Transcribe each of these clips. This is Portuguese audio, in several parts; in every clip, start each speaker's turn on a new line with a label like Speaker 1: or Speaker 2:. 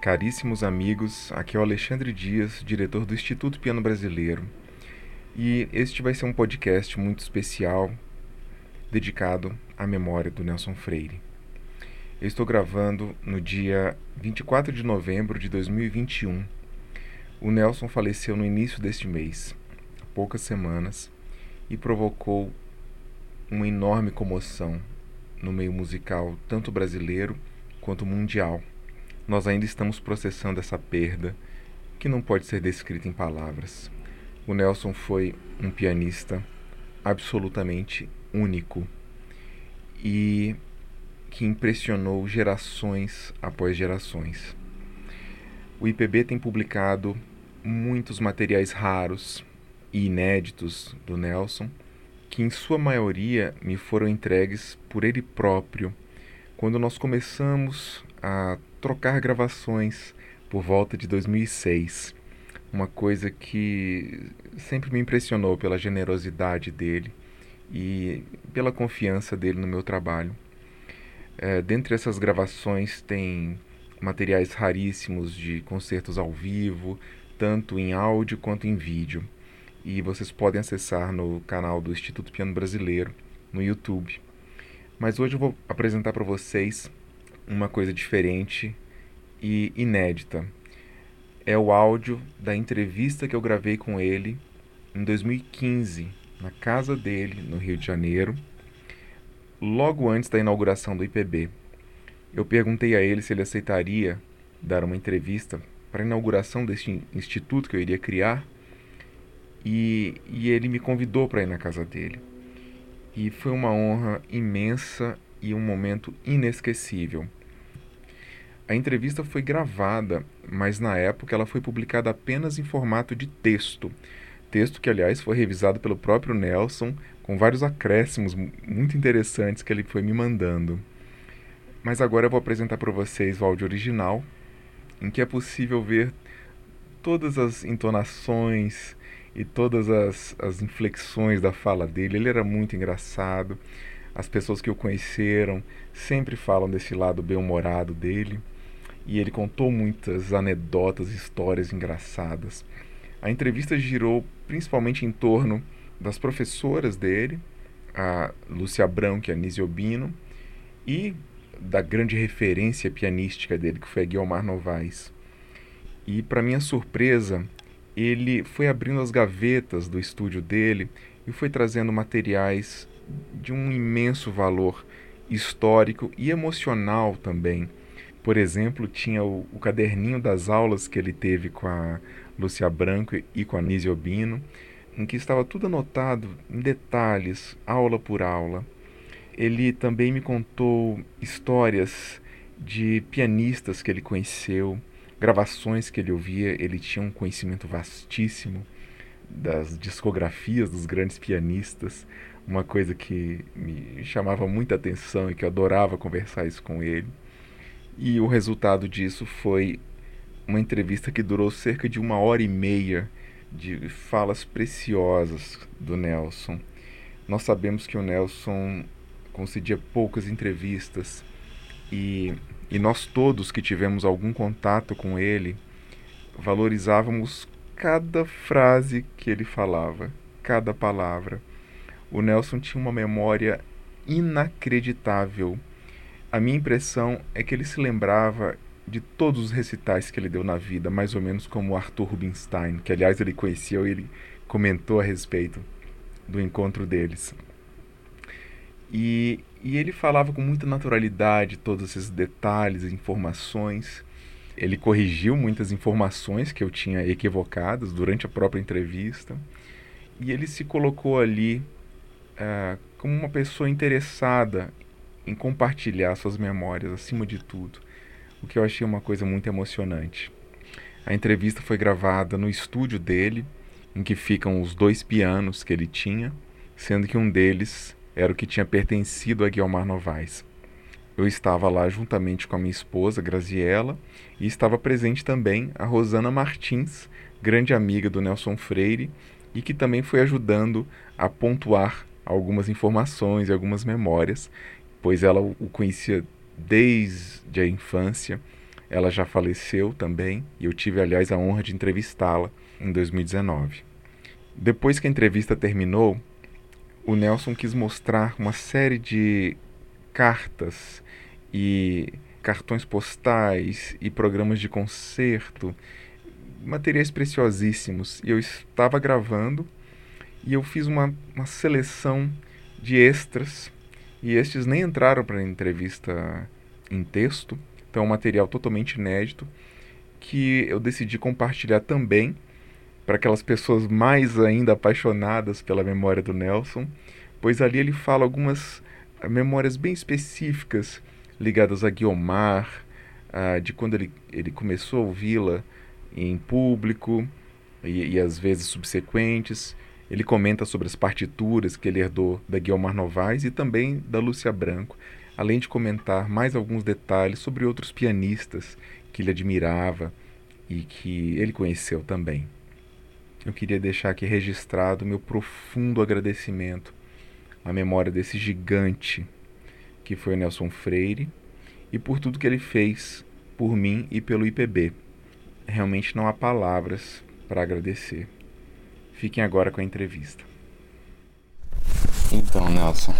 Speaker 1: Caríssimos amigos, aqui é o Alexandre Dias, diretor do Instituto Piano Brasileiro, e este vai ser um podcast muito especial dedicado à memória do Nelson Freire. Eu estou gravando no dia 24 de novembro de 2021. O Nelson faleceu no início deste mês, há poucas semanas, e provocou uma enorme comoção no meio musical, tanto brasileiro quanto mundial nós ainda estamos processando essa perda que não pode ser descrita em palavras. O Nelson foi um pianista absolutamente único e que impressionou gerações após gerações. O IPB tem publicado muitos materiais raros e inéditos do Nelson, que em sua maioria me foram entregues por ele próprio quando nós começamos a trocar gravações por volta de 2006. Uma coisa que sempre me impressionou pela generosidade dele e pela confiança dele no meu trabalho. É, dentre essas gravações tem materiais raríssimos de concertos ao vivo, tanto em áudio quanto em vídeo. E vocês podem acessar no canal do Instituto Piano Brasileiro no YouTube. Mas hoje eu vou apresentar para vocês uma coisa diferente e inédita. É o áudio da entrevista que eu gravei com ele em 2015, na casa dele, no Rio de Janeiro, logo antes da inauguração do IPB. Eu perguntei a ele se ele aceitaria dar uma entrevista para a inauguração deste instituto que eu iria criar e, e ele me convidou para ir na casa dele. E foi uma honra imensa e um momento inesquecível. A entrevista foi gravada, mas na época ela foi publicada apenas em formato de texto. Texto que, aliás, foi revisado pelo próprio Nelson, com vários acréscimos muito interessantes que ele foi me mandando. Mas agora eu vou apresentar para vocês o áudio original, em que é possível ver todas as entonações e todas as, as inflexões da fala dele. Ele era muito engraçado as pessoas que o conheceram sempre falam desse lado bem-humorado dele. E ele contou muitas anedotas, histórias engraçadas. A entrevista girou principalmente em torno das professoras dele, a Lúcia Abrão, que é Nise Obino, e da grande referência pianística dele, que foi Guilmar Novaes. E, para minha surpresa, ele foi abrindo as gavetas do estúdio dele e foi trazendo materiais de um imenso valor histórico e emocional também. Por exemplo, tinha o, o, caderninho das aulas que ele teve com a Lúcia Branco e com a Nise Obino, em que estava tudo anotado em detalhes, aula por aula. Ele também me contou histórias de pianistas que ele conheceu, gravações que ele ouvia, ele tinha um conhecimento vastíssimo das discografias dos grandes pianistas, uma coisa que me chamava muita atenção e que eu adorava conversar isso com ele. E o resultado disso foi uma entrevista que durou cerca de uma hora e meia de falas preciosas do Nelson. Nós sabemos que o Nelson concedia poucas entrevistas e, e nós todos que tivemos algum contato com ele valorizávamos cada frase que ele falava, cada palavra. O Nelson tinha uma memória inacreditável. A minha impressão é que ele se lembrava de todos os recitais que ele deu na vida, mais ou menos como o Arthur Rubinstein, que aliás ele conheceu e ele comentou a respeito do encontro deles. E, e ele falava com muita naturalidade todos esses detalhes, informações. Ele corrigiu muitas informações que eu tinha equivocadas durante a própria entrevista. E ele se colocou ali Uh, como uma pessoa interessada em compartilhar suas memórias acima de tudo, o que eu achei uma coisa muito emocionante. A entrevista foi gravada no estúdio dele, em que ficam os dois pianos que ele tinha, sendo que um deles era o que tinha pertencido a Guilmar Novaes. Eu estava lá juntamente com a minha esposa, Graziella, e estava presente também a Rosana Martins, grande amiga do Nelson Freire, e que também foi ajudando a pontuar algumas informações e algumas memórias, pois ela o conhecia desde a infância
Speaker 2: Ela já faleceu também e eu tive, aliás, a honra de entrevistá-la em 2019. Depois que a entrevista terminou, o Nelson quis mostrar uma série de cartas e cartões postais e programas de concerto, materiais preciosíssimos. E eu estava gravando e eu fiz uma, uma seleção de extras e estes nem entraram para a entrevista em texto, então é um material totalmente inédito que eu decidi compartilhar também para aquelas pessoas mais ainda apaixonadas pela memória do Nelson, pois ali ele fala algumas ah, memórias bem específicas ligadas a Guiomar, ah, de quando ele, ele começou a ouvi-la em público e, e às vezes subsequentes. Ele comenta sobre as partituras que ele herdou da Guiomar Novaes e também da Lúcia Branco, além de comentar mais alguns detalhes sobre outros pianistas que ele admirava e que ele conheceu também. Eu queria deixar aqui registrado meu profundo agradecimento à memória desse gigante que foi o Nelson Freire e por tudo que ele fez por mim e pelo IPB. Realmente não há palavras para agradecer. Fiquem agora com a entrevista.
Speaker 1: Então, Nelson,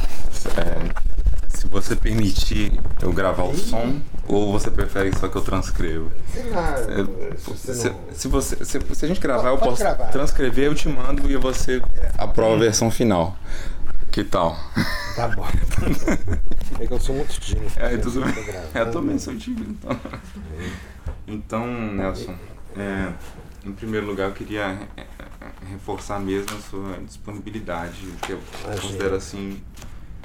Speaker 1: é, se você permitir eu gravar o som, ou você prefere só que eu transcreva?
Speaker 3: Sei lá,
Speaker 1: É,
Speaker 3: se você
Speaker 1: Se,
Speaker 3: não-
Speaker 1: se você, se, se a gente gravar, eu
Speaker 3: Pode
Speaker 1: posso
Speaker 3: gravar.
Speaker 1: transcrever, eu te mando e você aprova a versão final. Que tal?
Speaker 3: Tá bom. É que eu sou muito tímido.
Speaker 1: É, tudo
Speaker 3: Eu
Speaker 1: bem.
Speaker 3: tô gravando.
Speaker 1: Eu também sou tímido, então. Então, Nelson, é, em primeiro lugar, eu queria é, é, reforçar mesmo a sua disponibilidade, que eu
Speaker 3: Imagina.
Speaker 1: considero assim,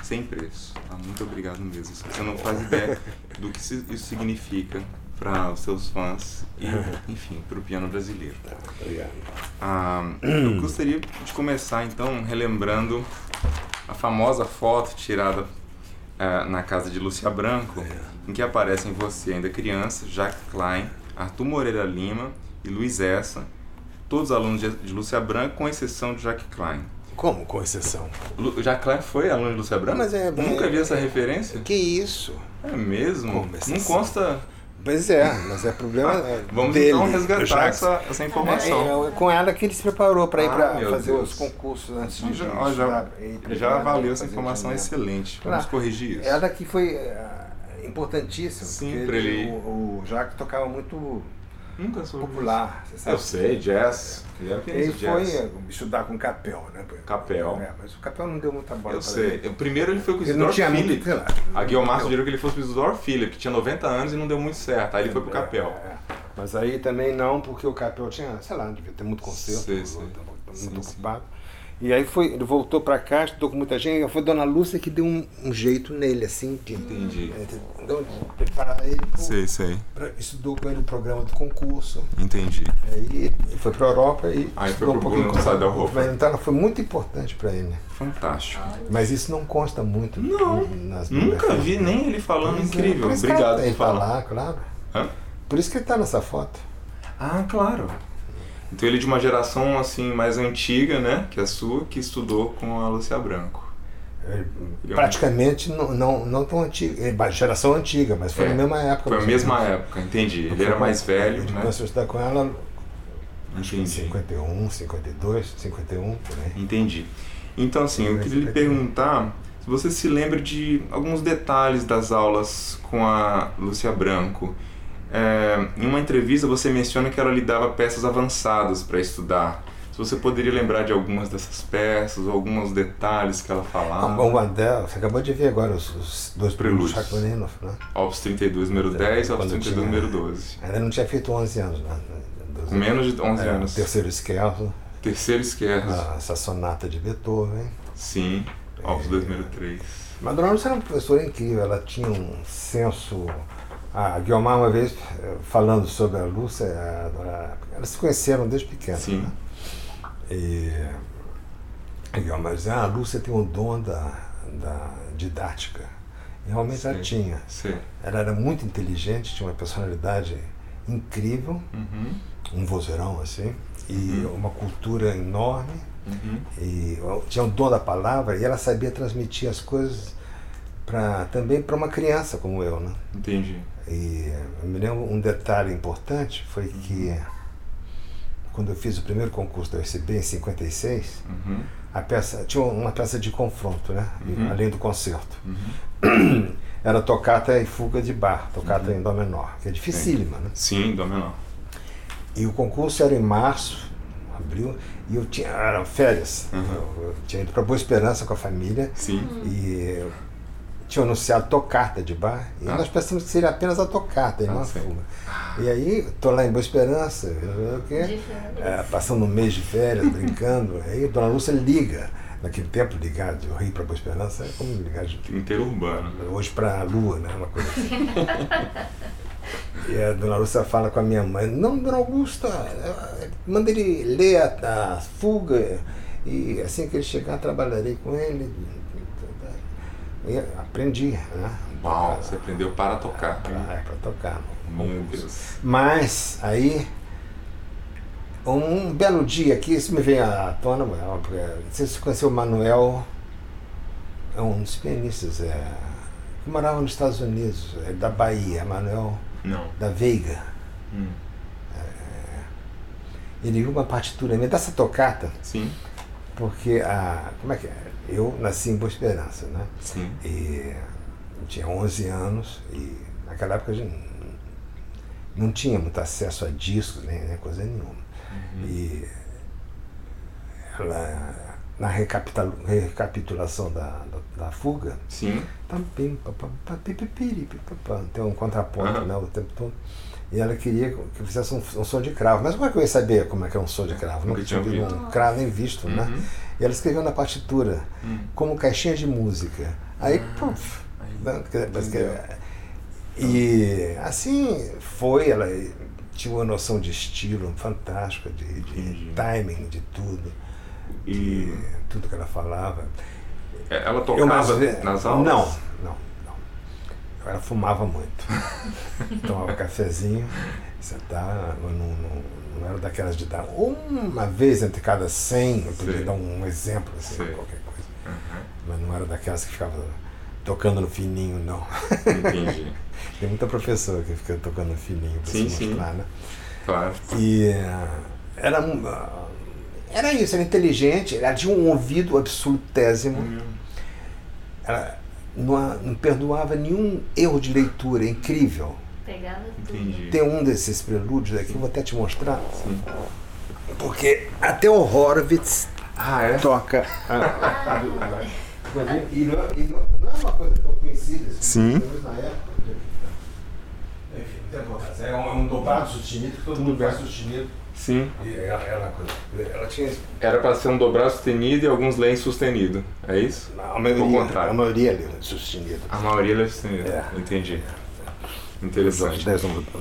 Speaker 1: sem preço. tá? Muito obrigado mesmo. Você não faz ideia do que isso isso significa para os seus fãs e, enfim, para o piano brasileiro.
Speaker 3: Tá, Obrigado.
Speaker 1: Ah, eu gostaria de começar então relembrando a famosa foto tirada ah, na casa de Lúcia Branco,
Speaker 3: É.
Speaker 1: em que aparecem você ainda criança, Jacques Klein, Arthur Moreira Lima e Luiz Essa, todos alunos de, de Lúcia Branco, com exceção de Jacques Klein.
Speaker 3: Como, com exceção?
Speaker 1: Lu, Jacques Klein foi aluno de Lúcia Branco?
Speaker 3: Mas é-
Speaker 1: Nunca vi essa referência?
Speaker 3: Que isso?
Speaker 1: É mesmo?
Speaker 3: Como
Speaker 1: Não
Speaker 3: exceção?
Speaker 1: consta. Ah,
Speaker 3: Pois é, mas é problema é,
Speaker 1: Vamos
Speaker 3: dele.
Speaker 1: então
Speaker 3: do
Speaker 1: resgatar
Speaker 3: Jacques.
Speaker 1: essa, essa informação.
Speaker 3: É, é, com ela que ele se preparou para ir
Speaker 1: Ah,
Speaker 3: para
Speaker 1: meu
Speaker 3: fazer
Speaker 1: Deus.
Speaker 3: os concursos antes
Speaker 1: Então,
Speaker 3: de
Speaker 1: já,
Speaker 3: de
Speaker 1: ó, já,
Speaker 3: estudar, ele
Speaker 1: já
Speaker 3: preparava
Speaker 1: valeu
Speaker 3: pra
Speaker 1: essa
Speaker 3: fazer
Speaker 1: informação
Speaker 3: engenharia.
Speaker 1: excelente. Vamos
Speaker 3: Ah,
Speaker 1: corrigir isso.
Speaker 3: Ela que foi ah, importantíssima.
Speaker 1: Sim,
Speaker 3: porque
Speaker 1: pra ele-
Speaker 3: O, o Jacques tocava muito
Speaker 1: Nunca soube.
Speaker 3: popular, você sabe?
Speaker 1: Eu sei, jazz. Ele era
Speaker 3: Ele
Speaker 1: pianista de
Speaker 3: foi
Speaker 1: jazz.
Speaker 3: eh, estudar com o Capel, né?
Speaker 1: Capel.
Speaker 3: É, mas o Capel não deu muita bola
Speaker 1: Eu
Speaker 3: pra
Speaker 1: sei.
Speaker 3: ele.
Speaker 1: Eu- primeiro ele foi com o
Speaker 3: Ele não
Speaker 1: Isidore
Speaker 3: tinha
Speaker 1: Philip.
Speaker 3: muito, sei lá.
Speaker 1: A Guilmar sugeriu que ele fosse pro Isidore Philip, que tinha 90 anos e não deu muito certo. Aí ele foi pro Capel.
Speaker 3: É, Mas aí também não, porque o Capel tinha, sei lá, devia ter muito concerto,
Speaker 1: Sei, sei.
Speaker 3: muito
Speaker 1: Sim,
Speaker 3: ocupado. E aí foi, ele voltou pra cá, estudou com muita gente, foi Dona Lúcia que deu um, um jeito nele, assim, de,
Speaker 1: Entendi.
Speaker 3: é, de- então, de preparar ele, pro-
Speaker 1: sei.
Speaker 3: pra- estudou com ele o programa do concurso,
Speaker 1: Entendi.
Speaker 3: aí ele foi pra Europa e
Speaker 1: Aí foi
Speaker 3: estudou um
Speaker 1: pro Bruno
Speaker 3: com-
Speaker 1: Sadel Hofer.
Speaker 3: Mas então ela foi muito importante pra ele,
Speaker 1: Fantástico.
Speaker 3: mas isso não consta muito
Speaker 1: Não,
Speaker 3: nas
Speaker 1: Nunca
Speaker 3: biografias.
Speaker 1: vi nem ele falando
Speaker 3: Pois é,
Speaker 1: incrível.
Speaker 3: por isso que
Speaker 1: Obrigado
Speaker 3: ela- Ele
Speaker 1: por
Speaker 3: tá
Speaker 1: falar.
Speaker 3: lá, claro.
Speaker 1: Hã?
Speaker 3: Por isso que ele tá nessa foto.
Speaker 1: Ah, claro. Então ele é de uma geração assim mais antiga, né? Que a sua, que estudou com a Lúcia Branco. Ele é um-
Speaker 3: Praticamente não, não, não tão antiga, é ba- geração antiga, mas foi
Speaker 1: É,
Speaker 3: na mesma época. tá.
Speaker 1: Foi a mesma
Speaker 3: assim.
Speaker 1: época, entendi. Ele era mais velho,
Speaker 3: Ele
Speaker 1: né?
Speaker 3: começou a estudar com ela em
Speaker 1: Entendi.
Speaker 3: 51, 52, 51, por aí.
Speaker 1: Entendi. Então, assim, eu queria
Speaker 3: é
Speaker 1: lhe perguntar se você se lembra de alguns detalhes das aulas com a Lúcia Branco. É, em uma entrevista, você menciona que ela lhe dava peças avançadas para estudar. Se você poderia lembrar de algumas dessas peças, ou alguns detalhes que ela falava.
Speaker 3: Uma dela, você acabou de ver agora os, os dois
Speaker 1: Prelúdios.
Speaker 3: primeiros Chaconinov, né?
Speaker 1: Opus 32, número 10 e Opus
Speaker 3: é, Quando
Speaker 1: 32,
Speaker 3: tinha-
Speaker 1: número 12.
Speaker 3: Ainda não tinha feito 11 anos, né? Doze-
Speaker 1: Com menos de 11
Speaker 3: é,
Speaker 1: anos.
Speaker 3: Terceiro esquerdo,
Speaker 1: Terceiro esquerdo.
Speaker 3: a essa sonata de Beethoven.
Speaker 1: Sim, Opus 2, número 3.
Speaker 3: Madonna Lúcia era uma professora incrível, ela tinha um senso. A Guilmar, uma vez, eh, falando sobre a Lúcia, a- a- elas se conheceram desde pequena.
Speaker 1: Sim.
Speaker 3: Né? E a Guilmar dizia: ah, a Lúcia tem um dom da, da didática. E realmente ela
Speaker 1: Sim.
Speaker 3: tinha.
Speaker 1: Sim.
Speaker 3: Ela era muito inteligente, tinha uma personalidade incrível,
Speaker 1: Uhum,
Speaker 3: um vozeirão assim, e uma cultura enorme
Speaker 1: uhum.
Speaker 3: um e tinha o dom da palavra e ela sabia transmitir as coisas pra, também para uma criança como eu, né?
Speaker 1: Entendi.
Speaker 3: E eu me lembro um detalhe importante foi que quando eu fiz o primeiro concurso da UCB em 56,
Speaker 1: Uhum.
Speaker 3: a peça tinha uma peça de confronto, né? E-
Speaker 1: Uhum.
Speaker 3: Além do concerto.
Speaker 1: Uhum.
Speaker 3: Era tocata e fuga de bar, tocata em dó menor, que é dificílima, né?
Speaker 1: Uhum. Sim, dó menor.
Speaker 3: E o concurso era em março, abril, e eu tinha eram férias.
Speaker 1: Uhum.
Speaker 3: Eu, eu tinha ido para Boa Esperança com a família
Speaker 1: Sim.
Speaker 3: e eu tinha anunciado tocata de bar, e
Speaker 1: Ah.
Speaker 3: nós pensamos que seria apenas a tocata, e
Speaker 1: Ah,
Speaker 3: não a
Speaker 1: sim.
Speaker 3: fuga. E aí, tô lá em Boa Esperança, eu- eu- eu- é, passando um mês de férias, brincando. aí a Dona Lúcia liga, naquele tempo ligar de Rio para Boa Esperança, é como ligar de
Speaker 1: Interurbano.
Speaker 3: hoje para a lua, né? Uma coisa assim. e a dona Lúcia fala com a minha mãe: Não, dona Augusta, eh, manda ele ler a, a fuga e assim que ele chegar trabalharei com ele. E aprendi, né?
Speaker 1: Uau, você aprendeu para tocar.
Speaker 3: Para tocar.
Speaker 1: Meu Deus.
Speaker 3: Mas aí, um belo dia aqui, isso me veio à tona, Manuel, porque você conheceu o Manuel, é um dos pianistas, é, que morava nos Estados Unidos, é da Bahia, Manuel
Speaker 1: Não.
Speaker 3: da Veiga.
Speaker 1: Hum.
Speaker 3: Ele viu uma partitura minha dessa tocata,
Speaker 1: Sim,
Speaker 3: porque a. Como é que é? Eu nasci em Boa Esperança, né?
Speaker 1: sim.
Speaker 3: E eu tinha 11 anos e naquela época a gente não tinha muito acesso a discos, nem, nem coisa nenhuma. E ela, na recapita- recapitulação da, da, da fuga, tá
Speaker 1: Sim.
Speaker 3: pam, pim, pam, pam, pam, pi, pi, piri, pi, pam, pam, tem um contraponto
Speaker 1: Aham.
Speaker 3: né, o tempo todo. E ela queria que eu fizesse um, um som de cravo. Mas como é que eu ia saber como é que é um som de cravo?
Speaker 1: Nunca
Speaker 3: Nunca tinha
Speaker 1: tinha
Speaker 3: ouvido um cravo nem visto, né?
Speaker 1: Uhum.
Speaker 3: E ela escreveu na partitura,
Speaker 1: Hum.
Speaker 3: como caixinha de música. Aí, puf,
Speaker 1: Ah, aí,
Speaker 3: né, que- mas que-
Speaker 1: entendeu.
Speaker 3: E assim foi, ela tinha uma noção de estilo fantástica, de, de
Speaker 1: Entendi.
Speaker 3: timing, de tudo,
Speaker 1: E é,
Speaker 3: de tudo que ela falava.
Speaker 1: ela
Speaker 3: Eu mais
Speaker 1: tocava
Speaker 3: ve-
Speaker 1: nas aulas?
Speaker 3: Não, não, não. Eu era- fumava muito. Tomava cafezinho, sentava, eu não, não, não era daquelas de dar uma vez entre cada 100, eu podia
Speaker 1: Sei.
Speaker 3: dar um exemplo, assim,
Speaker 1: Sei.
Speaker 3: qualquer coisa.
Speaker 1: Uhum.
Speaker 3: Mas não era daquelas que ficava tocando no fininho, não.
Speaker 1: Entendi.
Speaker 3: Tem muita professora que fica tocando no fininho pra
Speaker 1: Sim,
Speaker 3: se
Speaker 1: sim.
Speaker 3: mostrar, né?
Speaker 1: Claro.
Speaker 3: E ah, era, um- ah, era isso, era inteligente, ela tinha um ouvido absolutésimo. ela não, não perdoava nenhum erro de leitura, é incrível.
Speaker 4: Pegava tudo.
Speaker 1: Entendi.
Speaker 3: Tem um desses prelúdios aqui, eu vou até te mostrar,
Speaker 1: Sim.
Speaker 3: porque até o Horowitz
Speaker 1: Ah, é? Ah.
Speaker 3: toca. e não, e não- não é uma coisa tão conhecida, assim,
Speaker 1: Sim.
Speaker 3: pelo menos na época. né? Enfim, não tem como fazer, é um, é um dobrado sustenido, que todo mundo faz sustenido.
Speaker 1: Sim.
Speaker 3: E é, ela, ela, ela tinha.
Speaker 1: Era para ser um dobrado sustenido e alguns lenços sustenido. É isso?
Speaker 3: A
Speaker 1: Ao
Speaker 3: maioria, a
Speaker 1: contrário. Ah,
Speaker 3: maioria ali, sustenido.
Speaker 1: A maioria lenço sustenido.
Speaker 3: É.
Speaker 1: Entendi. Interessante.
Speaker 3: Dez números.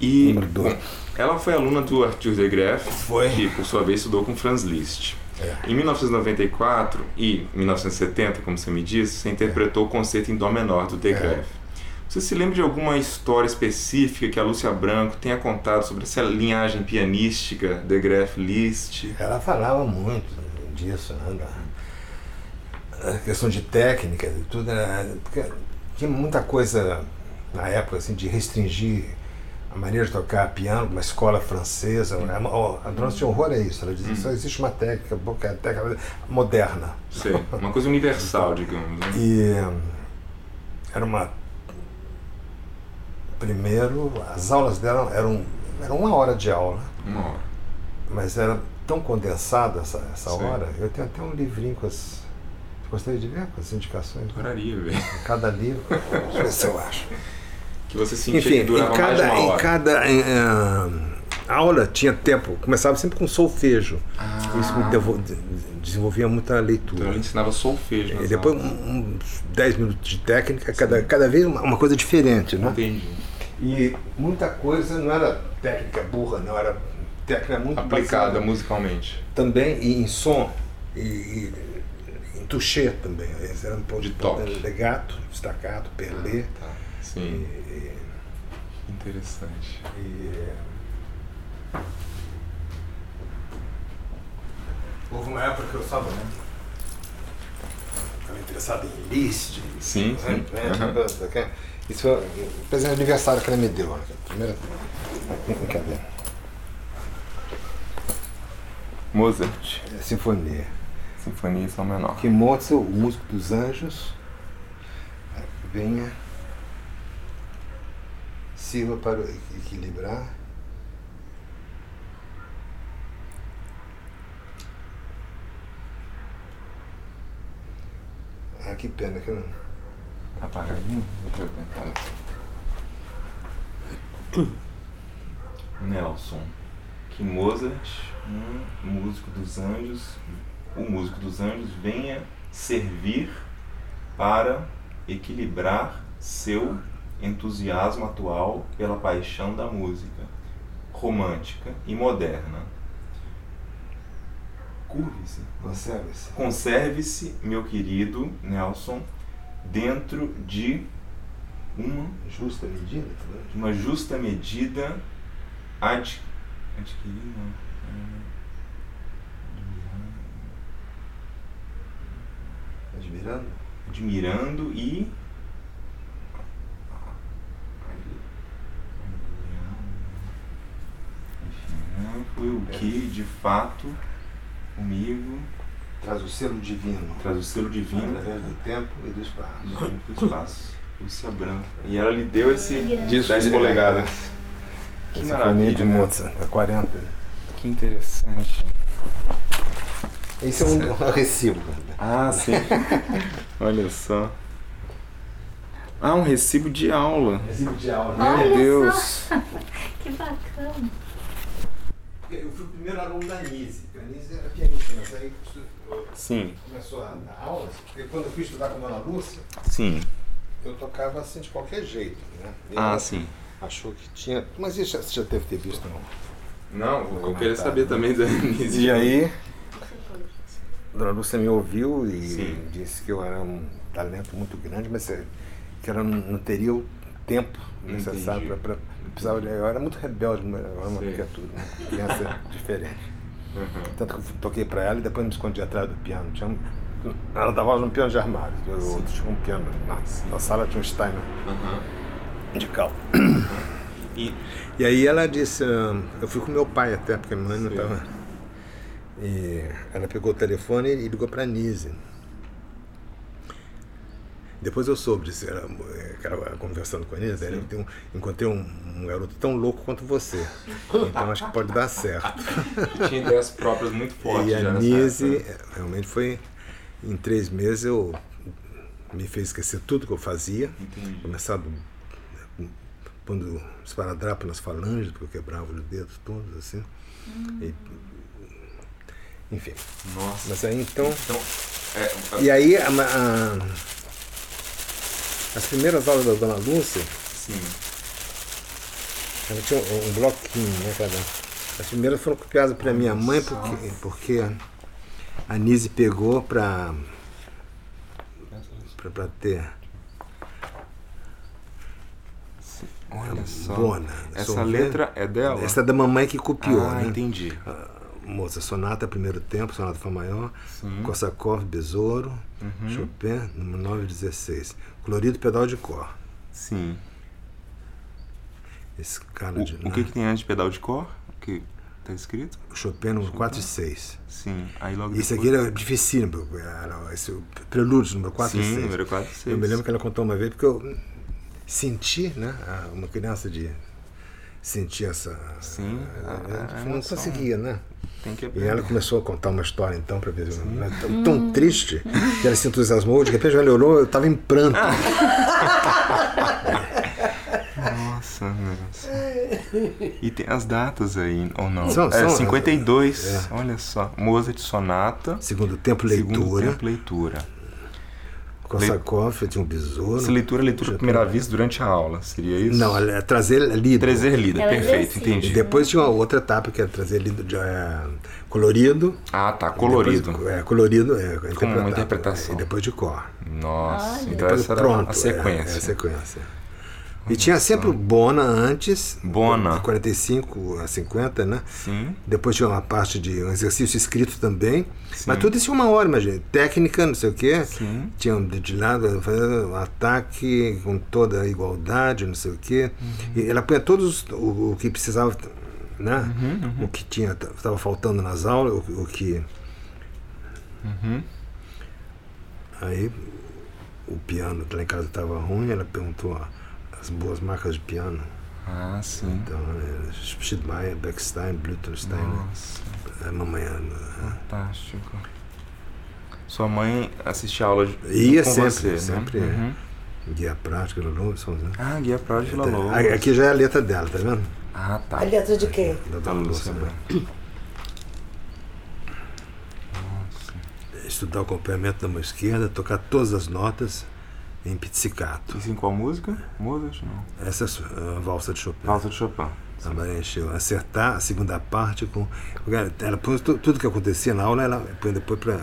Speaker 1: E
Speaker 3: Número dois.
Speaker 1: bom, ela foi aluna do Arthur de Greff,
Speaker 3: Um Foi.
Speaker 1: que por sua vez estudou com Franz Liszt.
Speaker 3: É.
Speaker 1: Em 1994 e 1970, como você me disse, você interpretou o concerto em Dó menor do
Speaker 3: É.
Speaker 1: de Greff. Você se lembra de alguma história específica que a Lúcia Branco tenha contado sobre essa linhagem pianística de Greff Liszt?
Speaker 3: Ela falava muito disso, né? da- da questão de técnica e tudo, né? porque tinha muita coisa na época assim, de restringir a maneira de tocar piano, uma escola francesa. né? Ó, A Dona tinha horror a isso, ela dizia que só existe uma técnica, boa, que é a técnica moderna.
Speaker 1: Sei, uma coisa universal, digamos. Né?
Speaker 3: E hum, era uma. Primeiro, as aulas dela eram, eram uma hora de aula.
Speaker 1: Uma hora.
Speaker 3: Mas era tão condensada essa, essa
Speaker 1: Sim.
Speaker 3: hora. Eu tenho até um livrinho com as. Gostaria de ver com as indicações. né?
Speaker 1: Pararia, velho.
Speaker 3: Em cada livro. Deixa eu ver se eu acho.
Speaker 1: Que você sentia
Speaker 3: Enfim,
Speaker 1: que durava
Speaker 3: em cada,
Speaker 1: mais de uma
Speaker 3: em
Speaker 1: hora.
Speaker 3: cada em, eh, aula tinha tempo. Começava sempre com solfejo.
Speaker 1: Ah.
Speaker 3: Isso me devo- de- desenvolvia muita
Speaker 1: Então ela
Speaker 3: leitura.
Speaker 1: ensinava solfejo. nas
Speaker 3: E É, depois
Speaker 1: aulas.
Speaker 3: um- uns 10 minutos de técnica, cada, cada vez uma, uma coisa diferente, né?
Speaker 1: Entendi.
Speaker 3: E muita coisa não era técnica burra, não, era técnica muito
Speaker 1: Aplicada
Speaker 3: baseada-
Speaker 1: musicalmente.
Speaker 3: também e em som e, e em touché também. Eles eram um ponto
Speaker 1: De toque.
Speaker 3: legato, destacado, perlé.
Speaker 1: Tá. Sim. Interessante.
Speaker 3: E... é. Houve uma época que eu estava né? estava interessado em Liszt.
Speaker 1: Sim, sim.
Speaker 3: Né?
Speaker 1: Aham.
Speaker 3: Tipo, Isso foi o presente de aniversário que ela me deu. né? Primeira. Cadê?
Speaker 1: Mozart,
Speaker 3: É, Sinfonia.
Speaker 1: Sinfonia em Sol Menor.
Speaker 3: Que Mozart, o músico dos anjos, venha sirva para equi- equilibrar. Ah, que pena que eu não.
Speaker 1: Tá apagadinho? Deixa eu tentar. Nelson, que Mozart, um músico dos anjos, o músico dos anjos venha servir para equilibrar seu entusiasmo atual pela paixão da música romântica e moderna. Curve-se.
Speaker 3: Conserva-se.
Speaker 1: Conserve-se, meu querido Nelson, dentro de uma,
Speaker 3: Justa medida, tá vendo?
Speaker 1: uma justa medida ad, adquirir, não, é,
Speaker 3: Admirando.
Speaker 1: admirando e Enfim, não foi o que de fato comigo
Speaker 3: Traz o selo divino.
Speaker 1: traz o selo divino
Speaker 3: Através do tempo e do espaço.
Speaker 1: Muito espaço. Lúcia Branca. E ela lhe deu esse
Speaker 3: Disso
Speaker 1: 10
Speaker 3: de-
Speaker 1: polegadas. Que
Speaker 3: Sinfonia
Speaker 1: maravilha. né?
Speaker 3: de Mozart, tá da 40.
Speaker 1: Que interessante.
Speaker 3: Esse é um, um recibo.
Speaker 1: Ah, sim. Olha só. Ah, um recibo de aula.
Speaker 3: Recibo de aula,
Speaker 1: Meu
Speaker 4: Olha
Speaker 1: Deus.
Speaker 4: Que bacana.
Speaker 3: Eu fui o primeiro aluno da Nise. A Nise era pianista, mas aí estu-
Speaker 1: Sim,
Speaker 3: começou a dar aulas. Porque quando eu fui estudar com a Ana Lúcia,
Speaker 1: sim.
Speaker 3: eu tocava assim de qualquer jeito. Né? E
Speaker 1: Ah,
Speaker 3: ela
Speaker 1: sim.
Speaker 3: Achou que tinha. Mas isso você já deve ter visto, não?
Speaker 1: Não,
Speaker 3: eu queria saber
Speaker 1: também da Anise.
Speaker 3: E aí, a Dona Lúcia me ouviu e
Speaker 1: Sim.
Speaker 3: disse que eu era um talento muito grande, mas eh, que ela não, não teria o tempo necessário
Speaker 1: Entendi.
Speaker 3: para. Precisava de, eu era muito rebelde, eu era uma
Speaker 1: Sei.
Speaker 3: criatura, uma criança diferente. Tanto que eu toquei para ela e depois me escondi atrás do piano. Tinha um- ela dava aula num piano de armário, eu
Speaker 1: Sim.
Speaker 3: tinha um piano. Na, na sala tinha um Steiner de cal.
Speaker 1: E
Speaker 3: E aí ela disse, ah, eu fui com meu pai até, porque minha mãe não
Speaker 1: Sim.
Speaker 3: estava. E ela pegou o telefone e ligou para Nise. Depois eu soube disso, ela, eh, que ela conversando com a Nise, ela, eu tenho- encontrei um, um garoto tão louco quanto você. Então acho que pode dar certo.
Speaker 1: e tinha ideias próprias muito fortes
Speaker 3: e
Speaker 1: já né?
Speaker 3: a
Speaker 1: nessa
Speaker 3: Nise
Speaker 1: época.
Speaker 3: eh, realmente foi. Em três meses eu me fez esquecer tudo que eu fazia
Speaker 1: Entendi.
Speaker 3: começado pondo esparadrapo nas falanges, porque eu quebrava os dedos todos, assim. E- enfim,
Speaker 1: Nossa.
Speaker 3: mas aí então.
Speaker 1: Então, é,
Speaker 3: E aí a ma- a- as primeiras aulas da Dona Lúcia,
Speaker 1: sim.
Speaker 3: ela tinha um, um bloquinho, né, cada. As primeiras foram copiadas para minha mãe, porque, porque a Nise pegou para para ter
Speaker 1: Olha né? só.
Speaker 3: bona. né,
Speaker 1: Essa
Speaker 3: Solfejo.
Speaker 1: letra é dela?
Speaker 3: Essa é da mamãe que copiou,
Speaker 1: ah,
Speaker 3: né?
Speaker 1: entendi.
Speaker 3: Moça, sonata primeiro tempo, sonata fá maior,
Speaker 1: Sim.
Speaker 3: Korsakov, besouro,
Speaker 1: Uhum.
Speaker 3: Chopin, número 9 e 16. Colorido pedal de cor.
Speaker 1: Sim.
Speaker 3: Esse cara de
Speaker 1: O, o que, que tem antes de pedal de cor? O que tá escrito?
Speaker 3: Chopin, número 4 e 6.
Speaker 1: Sim. Aí logo
Speaker 3: E Esse aqui
Speaker 1: depois...
Speaker 3: era dificílimo, era esse o prelúdio, número 4 e
Speaker 1: Sim,
Speaker 3: 6.
Speaker 1: número 4 e 6.
Speaker 3: Eu me lembro que ela contou uma vez, porque eu senti, né, a- uma criança de sentir essa...
Speaker 1: Sim, a- a- a
Speaker 3: não
Speaker 1: Ah, é emoção. É.
Speaker 3: conseguia, né?
Speaker 1: Tem que
Speaker 3: É E
Speaker 1: aprender.
Speaker 3: ela começou a contar uma história então para ver. Ela é tão, tão triste que ela se entusiasmou, de repente ela olhou, eu estava em pranto.
Speaker 1: Ah. Nossa, nossa. né? E tem as datas aí, ou não?
Speaker 3: São-
Speaker 1: é,
Speaker 3: são-
Speaker 1: 52, olha só. Mozart Sonata,
Speaker 3: Segundo tempo,
Speaker 1: segundo
Speaker 3: leitura.
Speaker 1: tempo, leitura.
Speaker 3: Korsakov, eu tinha um besouro.
Speaker 1: Essa leitura é leitura à primeira vista durante a aula, seria isso?
Speaker 3: Não, ela- é trazer lido.
Speaker 1: Trazer lida,
Speaker 4: Ela
Speaker 1: perfeito,
Speaker 4: exercita.
Speaker 3: E
Speaker 1: entendi.
Speaker 3: depois tinha uma outra etapa que era trazer lido de, eh, colorido.
Speaker 1: Ah, tá, colorido.
Speaker 3: Depois, é, colorido, é, interpretado.
Speaker 1: interpretação.
Speaker 3: E depois de cor.
Speaker 1: Nossa, então
Speaker 3: Depois
Speaker 1: essa era
Speaker 3: pronto.
Speaker 1: a
Speaker 3: é, é a
Speaker 1: sequência.
Speaker 3: sequência. E tinha sempre o Bona antes.
Speaker 1: Bona.
Speaker 3: De 45 a 50, né?
Speaker 1: Sim.
Speaker 3: Depois tinha uma parte de um exercício escrito também.
Speaker 1: Sim.
Speaker 3: Mas tudo isso em uma hora, imagina. Técnica, não sei o quê.
Speaker 1: Sim.
Speaker 3: Tinha um dedilhado, fazendo um ataque com toda a igualdade, não sei o quê.
Speaker 1: Uhum.
Speaker 3: E ela punha todos os- o, o que precisava, né?
Speaker 1: uhum,
Speaker 3: O que tinha estava faltando nas aulas, o, o que.
Speaker 1: uhum.
Speaker 3: Aí o piano lá em casa estava ruim, ela perguntou a- as boas marcas de piano.
Speaker 1: Ah, sim.
Speaker 3: Então, era Schmidmeier, Beckstein, Blütenstein, né?
Speaker 1: Nossa,
Speaker 3: A mamãe é, era-
Speaker 1: fantástico. Sua mãe assistia aula de,
Speaker 3: Ia
Speaker 1: com
Speaker 3: sempre,
Speaker 1: você,
Speaker 3: sempre.
Speaker 1: né? Uhum.
Speaker 3: guia prática do Lobson, né?
Speaker 1: Ah, guia para de Lalo.
Speaker 3: A- Aqui já é a letra dela, tá vendo?
Speaker 1: Ah, tá.
Speaker 5: A letra de quê?
Speaker 3: Da
Speaker 1: Da
Speaker 3: Dolores
Speaker 1: Lúcia
Speaker 3: Lobson, né?
Speaker 1: Nossa.
Speaker 3: Estudar o acompanhamento da mão esquerda, tocar todas as notas em pizzicato.
Speaker 1: Isso em qual música? Mozart, não.
Speaker 3: Essa é a valsa de Chopin.
Speaker 1: Valsa de Chopin.
Speaker 3: A Maria encheu. Acertar a segunda parte com. Cara, Ela pôs tu- tudo que acontecia na aula, ela põe depois para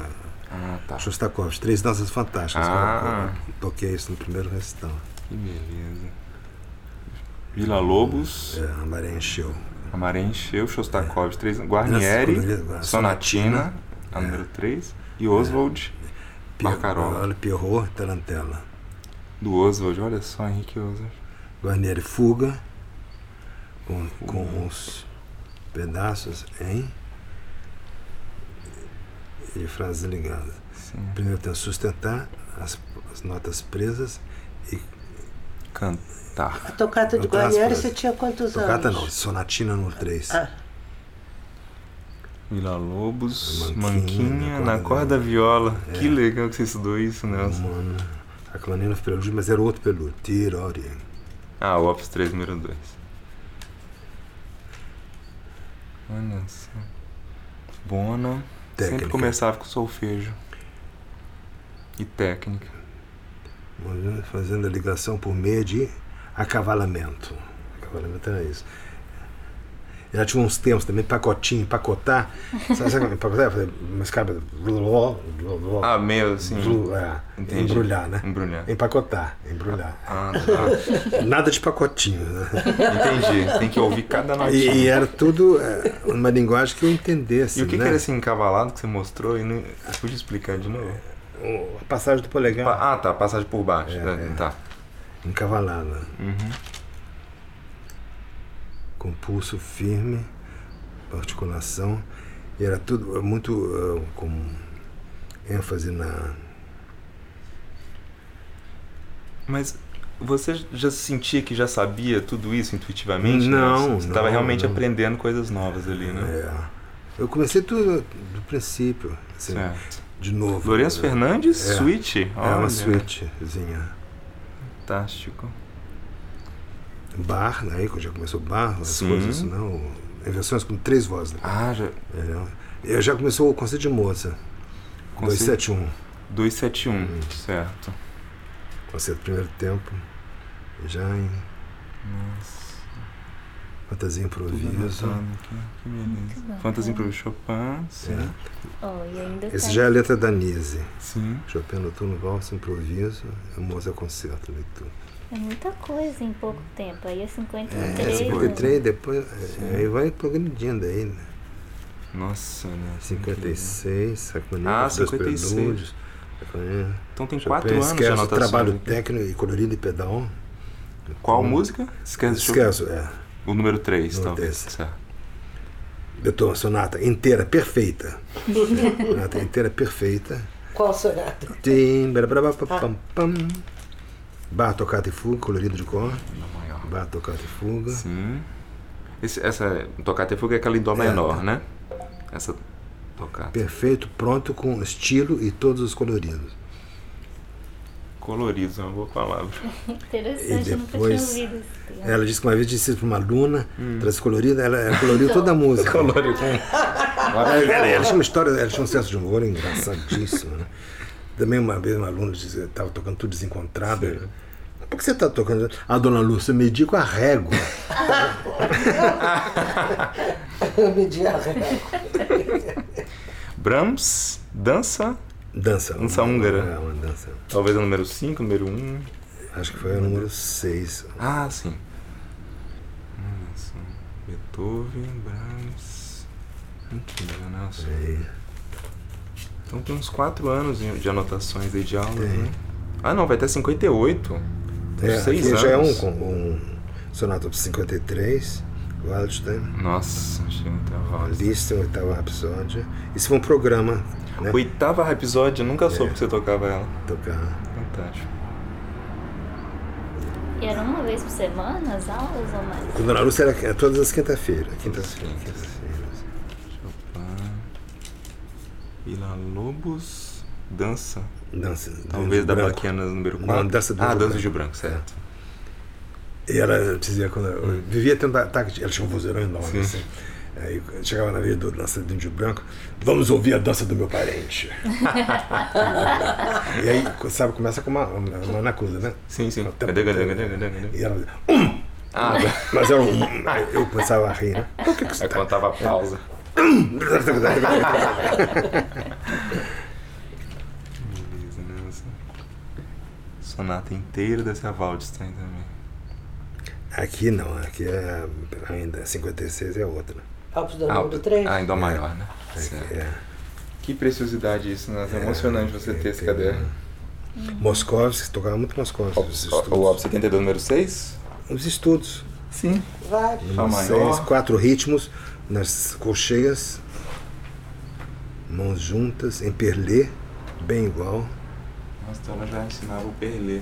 Speaker 1: Ah, tá.
Speaker 3: Shostakovich. Três danças fantásticas.
Speaker 1: Ah.
Speaker 3: Eu Toquei isso no primeiro recital.
Speaker 1: Que beleza. Vila Lobos,
Speaker 3: É, a Maria encheu.
Speaker 1: a Maré Encheu, Shostakovich, três, Guarnieri,
Speaker 3: É. Nossa, quando ele- É.
Speaker 1: Sonatina, a número 3, e Oswald, Barcarola.
Speaker 3: Olha, Pierrot, Tarantella. É.
Speaker 1: do Oswald. Olha só, Henrique Oswald.
Speaker 3: Guarnieri Fuga, com, com os pedaços em. e frases ligadas.
Speaker 1: Sim.
Speaker 3: Primeiro tem sustentar as, as notas presas e
Speaker 1: Cantar.
Speaker 5: A tocata de
Speaker 3: Eu traço
Speaker 5: Guarnieri
Speaker 3: pra-
Speaker 5: você tinha quantos
Speaker 3: Tocata não,
Speaker 5: anos?
Speaker 3: sonatina no 3.
Speaker 5: Ah.
Speaker 1: Vila Lobos,
Speaker 3: Manquinha, né?
Speaker 1: Manquinha, na
Speaker 3: na corda
Speaker 1: corda da viola.
Speaker 3: É.
Speaker 1: Que legal que né? você estudou isso, Nelson.
Speaker 3: Mano, a Clanina Prelúdio, mas era outro prelúdio. Tirori.
Speaker 1: Ah, o Ops 3, número 2. Olha só. Bona. Sempre
Speaker 3: Técnica.
Speaker 1: começava com solfejo. E técnica.
Speaker 3: Fazendo a ligação por meio de acavalamento. Acavalamento era isso. Ela tinha uns termos também, pacotinho, pacotar. Sabe, sabe como é pacotar? Eu falei, Mas cara, bluló, bluló,
Speaker 1: Ah, meio assim.
Speaker 3: blu- é,
Speaker 1: Entendi.
Speaker 3: embrulhar, né?
Speaker 1: Embrulhar.
Speaker 3: Empacotar, embrulhar.
Speaker 1: Ah, tá.
Speaker 3: Nada de pacotinho, né?
Speaker 1: Entendi. Tem que ouvir cada notinha.
Speaker 3: E, e era tudo é, uma linguagem que eu entendesse.
Speaker 1: E o que,
Speaker 3: né?
Speaker 1: que era esse encavalado que você mostrou e não você podia explicar de novo?
Speaker 3: O- A passagem do polegar
Speaker 1: Pa- Ah, tá, passagem por baixo.
Speaker 3: É,
Speaker 1: né? Tá.
Speaker 3: encavalada.
Speaker 1: Uhum.
Speaker 3: Com pulso firme, articulação. E era tudo é, muito eh, com ênfase na.
Speaker 1: Mas você já sentia que já sabia tudo isso intuitivamente?
Speaker 3: Não,
Speaker 1: Nelson? Você estava
Speaker 3: não,
Speaker 1: realmente
Speaker 3: não.
Speaker 1: aprendendo coisas novas ali, né?
Speaker 3: é, eu comecei tudo do princípio, assim,
Speaker 1: Certo.
Speaker 3: de novo.
Speaker 1: é. Lourenço Fernandes,
Speaker 3: É.
Speaker 1: suíte.
Speaker 3: É uma
Speaker 1: Olha,
Speaker 3: suítezinha.
Speaker 1: Fantástico.
Speaker 3: Bar, né? aí quando já começou o bar, as
Speaker 1: Sim.
Speaker 3: coisas, não. Invenções com três vozes. né?
Speaker 1: Ah, já.
Speaker 3: Entendeu? Eu já começou o conceito de Mozart.
Speaker 1: Conceito-
Speaker 3: 271.
Speaker 1: 271,
Speaker 3: Hum.
Speaker 1: certo.
Speaker 3: Conceito primeiro tempo. Já em
Speaker 1: Nossa.
Speaker 3: fantasia
Speaker 1: tudo
Speaker 3: improviso.
Speaker 1: anotado aqui, Que
Speaker 4: Muito
Speaker 1: beleza.
Speaker 4: bom.
Speaker 1: Fantasia Improviso Chopin, sim.
Speaker 3: É.
Speaker 4: Oh, e ainda
Speaker 3: Esse
Speaker 4: tá.
Speaker 3: já é a letra da Nise.
Speaker 1: Sim.
Speaker 3: Chopin noturno, valsa, improviso. Mozart concerto, leitura.
Speaker 4: É muita coisa em pouco tempo. Aí é 53.
Speaker 3: É,
Speaker 4: né?
Speaker 3: 53, depois. é, Aí vai progredindo aí, né?
Speaker 1: Nossa, né?
Speaker 3: 56, Saconinha,
Speaker 1: Ah,
Speaker 3: os dois
Speaker 1: 56.
Speaker 3: prelúdios. Saconinha.
Speaker 1: Então tem quatro
Speaker 3: É, Chopin
Speaker 1: anos de
Speaker 3: esquece o
Speaker 1: anotação.
Speaker 3: trabalho
Speaker 1: aqui.
Speaker 3: técnico e colorido e pedal.
Speaker 1: Qual música? Esquece, Chopin.
Speaker 3: Esqueço, é.
Speaker 1: O número 3,
Speaker 3: Número
Speaker 1: talvez.
Speaker 3: três.
Speaker 1: Certo.
Speaker 3: Beethoven, sonata inteira, perfeita. sonata inteira, perfeita.
Speaker 5: Qual sonata?
Speaker 3: Tim, barabá, pam, pam. Bar, tocata e fuga, colorido de cor.
Speaker 1: Dó maior.
Speaker 3: Bar, tocata e fuga.
Speaker 1: Sim. Hum. Esse, essa tocata e fuga é aquela em dó menor, né? Essa tocata.
Speaker 3: Perfeito, pronto, com estilo e todos os coloridos.
Speaker 1: Colorido, é uma boa palavra.
Speaker 4: Interessante,
Speaker 3: E
Speaker 4: eu nunca tinha
Speaker 3: depois-
Speaker 4: ouvido esse termo.
Speaker 3: Ela disse que uma vez disse para uma aluna, transcolorida, ela, ela coloriu toda a música.
Speaker 1: Hum. Colorido.
Speaker 3: Ela,
Speaker 1: é
Speaker 3: ela tinha uma história, ela tinha um senso de humor engraçadíssimo, né? Também uma vez uma aluna disse, estava tocando tudo desencontrado. ela, Por que você está tocando? A dona Lúcia mediu com a régua.
Speaker 5: Eu me diabo.
Speaker 1: Brahms, dança,
Speaker 3: Dança.
Speaker 1: Dança húngara.
Speaker 3: É, uma dança.
Speaker 1: talvez é o número 5, número 1. Um.
Speaker 3: A Acho que foi o número né? 6.
Speaker 1: Ah, sim. Olha só. Beethoven, Brahms. Incrível, Nelson.
Speaker 3: É.
Speaker 1: Então tem uns 4 anos de de anotações aí de aula,
Speaker 3: Tem.
Speaker 1: né? Ah, não, vai até 58.
Speaker 3: É,
Speaker 1: seis
Speaker 3: aqui já é um,
Speaker 1: anos.
Speaker 3: com- um sonato de 53, Waldstein,
Speaker 1: Nossa, achei um muito rosa.
Speaker 3: Liszt, um oitavo episódio. Isso foi um programa, né?
Speaker 1: Oitava episódio, eu nunca
Speaker 3: É.
Speaker 1: soube que você tocava ela.
Speaker 3: Tocar.
Speaker 1: Fantástico.
Speaker 3: É.
Speaker 4: E era uma vez por semana as aulas ou mais?
Speaker 3: Quando na Lúcia era é todas as quinta-feiras. Quinta-feira,
Speaker 1: Sim.
Speaker 3: quinta-feiras.
Speaker 1: Chopin. Vila Lobos. Dança.
Speaker 3: Dança. dança
Speaker 1: Talvez da
Speaker 3: branco.
Speaker 1: Baquiana número
Speaker 3: Não,
Speaker 1: 4.
Speaker 3: dança do
Speaker 1: ah,
Speaker 3: branco. né? É.
Speaker 1: dança de branco, certo.
Speaker 3: E ela dizia quando eu vivia tendo ataque de. Ela tinha um vozeirão enorme assim. Aí chegava na vida do dança do índio branco, vamos ouvir a dança do meu parente. e aí, sabe, começa com uma, uma, uma anacusa, né?
Speaker 1: Sim, sim.
Speaker 3: Até-
Speaker 1: Cadê, cadê, cadê, cadê, cadê?
Speaker 3: E ela um!
Speaker 1: Ah,
Speaker 3: Mas era um. Eu começava a rir, né? Por que que você
Speaker 1: aí
Speaker 3: tá-
Speaker 1: contava a pausa. Beleza, Nelson. Sonata inteira dessa Waldstein também.
Speaker 3: Aqui não, aqui é ainda 56 é outra.
Speaker 5: Alpes do número 3.
Speaker 1: ah, em Dó maior, né?
Speaker 3: Aqui
Speaker 1: Certo.
Speaker 3: é,
Speaker 1: Que preciosidade isso, né? É emocionante você ter esse
Speaker 3: tem-
Speaker 1: caderno.
Speaker 3: Moscovski, tocava muito Moscovski. Os
Speaker 1: O o Op
Speaker 3: estudos.
Speaker 1: 72 número 6?
Speaker 3: Os estudos.
Speaker 1: Sim.
Speaker 5: Vai.
Speaker 1: Fá maior.
Speaker 3: Seis, quatro ritmos nas colcheias, mãos juntas, em perlê, bem igual.
Speaker 1: Nossa, então ela já ensinava o Perlê.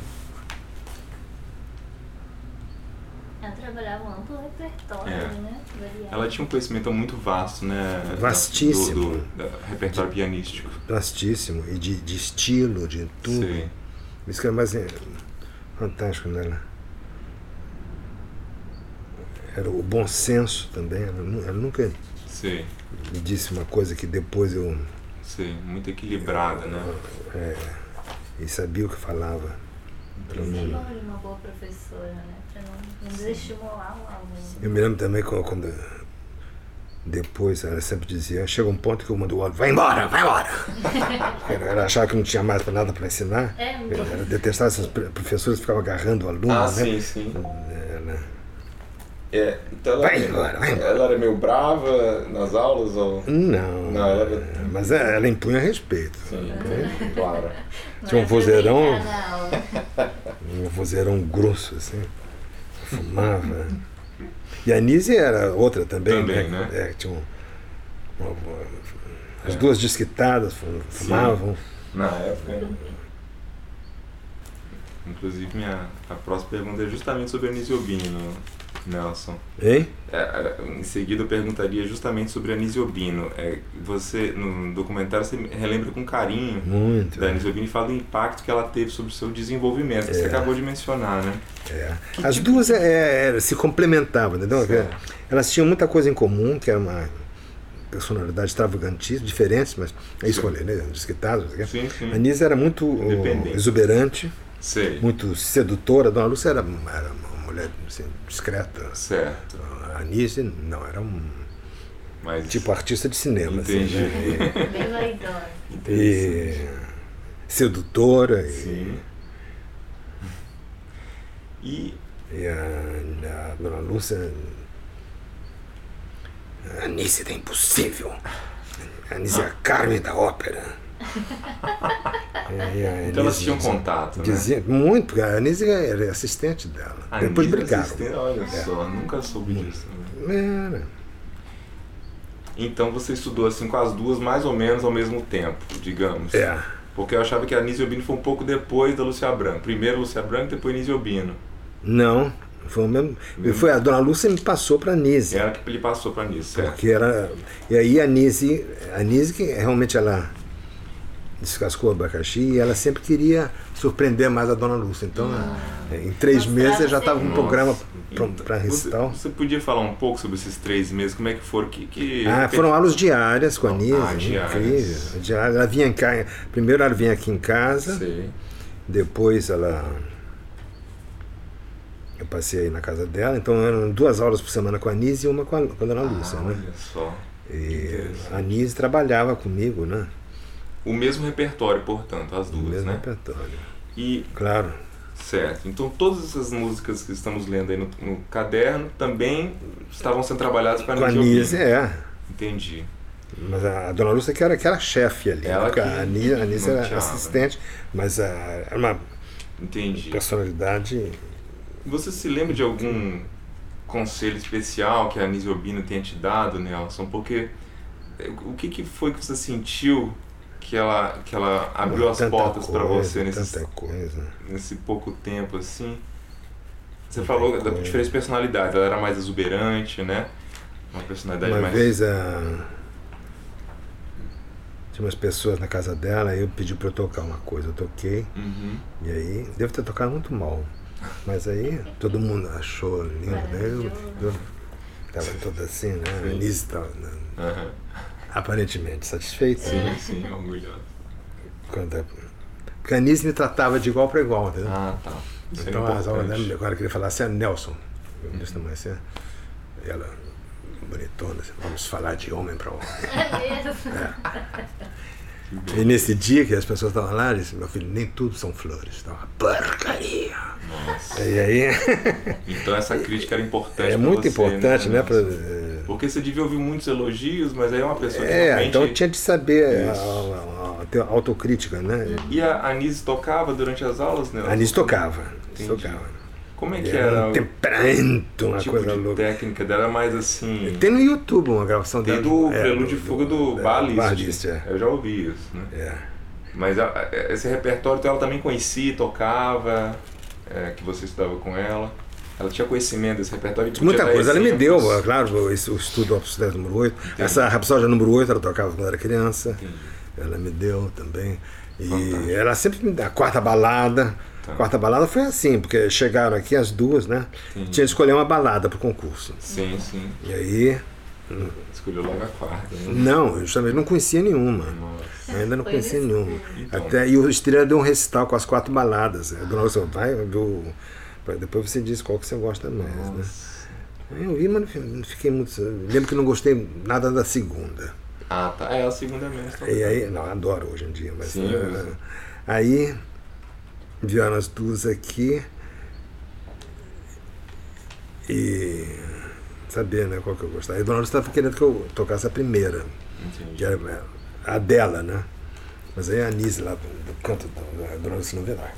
Speaker 4: Ela trabalhava um amplo repertório,
Speaker 1: É.
Speaker 4: né? Variado.
Speaker 1: Ela tinha um conhecimento muito vasto, né?
Speaker 3: Vastíssimo.
Speaker 1: Do, do- da- repertório pianístico.
Speaker 3: Plastíssimo, e de, de estilo, de tudo.
Speaker 1: Sim.
Speaker 3: Isso que é mais eh, fantástico né? nela. Era o bom senso também. Ela, nu- ela nunca
Speaker 1: Sim.
Speaker 3: me disse uma coisa que depois eu
Speaker 1: Sim. Muito equilibrada, né?
Speaker 3: e É, sabia o que falava. Pra mim.
Speaker 4: Uma- uma boa professora, né? Pra não, não desestimular o aluno.
Speaker 3: Eu me lembro também quando, quando depois ela sempre dizia, chega um ponto que eu mando o olho, vai embora, vai embora. Ela, ela achava que não tinha mais nada para ensinar.
Speaker 4: É mesmo.
Speaker 3: Ela detestava esses pre- professores que ficavam agarrando o aluno,
Speaker 1: Ah,
Speaker 3: né?
Speaker 1: sim, sim.
Speaker 3: Ela-
Speaker 1: É, então ela,
Speaker 3: Vai embora, vai embora.
Speaker 1: ela era meio brava nas aulas ou.
Speaker 3: Não.
Speaker 1: Não, ela-
Speaker 3: Mas ela, ela impunha respeito.
Speaker 1: Sim, claro.
Speaker 4: Não
Speaker 3: Tinha um
Speaker 4: era pra
Speaker 3: vozeirão.
Speaker 4: brincar na aula.
Speaker 3: Um vozeirão grosso, assim. Fumava. né? E a Nise era outra também,
Speaker 1: Também, né?
Speaker 3: É, tinha um, uma- uma- as duas desquitadas fu- fumavam.
Speaker 1: Na época. Inclusive, minha, a próxima pergunta é justamente sobre a Nisiobino, Nelson.
Speaker 3: Hein?
Speaker 1: É, é, em seguida, eu perguntaria justamente sobre a Nisiobino. É, você, no documentário, você relembra com carinho
Speaker 3: Muito.
Speaker 1: da Nisiobino e fala do impacto que ela teve sobre o seu desenvolvimento, que você
Speaker 3: É.
Speaker 1: acabou de mencionar, né?
Speaker 3: As duas é, é, se complementavam, entendeu?
Speaker 1: Certo.
Speaker 3: Elas tinham muita coisa em comum, que era uma personalidade extravagantista, diferentes, mas é escolher, né? Desquitadas. não sei o
Speaker 1: Sim,
Speaker 3: quê.
Speaker 1: sim.
Speaker 3: A Nise era muito oh,
Speaker 1: Independente.
Speaker 3: exuberante,
Speaker 1: Sei.
Speaker 3: muito sedutora. Dona Lúcia era, era uma mulher assim, discreta.
Speaker 1: Certo.
Speaker 3: A Nise não, era um
Speaker 1: Mas.
Speaker 3: tipo artista de cinema. assim,
Speaker 1: entendi.
Speaker 3: né?
Speaker 4: Bem vaidosa.
Speaker 3: E sedutora. e-
Speaker 1: Sim. E
Speaker 3: E a, a dona Lúcia. A Anice da Impossível. A Anice é a Carmen da ópera. E a
Speaker 1: então elas
Speaker 3: Anice
Speaker 1: tinham
Speaker 3: dizia-
Speaker 1: contato, né?
Speaker 3: Dizia, muito, porque a Anice era assistente dela.
Speaker 1: A
Speaker 3: Depois
Speaker 1: Nisa
Speaker 3: brigaram. É.
Speaker 1: assistente- Olha só, nunca soube disso. né?
Speaker 3: Era.
Speaker 1: Então você estudou assim com as duas mais ou menos ao mesmo tempo, digamos.
Speaker 3: É.
Speaker 1: Porque eu achava que a Nise Obino foi um pouco depois da Lúcia Branco. Primeiro Lúcia Branco, depois Nise Obino.
Speaker 3: Não, foi o mesmo. Foi a dona Lúcia me passou para a Nise.
Speaker 1: Era que ele passou pra Nise, certo?
Speaker 3: Porque era. E aí a Nise, a Nise que realmente ela descascou o abacaxi e ela sempre queria surpreender mais a dona Lúcia. Então, eh, em três
Speaker 4: Mostrava
Speaker 3: meses eu já estava um
Speaker 4: serviço.
Speaker 3: programa
Speaker 1: Então,
Speaker 3: para
Speaker 1: você,
Speaker 3: recital.
Speaker 1: você podia falar um pouco sobre esses três meses? Como é que foram? Que, que é
Speaker 3: Ah, foram aulas diárias com a Nise,
Speaker 1: Ah, diárias.
Speaker 3: incrível. Diárias. Ela vinha em casa, primeiro ela vinha aqui em casa,
Speaker 1: Sei.
Speaker 3: depois ela. Eu passei aí na casa dela, então eram duas aulas por semana com a Nise e uma com a, com a dona Lúcia,
Speaker 1: Ah,
Speaker 3: né?
Speaker 1: olha só.
Speaker 3: E
Speaker 1: interessante.
Speaker 3: a Nise trabalhava comigo, né?
Speaker 1: O mesmo repertório, portanto, as
Speaker 3: No
Speaker 1: duas,
Speaker 3: mesmo
Speaker 1: né?
Speaker 3: repertório.
Speaker 1: E
Speaker 3: Claro.
Speaker 1: Certo. Então todas essas músicas que estamos lendo aí no, no caderno também estavam sendo trabalhadas para
Speaker 3: Com a Nise, é.
Speaker 1: Entendi.
Speaker 3: Mas a dona Lúcia que era, que era chefe ali, né?
Speaker 1: Ela
Speaker 3: porque
Speaker 1: que
Speaker 3: a Nise, a Nise era
Speaker 1: norteava.
Speaker 3: assistente, mas a, era uma
Speaker 1: Entendi.
Speaker 3: personalidade.
Speaker 1: Você se lembra de algum conselho especial que a Anísio Albino tenha te dado, Nelson? Porque eh, o que, que foi que você sentiu que ela, que ela abriu as
Speaker 3: tanta
Speaker 1: portas para
Speaker 3: coisa,
Speaker 1: você nesse,
Speaker 3: Tanta coisa.
Speaker 1: nesse pouco tempo assim? Você
Speaker 3: Tanta
Speaker 1: falou da
Speaker 3: coisa.
Speaker 1: diferença de personalidade, ela era mais exuberante, né? Uma personalidade
Speaker 3: Uma
Speaker 1: mais.
Speaker 3: vez a. Tinha umas pessoas na casa dela e eu pedi pra eu tocar uma coisa. Eu toquei,
Speaker 1: Uhum.
Speaker 3: e aí. Devo ter tocado muito mal. Mas aí todo mundo achou lindo, né? Eu, eu tava toda assim, né? A Anise tava né,
Speaker 1: aham.
Speaker 3: aparentemente satisfeita.
Speaker 1: Sim, sim, orgulhosa.
Speaker 3: Quando a- Porque a Anise me tratava de igual para igual, entendeu?
Speaker 1: Ah, tá. Isso era
Speaker 3: Então, as aulas
Speaker 1: importante.
Speaker 3: dela, agora eu queria falar assim, a Nelson. Eu disse, não, mas você- é- ela, bonitona, assim, vamos falar de homem para homem.
Speaker 4: É mesmo?
Speaker 3: E nesse dia que as pessoas estavam lá, eu disse, meu filho, nem tudo são flores, tá uma porcaria.
Speaker 1: Nossa.
Speaker 3: E aí,
Speaker 1: Então essa crítica era importante. pra
Speaker 3: é muito
Speaker 1: você,
Speaker 3: importante, né?
Speaker 1: Nelson?
Speaker 3: pra-
Speaker 1: Porque você devia ouvir muitos elogios, mas aí é uma pessoa que
Speaker 3: é,
Speaker 1: realmente...
Speaker 3: então tinha de saber a,
Speaker 1: Isso. Uhum.
Speaker 3: a- a- ter autocrítica, né?
Speaker 1: E a Anise tocava durante as aulas, né?
Speaker 3: A Anis tocava,
Speaker 1: Entendi.
Speaker 3: tocava.
Speaker 1: Como é que
Speaker 3: Era
Speaker 1: era
Speaker 3: um
Speaker 1: o
Speaker 3: temperamento, uma
Speaker 1: tipo
Speaker 3: coisa
Speaker 1: de
Speaker 3: louca.
Speaker 1: técnica dela? Era mais assim...
Speaker 3: Tem no YouTube uma gravação
Speaker 1: Tem
Speaker 3: dela.
Speaker 1: do
Speaker 3: é,
Speaker 1: Prelúdio e Fuga do
Speaker 3: é,
Speaker 1: Barlist.
Speaker 3: Barlist, é.
Speaker 1: Eu já ouvi isso, né?
Speaker 3: é.
Speaker 1: Mas a- a- esse repertório então, ela também conhecia, tocava, é, que você estudava com ela. Ela tinha conhecimento desse repertório. e podia
Speaker 3: Muita
Speaker 1: dar
Speaker 3: coisa ela me deu, é
Speaker 1: exemplos.
Speaker 3: claro, esse- o estudo Opus 10 número 8. Essa Rapsódia número 8 ela tocava quando era criança. Ela me deu também. E
Speaker 1: Fantástico.
Speaker 3: ela sempre me dá. A quarta balada.
Speaker 1: Tá.
Speaker 3: A quarta balada foi assim, porque chegaram aqui as duas, né?
Speaker 1: Entendi.
Speaker 3: Tinha de escolher uma balada pro concurso.
Speaker 1: Sim, sim.
Speaker 3: E aí,
Speaker 1: Escolheu logo a quarta. né?
Speaker 3: não, eu justamente não conhecia nenhuma.
Speaker 1: Nossa.
Speaker 3: Eu ainda não
Speaker 4: Foi
Speaker 3: conhecia
Speaker 4: isso.
Speaker 3: nenhuma.
Speaker 1: Então.
Speaker 3: Até, e o Estrela deu um recital com as quatro baladas. né? A dona Lúcia, vai, do, depois você diz qual que você gosta mais, né?
Speaker 1: Nossa.
Speaker 3: Aí Eu vi, mas não fi- não fiquei muito. Lembro que não gostei nada da segunda.
Speaker 1: Ah, tá. É, a segunda mesmo.
Speaker 3: E aí, não, adoro hoje em dia, mas.
Speaker 1: Sim.
Speaker 3: eh, aí vieram as duas aqui. E saber né, qual que eu gostava. E o Donaldo estava querendo que eu tocasse a primeira,
Speaker 1: Entendi.
Speaker 3: que era eh, a dela, né? Mas aí a Anise lá do, do canto do Donaldo se não virá.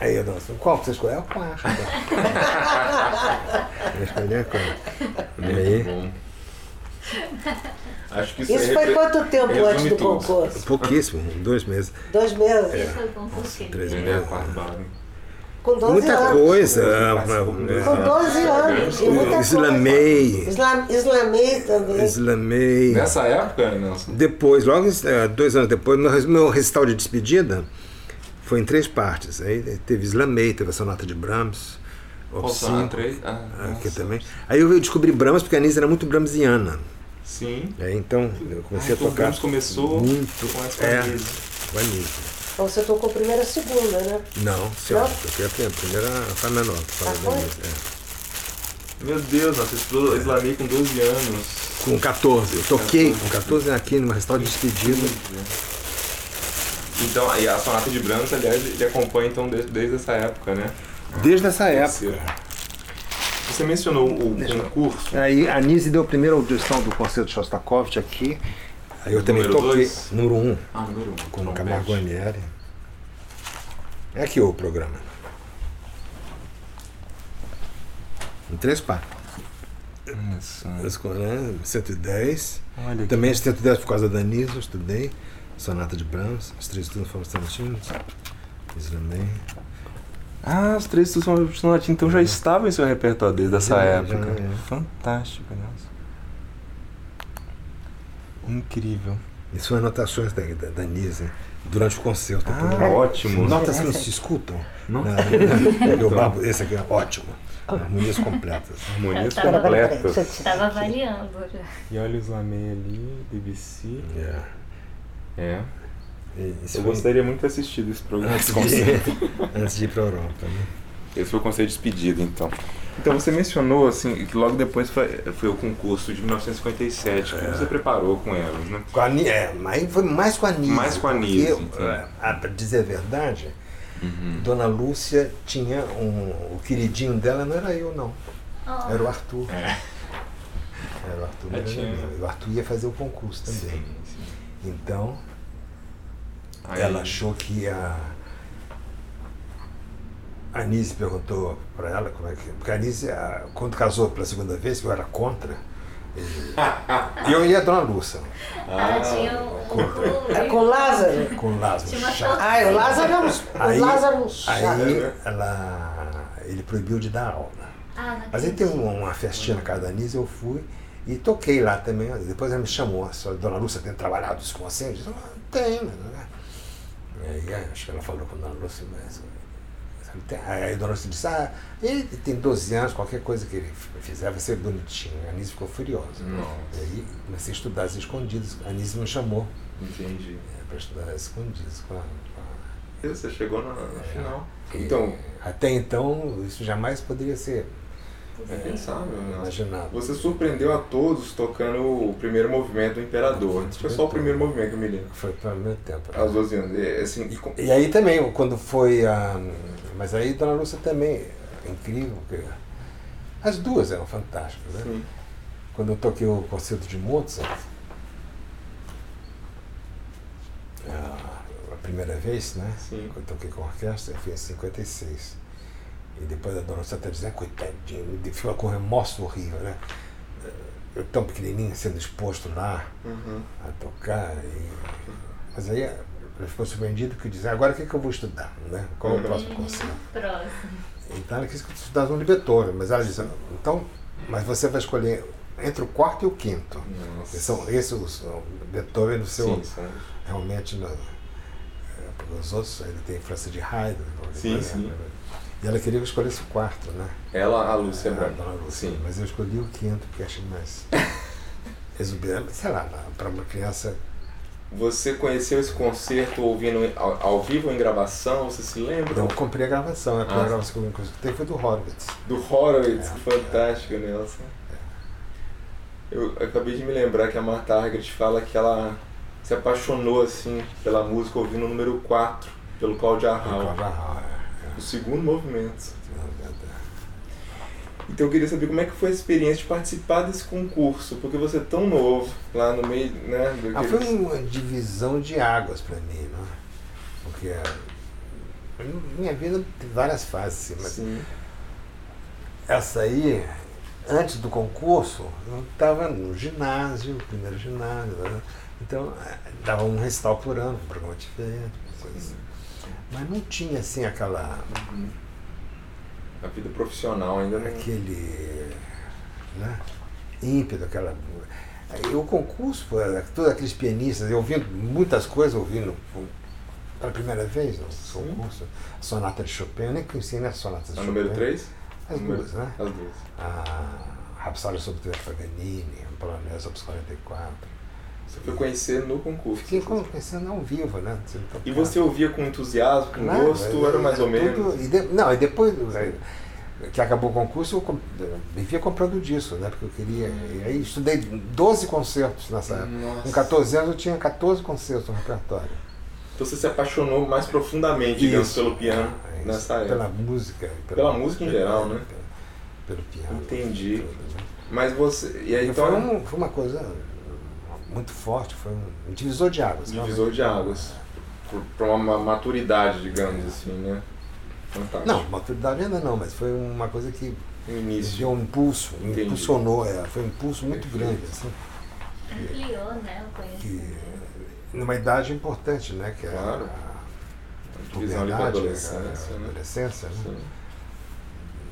Speaker 3: Aí eu disse, qual que você escolheu? É o quarto. Eu escolhi a quarta. E aí,
Speaker 1: Bom. Acho que isso,
Speaker 5: Isso
Speaker 1: é
Speaker 5: foi
Speaker 1: repre-
Speaker 5: quanto tempo
Speaker 1: resume
Speaker 5: antes do
Speaker 1: tudo. É.
Speaker 5: concurso?
Speaker 3: Pouquíssimo, dois meses.
Speaker 5: Dois meses?
Speaker 4: Isso foi confuso.
Speaker 3: três
Speaker 1: Ele é a quarta balada.
Speaker 5: Com 12
Speaker 3: Muita
Speaker 5: anos.
Speaker 3: coisa. é,
Speaker 5: Com 12 anos. E muita
Speaker 3: Islamei.
Speaker 5: coisa. Islam, islamei também.
Speaker 3: Islamei.
Speaker 1: Nessa época, Nelson,
Speaker 3: Depois, logo eh, dois anos depois, meu res- meu recital de despedida foi em três partes. Aí eh, teve Islamei, teve a sonata de Brahms,
Speaker 1: faltava
Speaker 3: Opsin,
Speaker 1: três. Ah,
Speaker 3: aqui
Speaker 1: nossa.
Speaker 3: É, também. Aí eu descobri Brahms porque a Anise era muito brahmsiana.
Speaker 1: Sim.
Speaker 3: Aí, então eu comecei
Speaker 1: Ah,
Speaker 3: a
Speaker 1: então o
Speaker 3: tocar
Speaker 1: Brahms começou
Speaker 3: muito
Speaker 1: com essa
Speaker 3: é,
Speaker 1: Anise.
Speaker 3: com a Anise.
Speaker 5: Então você tocou primeira e segunda, né?
Speaker 3: Não, senhora,
Speaker 5: Não?
Speaker 3: porque a primeira era a Fá menor, que fala
Speaker 5: Ah,
Speaker 3: da
Speaker 5: foi?
Speaker 3: Anise, é.
Speaker 1: Meu Deus, Nelson, você estudou Islamei com 12 anos.
Speaker 3: é. Com 14. Eu toquei
Speaker 1: 14.
Speaker 3: com 14 aqui numa restaurante de despedida.
Speaker 1: Então, aí a Sonata de Brahms, aliás, ele acompanha então desde, desde essa época, né?
Speaker 3: Desde essa época.
Speaker 1: Você- Você mencionou o concurso.
Speaker 3: Aí a Nise deu a primeira audição do concerto de Shostakovich aqui. Aí eu também
Speaker 1: Número
Speaker 3: toquei.
Speaker 1: dois?
Speaker 3: Número 1, um,
Speaker 1: Ah, número um.
Speaker 3: com o
Speaker 1: trompete.
Speaker 3: Camargo Guarnieri. É aqui o programa. Em três partes.
Speaker 1: Olha só.
Speaker 3: As co- né, 110.
Speaker 1: Olha que-
Speaker 3: Também 110 por causa da Nise, eu estudei. Sonata de Brahms, as três turmas foram santinas. Islamei.
Speaker 1: Ah, os três do São Sonatino então já estavam em seu repertório desde essa
Speaker 3: Já,
Speaker 1: época.
Speaker 3: já, é.
Speaker 1: Fantástico, nossa. Incrível.
Speaker 3: Isso são anotações da, da, da Nise durante o concerto.
Speaker 1: Ah, ótimo.
Speaker 3: Notas que não se escutam.
Speaker 1: Não. Então.
Speaker 3: Na- na- eu babo, esse aqui é ótimo. Harmonias completas.
Speaker 5: tá,
Speaker 1: Harmonias
Speaker 4: Tava-
Speaker 1: completas.
Speaker 5: Deixa eu tirar
Speaker 4: Tava
Speaker 5: aqui.
Speaker 4: avaliando já.
Speaker 1: E olha os Lamei ali, BBC.
Speaker 3: É.
Speaker 1: É.
Speaker 3: E Isso
Speaker 1: Eu
Speaker 3: foi
Speaker 1: gostaria muito de assistir esse programa.
Speaker 3: antes de, antes de ir para a Europa. Né?
Speaker 1: Esse foi o conselho de despedida, então. Então você mencionou assim, que logo depois foi, foi o concurso de 1957, como você preparou com elas, né?
Speaker 3: Com a Ni- é, mas foi mais com a Nise.
Speaker 1: Mais com a Nise,
Speaker 3: porque,
Speaker 1: então.
Speaker 3: é, ah, pra dizer a verdade,
Speaker 1: Uhum.
Speaker 3: Dona Lúcia tinha um. O queridinho dela não era eu, não. Era o Arthur. Era o Arthur.
Speaker 1: É,
Speaker 3: mas
Speaker 1: tinha-
Speaker 3: era meu. E o Arthur ia fazer o concurso também.
Speaker 1: sim.
Speaker 3: Então,
Speaker 1: Aí-
Speaker 3: ela achou que a. A Anise perguntou pra ela como é que. Porque a Anise, a- quando casou pela segunda vez, eu era contra. E eu ia a Dona Lúcia,
Speaker 4: Ela tinha um.
Speaker 5: É com Lázaro.
Speaker 3: com o Lázaro.
Speaker 4: Tinha uma
Speaker 3: chato.
Speaker 5: Ai, o Lázaro é um,
Speaker 3: Aí-
Speaker 5: o Lázaro é um chato.
Speaker 3: Aí ela, ele proibiu de dar aula.
Speaker 4: Ah, não
Speaker 3: Mas aí teve uma, um, uma festinha na casa da Nise, eu fui e toquei lá também. Depois ela me chamou, a senhora Dona Lúcia tem trabalhado isso com você? Eu disse, "Ah, tem, né? E aí é, acho que ela falou com a Dona Lúcia, mas. mas não tem." Aí a Dona Lúcia disse, ah, ele tem 12 anos, qualquer coisa que ele f- fizer vai ser bonitinho. A Nise ficou furiosa. E aí comecei a estudar as escondidas. A Nise me chamou
Speaker 1: Entendi.
Speaker 3: para estudar as escondidas com a- com a
Speaker 1: E você chegou na, na final.
Speaker 3: então, até então, isso jamais poderia ser
Speaker 1: é pensável, né?
Speaker 3: imaginado.
Speaker 1: Você surpreendeu a todos tocando o primeiro movimento do Imperador. Isso foi só o primeiro movimento que eu me lembro.
Speaker 3: Foi pelo meu tempo.
Speaker 1: Aos 12 anos. É, assim, e com-
Speaker 3: E aí também, quando foi a. Mas aí Dona Lúcia também, é incrível, porque as duas eram fantásticas. Né?
Speaker 1: Sim.
Speaker 3: Quando eu toquei o concerto de Mozart, ah, a, a primeira vez, né?
Speaker 1: Sim.
Speaker 3: Quando eu toquei com a orquestra, foi em 56. E depois a Dona Lúcia até dizia, coitadinho, me deu- ficou com remorso horrível, né? Eu tão pequenininho sendo exposto lá.
Speaker 1: Uhum.
Speaker 3: a tocar. E... Mas aí ela ficou surpreendida porque dizia, agora o que, que eu vou estudar? Né? Qual é o
Speaker 1: Uhum.
Speaker 3: próximo concerto?
Speaker 4: Próximo.
Speaker 3: Então ela quis que eu estudasse um de Beethoven, mas ela disse, então, mas você vai escolher entre o quarto e o quinto.
Speaker 1: Nossa. é
Speaker 3: Que São esses os o Beethoven no seu
Speaker 1: Sim, são-
Speaker 3: realmente no, é, porque os outros ele tem França de Haydn. qualquer
Speaker 1: Sim,
Speaker 3: coisa,
Speaker 1: sim.
Speaker 3: né? E ela queria que eu escolhesse o quarto, né?
Speaker 1: Ela, a Lúcia
Speaker 3: Ah,
Speaker 1: Branco.
Speaker 3: Dona Lúcia.
Speaker 1: É Sim.
Speaker 3: Mas eu escolhi o quinto porque achei mais exuberante, sei lá, para uma criança
Speaker 1: Você conheceu esse concerto ouvindo ao, ao vivo em gravação? Você se lembra?
Speaker 3: Eu comprei a gravação, né? a primeira
Speaker 1: Ah.
Speaker 3: gravação que eu escutei foi do Horowitz.
Speaker 1: Do Horowitz, que fantástico, Nelson. Eu acabei de me lembrar que a Martha Argerich fala que ela se apaixonou assim pela música ouvindo o número 4, pelo Claudio Arral,
Speaker 3: ah,
Speaker 1: o segundo movimento. Então eu queria saber como é que foi a experiência de participar desse concurso, porque você é tão novo, lá no meio, né?
Speaker 3: Ah,
Speaker 1: daqueles-
Speaker 3: foi uma divisão de águas pra mim, né? Porque eh, minha vida tem várias fases, assim, mas
Speaker 1: Sim.
Speaker 3: essa aí, antes do concurso, eu estava no ginásio, primeiro ginásio, né? então eh, dava um recital por ano, um programa diferente, uma coisa assim. Mas não tinha assim aquela
Speaker 1: Uhum. A vida profissional ainda não...
Speaker 3: aquele né, ímpeto, aquela. Aí O concurso, pô, era todos aqueles pianistas, eu ouvindo muitas coisas, ouvindo pô, pela primeira vez no concurso, a sonata de Chopin, eu nem conhecia né, a sonata de
Speaker 1: A
Speaker 3: Chopin.
Speaker 1: tá número 3?
Speaker 3: As duas, né?
Speaker 1: As duas.
Speaker 3: A Rapsódia sobre Teatro Paganini, um a Polonesa Opus 44.
Speaker 1: Você foi conhecer no concurso.
Speaker 3: Fiquei como pensando ao vivo, né? sendo
Speaker 1: E
Speaker 3: tocado.
Speaker 1: você ouvia com entusiasmo, com
Speaker 3: Claro,
Speaker 1: gosto, era mais ou
Speaker 3: tudo-
Speaker 1: menos.
Speaker 3: e de- não, e depois eh, que acabou o concurso, eu com- eu vivia comprando disco, né? Porque eu queria. E aí estudei 12 concertos nessa época.
Speaker 1: Nossa.
Speaker 3: Com 14 anos eu tinha 14 concertos no repertório.
Speaker 1: Então você se apaixonou mais profundamente, digamos, pelo piano
Speaker 3: É isso.
Speaker 1: nessa época.
Speaker 3: Pela música.
Speaker 1: Pela música em geral, né?
Speaker 3: Pelo, pelo piano.
Speaker 1: Entendi.
Speaker 3: tudo, né?
Speaker 1: Mas você. E aí
Speaker 3: E
Speaker 1: então.
Speaker 3: foi, um- foi uma coisa muito forte, foi um divisor de águas.
Speaker 1: Divisor de águas. Para uma maturidade, digamos assim, né? Fantástico.
Speaker 3: Não, maturidade ainda não, mas foi uma coisa que
Speaker 1: No início.
Speaker 3: deu um impulso,
Speaker 1: Entendi.
Speaker 3: impulsionou, é, foi um impulso muito grande, assim,
Speaker 4: Ampliou, É né? O
Speaker 3: que
Speaker 4: conhecimento.
Speaker 3: numa idade importante, né, que é
Speaker 1: Claro.
Speaker 3: a
Speaker 1: Divisão ali pra
Speaker 3: puberdade, né, a
Speaker 1: adolescência, né?
Speaker 3: adolescência, né,
Speaker 1: Sim.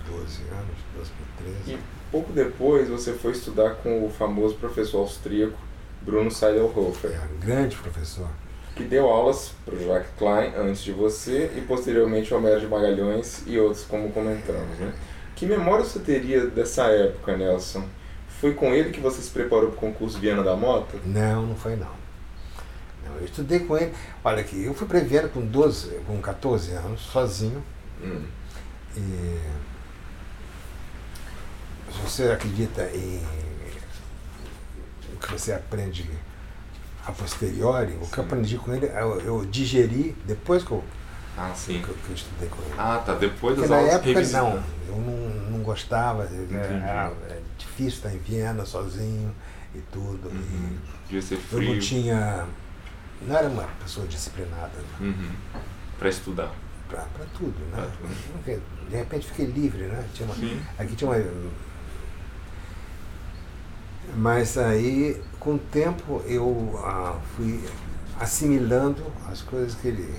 Speaker 3: 12 anos, 12 para 13.
Speaker 1: E pouco depois você foi estudar com o famoso professor austríaco Bruno Seidelhofer.
Speaker 3: É um grande professor.
Speaker 1: que deu aulas para Jacques Klein antes de você e posteriormente Homero de Magalhães e outros, como comentamos. Né? Que memória você teria dessa época, Nelson? Foi com ele que você se preparou para o concurso Viana da Mota?
Speaker 3: Não, não foi não. Não, eu estudei com ele. Olha aqui, eu fui para Viena com 12, É, com 14 anos, sozinho.
Speaker 1: Hum.
Speaker 3: E se você acredita em o que você aprende a posteriori, o que eu
Speaker 1: Sim.
Speaker 3: aprendi com ele, eu, eu digeri depois que eu,
Speaker 1: Ah, sim.
Speaker 3: que eu, que eu estudei com ele.
Speaker 1: Ah, tá. Depois
Speaker 3: Porque
Speaker 1: das
Speaker 3: na
Speaker 1: aulas
Speaker 3: época
Speaker 1: revisita.
Speaker 3: não, eu não, não gostava, eu-
Speaker 1: Entendi.
Speaker 3: era, era difícil estar em Viena sozinho e tudo. e
Speaker 1: Uhum. Devia ser
Speaker 3: eu não
Speaker 1: frio.
Speaker 3: tinha. Não era uma pessoa disciplinada
Speaker 1: Uhum. Pra estudar.
Speaker 3: para tudo,
Speaker 1: Pra
Speaker 3: né?
Speaker 1: tudo.
Speaker 3: Porque, De repente fiquei livre, né? Tinha uma-
Speaker 1: Sim.
Speaker 3: aqui tinha uma. Mas aí, com o tempo, eu ah, fui assimilando as coisas que ele,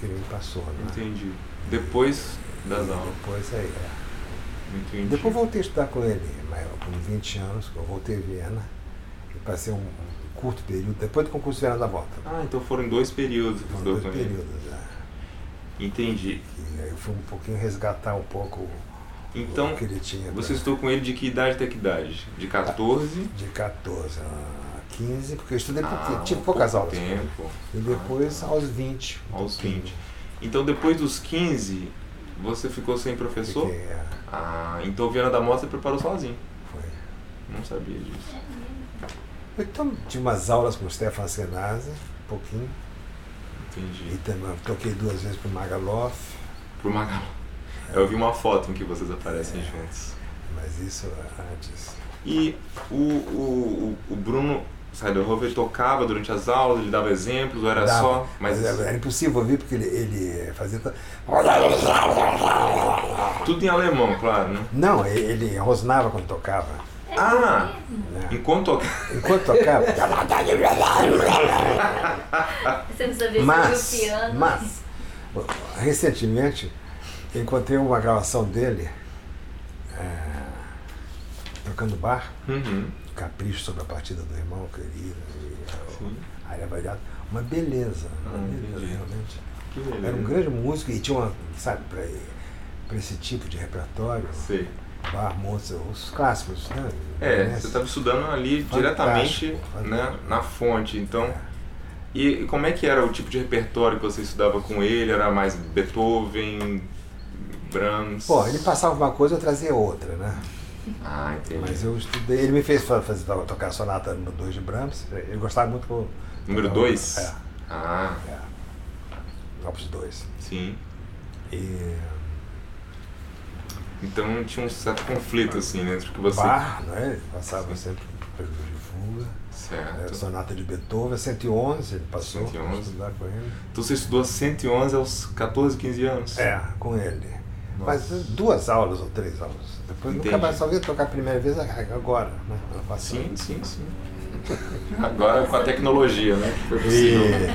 Speaker 3: que ele me passou. Né?
Speaker 1: Entendi. Depois das aulas.
Speaker 3: Depois aí. é.
Speaker 1: Entendi.
Speaker 3: Depois eu voltei a estudar com ele, mas com 20 anos, eu voltei a Viena e passei um um curto período, depois do concurso de Viena da Volta.
Speaker 1: Ah, então foram dois períodos que
Speaker 3: Foram
Speaker 1: estudou
Speaker 3: dois
Speaker 1: com ele.
Speaker 3: períodos, né?
Speaker 1: Entendi.
Speaker 3: E aí eu fui um pouquinho resgatar um pouco
Speaker 1: Então,
Speaker 3: o que ele tinha. pra-
Speaker 1: você estudou com ele de que idade até que idade? De 14?
Speaker 3: De 14 a 15, porque eu estudei
Speaker 1: Ah,
Speaker 3: pouquinho, tive
Speaker 1: um
Speaker 3: poucas
Speaker 1: pouco
Speaker 3: aulas.
Speaker 1: Tempo.
Speaker 3: E depois aos 20. um
Speaker 1: Aos
Speaker 3: pouquinho.
Speaker 1: 20. Então, depois dos 15, você ficou sem professor?
Speaker 3: Fiquei, é,
Speaker 1: Ah, então o Viana da Mota você preparou sozinho.
Speaker 3: foi.
Speaker 1: Não sabia
Speaker 4: É
Speaker 1: disso.
Speaker 3: Eu tom- tive umas aulas com o Stefan Senazzi, um pouquinho. E
Speaker 1: Entendi.
Speaker 3: também eu toquei duas vezes pro Magaloff,
Speaker 1: Pro Magal. É, Eu vi uma foto em que vocês
Speaker 3: É.
Speaker 1: aparecem juntos.
Speaker 3: mas isso antes.
Speaker 1: E o, o, o, o Bruno Seidelhoff, ele tocava durante as aulas, ele dava exemplos, ou era
Speaker 3: Dava,
Speaker 1: só. Mas
Speaker 3: era, era impossível ouvir porque ele, ele fazia. ta-
Speaker 1: tudo em alemão, claro, né?
Speaker 3: Não, ele ele rosnava quando tocava.
Speaker 4: É
Speaker 1: Ah!
Speaker 3: né?
Speaker 1: Enquanto toca.
Speaker 3: Enquanto tocava.
Speaker 4: Você não sabia
Speaker 3: Mas,
Speaker 4: se era o piano.
Speaker 3: mas, recentemente, eu encontrei uma gravação dele é, tocando bar,
Speaker 1: Uhum.
Speaker 3: Capricho sobre a partida do irmão querido,
Speaker 1: Sim.
Speaker 3: e área variada. Uma beleza, uma
Speaker 1: Ah,
Speaker 3: beleza,
Speaker 1: entendi.
Speaker 3: realmente.
Speaker 1: Que beleza.
Speaker 3: Era um grande músico e tinha uma, sabe, para esse tipo de repertório,
Speaker 1: Sei.
Speaker 3: bar, Mozart, os clássicos, né?
Speaker 1: É,
Speaker 3: Conhece?
Speaker 1: você estava estudando ali
Speaker 3: Fantástico,
Speaker 1: diretamente né,
Speaker 3: fantástico.
Speaker 1: na fonte, então.
Speaker 3: É.
Speaker 1: E, e como é que era o tipo de repertório que você estudava com ele? Era mais Beethoven, Brahms?
Speaker 3: Bom, ele passava uma coisa, eu trazia outra, né?
Speaker 1: Ah, entendi.
Speaker 3: Mas eu estudei, ele me fez fa- fazer, fa- tocar a sonata número 2 de Brahms, ele gostava muito do...
Speaker 1: Número 2?
Speaker 3: É,
Speaker 1: Ah,
Speaker 3: Opus 2.
Speaker 1: sim.
Speaker 3: E
Speaker 1: Então tinha um certo conflito, assim, né? Entre o que você...
Speaker 3: Bach, né, ele passava sempre período de fuga, né,
Speaker 1: Certo.
Speaker 3: sonata de Beethoven, 111 ele passou,
Speaker 1: 111.
Speaker 3: pra estudar com ele.
Speaker 1: Então você estudou 111 aos 14, 15 anos?
Speaker 3: É, com ele.
Speaker 1: Nossa.
Speaker 3: Mas duas aulas ou três aulas. Depois nunca
Speaker 1: Entendi.
Speaker 3: mais só veio tocar a primeira vez agora, né, ano passado.
Speaker 1: Sim, sim, sim. Agora com a tecnologia, né? que Foi possível.
Speaker 3: E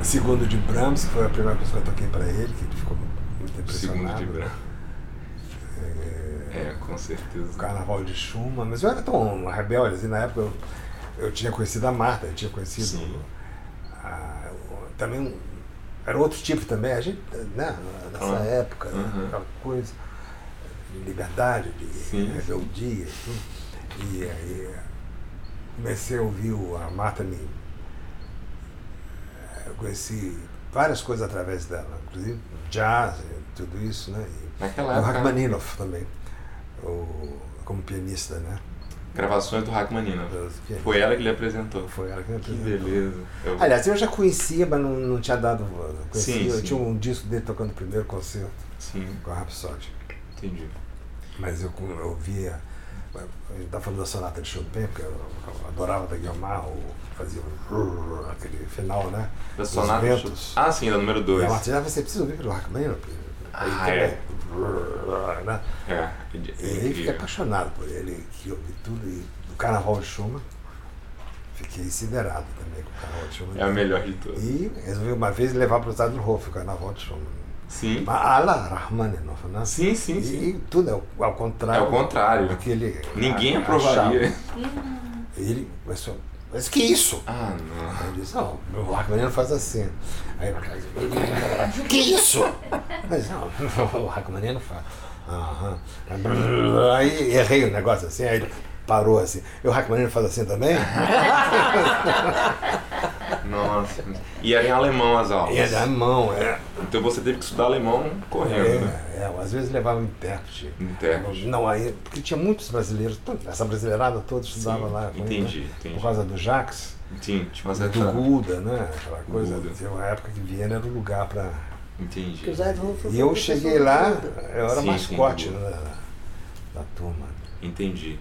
Speaker 3: a- segundo de Brahms, que foi a primeira coisa que eu toquei para ele, que ele ficou muito
Speaker 1: Segundo
Speaker 3: impressionado.
Speaker 1: de Brahms.
Speaker 3: É,
Speaker 1: É, com
Speaker 3: o
Speaker 1: certeza.
Speaker 3: Carnaval de Schumann, mas eu era tão rebelde, assim, na época eu, eu tinha conhecido a Marta, eu tinha conhecido
Speaker 1: Sim.
Speaker 3: a- o- Ah, também um, era outro tipo também, a gente, né, nessa
Speaker 1: Ah,
Speaker 3: época, né,
Speaker 1: uhum.
Speaker 3: aquela coisa de liberdade, de
Speaker 1: Sim,
Speaker 3: rebeldia e tudo. E aí comecei a ouvir o- a Marta me. eh, Eu conheci várias coisas através dela, inclusive jazz, e tudo isso, né? e-
Speaker 1: Naquela
Speaker 3: o
Speaker 1: época, né?
Speaker 3: Rachmaninoff também, o, como pianista, né?
Speaker 1: gravações do Rachmaninoff.
Speaker 3: Dos pianistas.
Speaker 1: Foi ela que lhe apresentou.
Speaker 3: Foi ela que
Speaker 1: Que
Speaker 3: apresentou.
Speaker 1: beleza. Eu-
Speaker 3: Aliás, eu já conhecia, mas não, não tinha dado. Conhecia,
Speaker 1: Sim,
Speaker 3: eu
Speaker 1: sim.
Speaker 3: tinha um disco dele tocando o primeiro concerto
Speaker 1: Sim,
Speaker 3: com a Rhapsody.
Speaker 1: entendi.
Speaker 3: Mas eu, com- eu via. A gente tá falando da sonata de Chopin, porque eu, eu adorava da Guilmar, o- fazia o- aquele final, né?
Speaker 1: Da
Speaker 3: Os
Speaker 1: sonata.
Speaker 3: ventos.
Speaker 1: Ah, sim, da número
Speaker 3: E
Speaker 1: 2.
Speaker 3: a Marta já você precisa ouvir pelo Rachmaninoff. Aí
Speaker 1: Ah,
Speaker 3: também,
Speaker 1: é.
Speaker 3: né?
Speaker 1: É, entendi.
Speaker 3: E aí fiquei apaixonado por ele, que eu vi tudo. E do Carnaval de Schumann, fiquei siderado também com o Carnaval de Schumann.
Speaker 1: É a melhor de todas.
Speaker 3: E resolvi uma vez levar para o Zadelhoff o Carnaval de Schumann.
Speaker 1: Sim.
Speaker 3: Ala Rahmaninoff, né?
Speaker 1: Sim, sim,
Speaker 3: E,
Speaker 1: sim.
Speaker 3: e tudo é ao, ao
Speaker 1: É
Speaker 3: contrário.
Speaker 1: o contrário.
Speaker 3: do que ele
Speaker 1: Ninguém
Speaker 3: a-
Speaker 1: aprovaria.
Speaker 3: achava. Ele começou, mas que isso?
Speaker 1: Ah, não.
Speaker 3: Aí eu disse, não, o Rachmaninoff faz assim. Aí eu que isso? Mas não, o Rachmaninoff faz. Aham. Aí errei o negócio assim, aí ele parou assim. E o Rachmaninoff faz assim também?
Speaker 1: Nossa. E era em alemão as aulas.
Speaker 3: E é da mão, é.
Speaker 1: Então você teve que estudar alemão correndo, né?
Speaker 3: É, é, às vezes levava intérprete.
Speaker 1: Intérprete.
Speaker 3: Não, aí, porque tinha muitos brasileiros, toda- essa brasileirada toda estudava
Speaker 1: Sim,
Speaker 3: lá. com ele,
Speaker 1: entendi,
Speaker 3: né?
Speaker 1: entendi. é
Speaker 3: Por causa do Jax,
Speaker 1: Sim, tinha uma
Speaker 3: tipo, do
Speaker 1: certa...
Speaker 3: Guda, né? Aquela coisa.
Speaker 1: Guda.
Speaker 3: Tinha uma época que Viena era o lugar para.
Speaker 1: Entendi.
Speaker 5: Que o Zé Edmundo foi
Speaker 3: E eu
Speaker 5: professor
Speaker 3: cheguei
Speaker 5: de
Speaker 3: lá,
Speaker 5: tudo.
Speaker 3: eu era
Speaker 1: Sim,
Speaker 3: mascote
Speaker 1: sim, Guda.
Speaker 3: da, da turma.
Speaker 1: Entendi.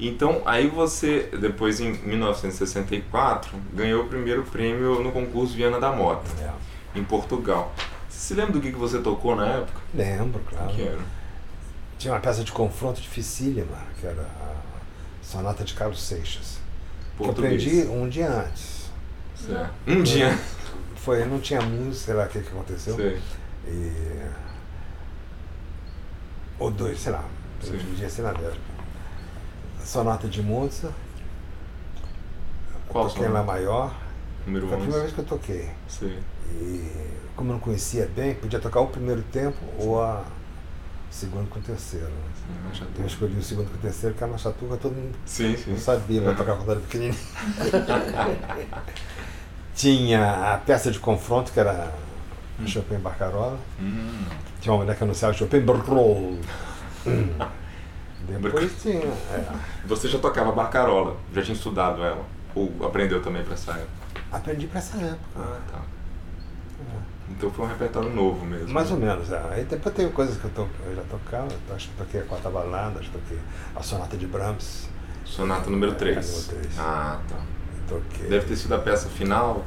Speaker 1: Então, aí você, depois em 1964, ganhou o primeiro prêmio no concurso Viana da Mota,
Speaker 3: É.
Speaker 1: em Portugal. Você se lembra do que que você tocou na época?
Speaker 3: Lembro, claro.
Speaker 1: Que é? era?
Speaker 3: Tinha uma peça de confronto dificílima, que era a Sonata de Carlos Seixas. Que eu
Speaker 1: Português.
Speaker 3: aprendi É, um dia antes.
Speaker 1: Certo. Um dia.
Speaker 3: Foi, não tinha música, sei lá o que, que aconteceu.
Speaker 1: Sei.
Speaker 3: E... Ou dois, sei lá.
Speaker 1: Sim.
Speaker 3: Eu dividia, sei lá. dez. Sonata de Mozart,
Speaker 1: Qual
Speaker 3: toquei
Speaker 1: som?
Speaker 3: em Lá Maior.
Speaker 1: Número
Speaker 3: Foi a primeira
Speaker 1: 11.
Speaker 3: vez que eu toquei.
Speaker 1: Sei.
Speaker 3: E como eu não conhecia bem, podia tocar o primeiro tempo ou a o segundo com o terceiro. né?
Speaker 1: Acho
Speaker 3: Eu
Speaker 1: até-
Speaker 3: escolhi o segundo com o terceiro, porque a machatuca todo mundo
Speaker 1: Sim, sim.
Speaker 3: não sabia para tocar quando era pequenininho. Tinha a peça de confronto, que era Chopin Barcarola.
Speaker 1: Hum.
Speaker 3: Tinha uma mulher que anunciava Chopin Barcarola. Hum. Depois tinha. é.
Speaker 1: Você já tocava barcarola, já tinha estudado ela. Ou aprendeu também pra essa época?
Speaker 3: Aprendi para essa época.
Speaker 1: Ah, tá.
Speaker 3: É.
Speaker 1: Então foi um repertório novo mesmo.
Speaker 3: Mais ou
Speaker 1: né?
Speaker 3: menos, é. Aí depois teve coisas que eu, to... eu já tocava, eu acho que toquei a quarta balada, acho que toquei a sonata de Brahms,
Speaker 1: Sonata número
Speaker 3: É,
Speaker 1: 3.
Speaker 3: número três.
Speaker 1: Ah, tá.
Speaker 3: toquei.
Speaker 1: Deve ter sido a peça final,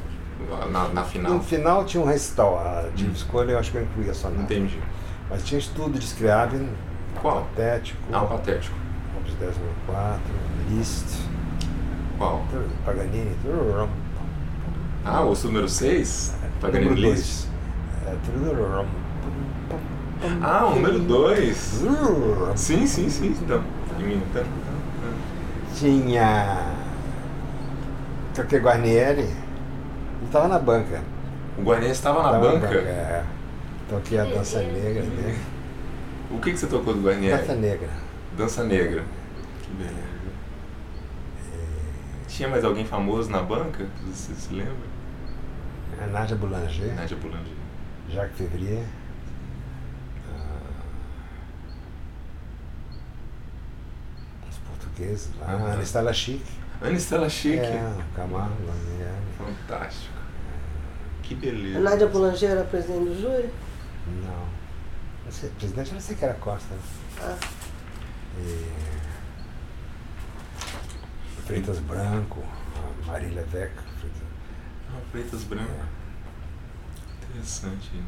Speaker 1: na, na final. Hum.
Speaker 3: No final tinha um recital, a de escolha eu acho que eu incluía a sonata.
Speaker 1: Entendi.
Speaker 3: Mas tinha estudo de Scriabin,
Speaker 1: Qual?
Speaker 3: patético,
Speaker 1: Ah, um patético.
Speaker 3: Opus 10.04, Liszt,
Speaker 1: Qual?
Speaker 3: Paganini,
Speaker 1: Ah, o número Tá 6? Paganini
Speaker 3: número É,
Speaker 1: Liszt.
Speaker 3: 2.
Speaker 1: Ah, o número 2. Sim, sim, sim. Então, em mim, então.
Speaker 3: Tinha. Toquei Guarnieri, ele estava na banca.
Speaker 1: O Guarani estava na
Speaker 3: Tava
Speaker 1: banca.
Speaker 3: é. Toquei a dança negra dele.
Speaker 1: O que, que você tocou do Guarani?
Speaker 3: Dança negra.
Speaker 1: Dança Negra. Que beleza. Tinha mais alguém famoso na banca? Você se lembra?
Speaker 3: A É Nádia Boulanger,
Speaker 1: Nádia Boulanger.
Speaker 3: Jacques Fevrier. ah, Os portugueses lá.
Speaker 1: Aham.
Speaker 3: Ana Estela Chique.
Speaker 1: Ana Estela Chique.
Speaker 3: É, Camargo, Guarnieri.
Speaker 1: Fantástico. Que beleza.
Speaker 5: A Nádia Boulanger era presidente do júri?
Speaker 3: Não. Não sei, presidente era Sequeira Costa. É. né?
Speaker 5: Ah.
Speaker 3: E... Freitas Branco, a Marília Vecca. Freitas...
Speaker 1: Ah, Pretas Brancas. Interessante, né?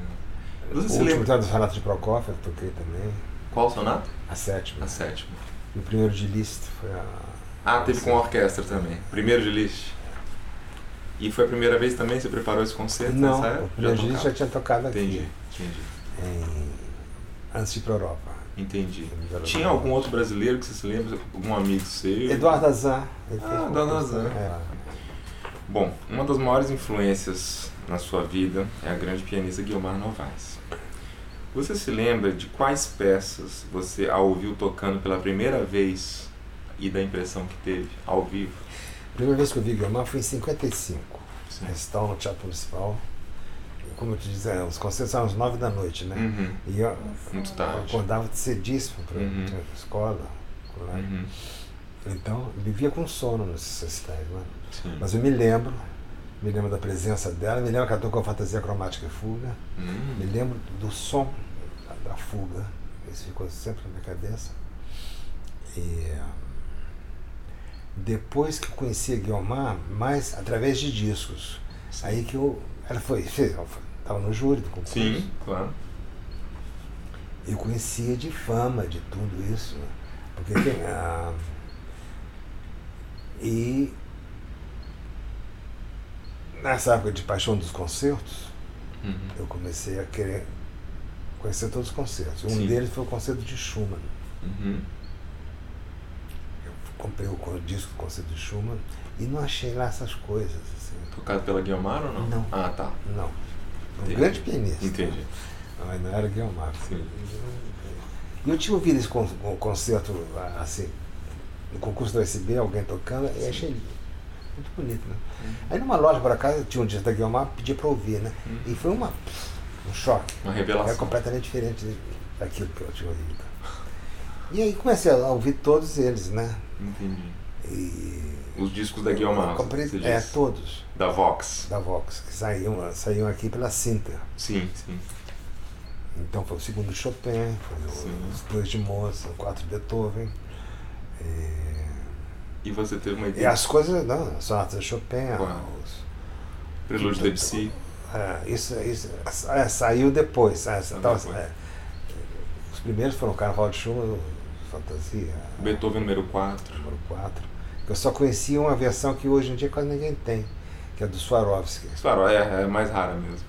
Speaker 3: O
Speaker 1: Você se
Speaker 3: último tá?
Speaker 1: lembra
Speaker 3: tema do Sonata de Prokofiev eu toquei também.
Speaker 1: qual sonata?
Speaker 3: A sétima.
Speaker 1: A sétima.
Speaker 3: E o primeiro de Liszt foi a...
Speaker 1: Ah, teve com orquestra também. Primeiro de Liszt. E foi a primeira vez também que você preparou esse concerto
Speaker 3: Não,
Speaker 1: nessa época?
Speaker 3: o primeiro de Liszt já
Speaker 1: tocava.
Speaker 3: tinha tocado aqui.
Speaker 1: Entendi, entendi.
Speaker 3: Em... Antes de ir para a Europa.
Speaker 1: Entendi.
Speaker 3: Primeiro de
Speaker 1: Tinha
Speaker 3: Liszt.
Speaker 1: algum outro brasileiro que você se lembra? Algum amigo seu?
Speaker 3: Eduardo Azar. ele
Speaker 1: Ah,
Speaker 3: fez uma
Speaker 1: Eduardo
Speaker 3: orquestra.
Speaker 1: Azar.
Speaker 3: É.
Speaker 1: Bom, uma das maiores influências na sua vida é a grande pianista Guilmar Novaes. Você se lembra de quais peças você a ouviu tocando pela primeira vez e da impressão que teve ao vivo?
Speaker 3: A primeira vez que eu vi Guilherme foi em 55.
Speaker 1: Sim.
Speaker 3: recital no Teatro Municipal. E Como eu te dizia, os concertos eram às nove da noite, né?
Speaker 1: Uhum.
Speaker 3: E eu,
Speaker 1: Muito
Speaker 3: eu
Speaker 1: tarde.
Speaker 3: acordava cedíssimo para
Speaker 1: Uhum.
Speaker 3: a escola. colégio.
Speaker 1: Uhum.
Speaker 3: Então, eu vivia com sono nesses recitais, né?
Speaker 1: Sim.
Speaker 3: Mas eu me lembro, me lembro da presença dela, me lembro que ela tocou Fantasia Cromática e Fuga, me
Speaker 1: Hum.
Speaker 3: lembro do som da, da fuga, isso ficou sempre na minha cabeça. E ah, depois que eu conheci a Guilmar, mais através de discos. Aí que eu. Ela foi, fez, ela foi- tava no júri do concurso.
Speaker 1: Sim, claro.
Speaker 3: Eu conhecia de fama, de tudo isso. né? Porque tem. ah, e nessa época de paixão dos concertos,
Speaker 1: Uhum.
Speaker 3: eu comecei a querer conhecer todos os concertos. Um
Speaker 1: Sim.
Speaker 3: deles foi o concerto de Schumann.
Speaker 1: Uhum.
Speaker 3: Comprei o co- disco do concerto de Schumann e não achei lá essas coisas. assim.
Speaker 1: Tocado pela Guilmar ou não?
Speaker 3: Não.
Speaker 1: Ah, tá.
Speaker 3: Não. Um
Speaker 1: Entendi.
Speaker 3: grande pianista. Ah,
Speaker 1: Entendi.
Speaker 3: Mas não era Guilmar.
Speaker 1: Sim.
Speaker 3: E Eu tinha ouvido esse con- um concerto assim, no concurso da USB, alguém tocando, e achei muito bonito, né? Aí numa loja para casa tinha um disco da Guilmar, pedi para ouvir, né? E foi uma, um choque.
Speaker 1: Uma
Speaker 3: Era
Speaker 1: revelação.
Speaker 3: completamente diferente daquilo que eu tinha ouvido. E aí comecei a ouvir todos eles, né?
Speaker 1: Entendi.
Speaker 3: E
Speaker 1: Os discos da Guilherme.
Speaker 3: eu comprei,
Speaker 1: você
Speaker 3: é,
Speaker 1: diz.
Speaker 3: todos
Speaker 1: Da Vox.
Speaker 3: da Vox, que saíam, saíam aqui pela Sinter.
Speaker 1: Sim, sim.
Speaker 3: Então foi o segundo Chopin, foi o-
Speaker 1: Sim.
Speaker 3: os dois de Mozart, o quatro de Beethoven.
Speaker 1: E você teve uma
Speaker 3: E
Speaker 1: ideia.
Speaker 3: as coisas, não, as sonatas de Chopin,
Speaker 1: Claro.
Speaker 3: os-
Speaker 1: Prelúdio da Debussy.
Speaker 3: ah, isso, isso ah, saiu depois. ah,
Speaker 1: Saiu
Speaker 3: então,
Speaker 1: depois.
Speaker 3: é, os primeiros foram Carnaval de Schumann, Fantasia,
Speaker 1: Beethoven número 4.
Speaker 3: número 4. Eu só conhecia uma versão que hoje em dia quase ninguém tem, que é do Swarovski.
Speaker 1: Claro, é, é mais rara mesmo.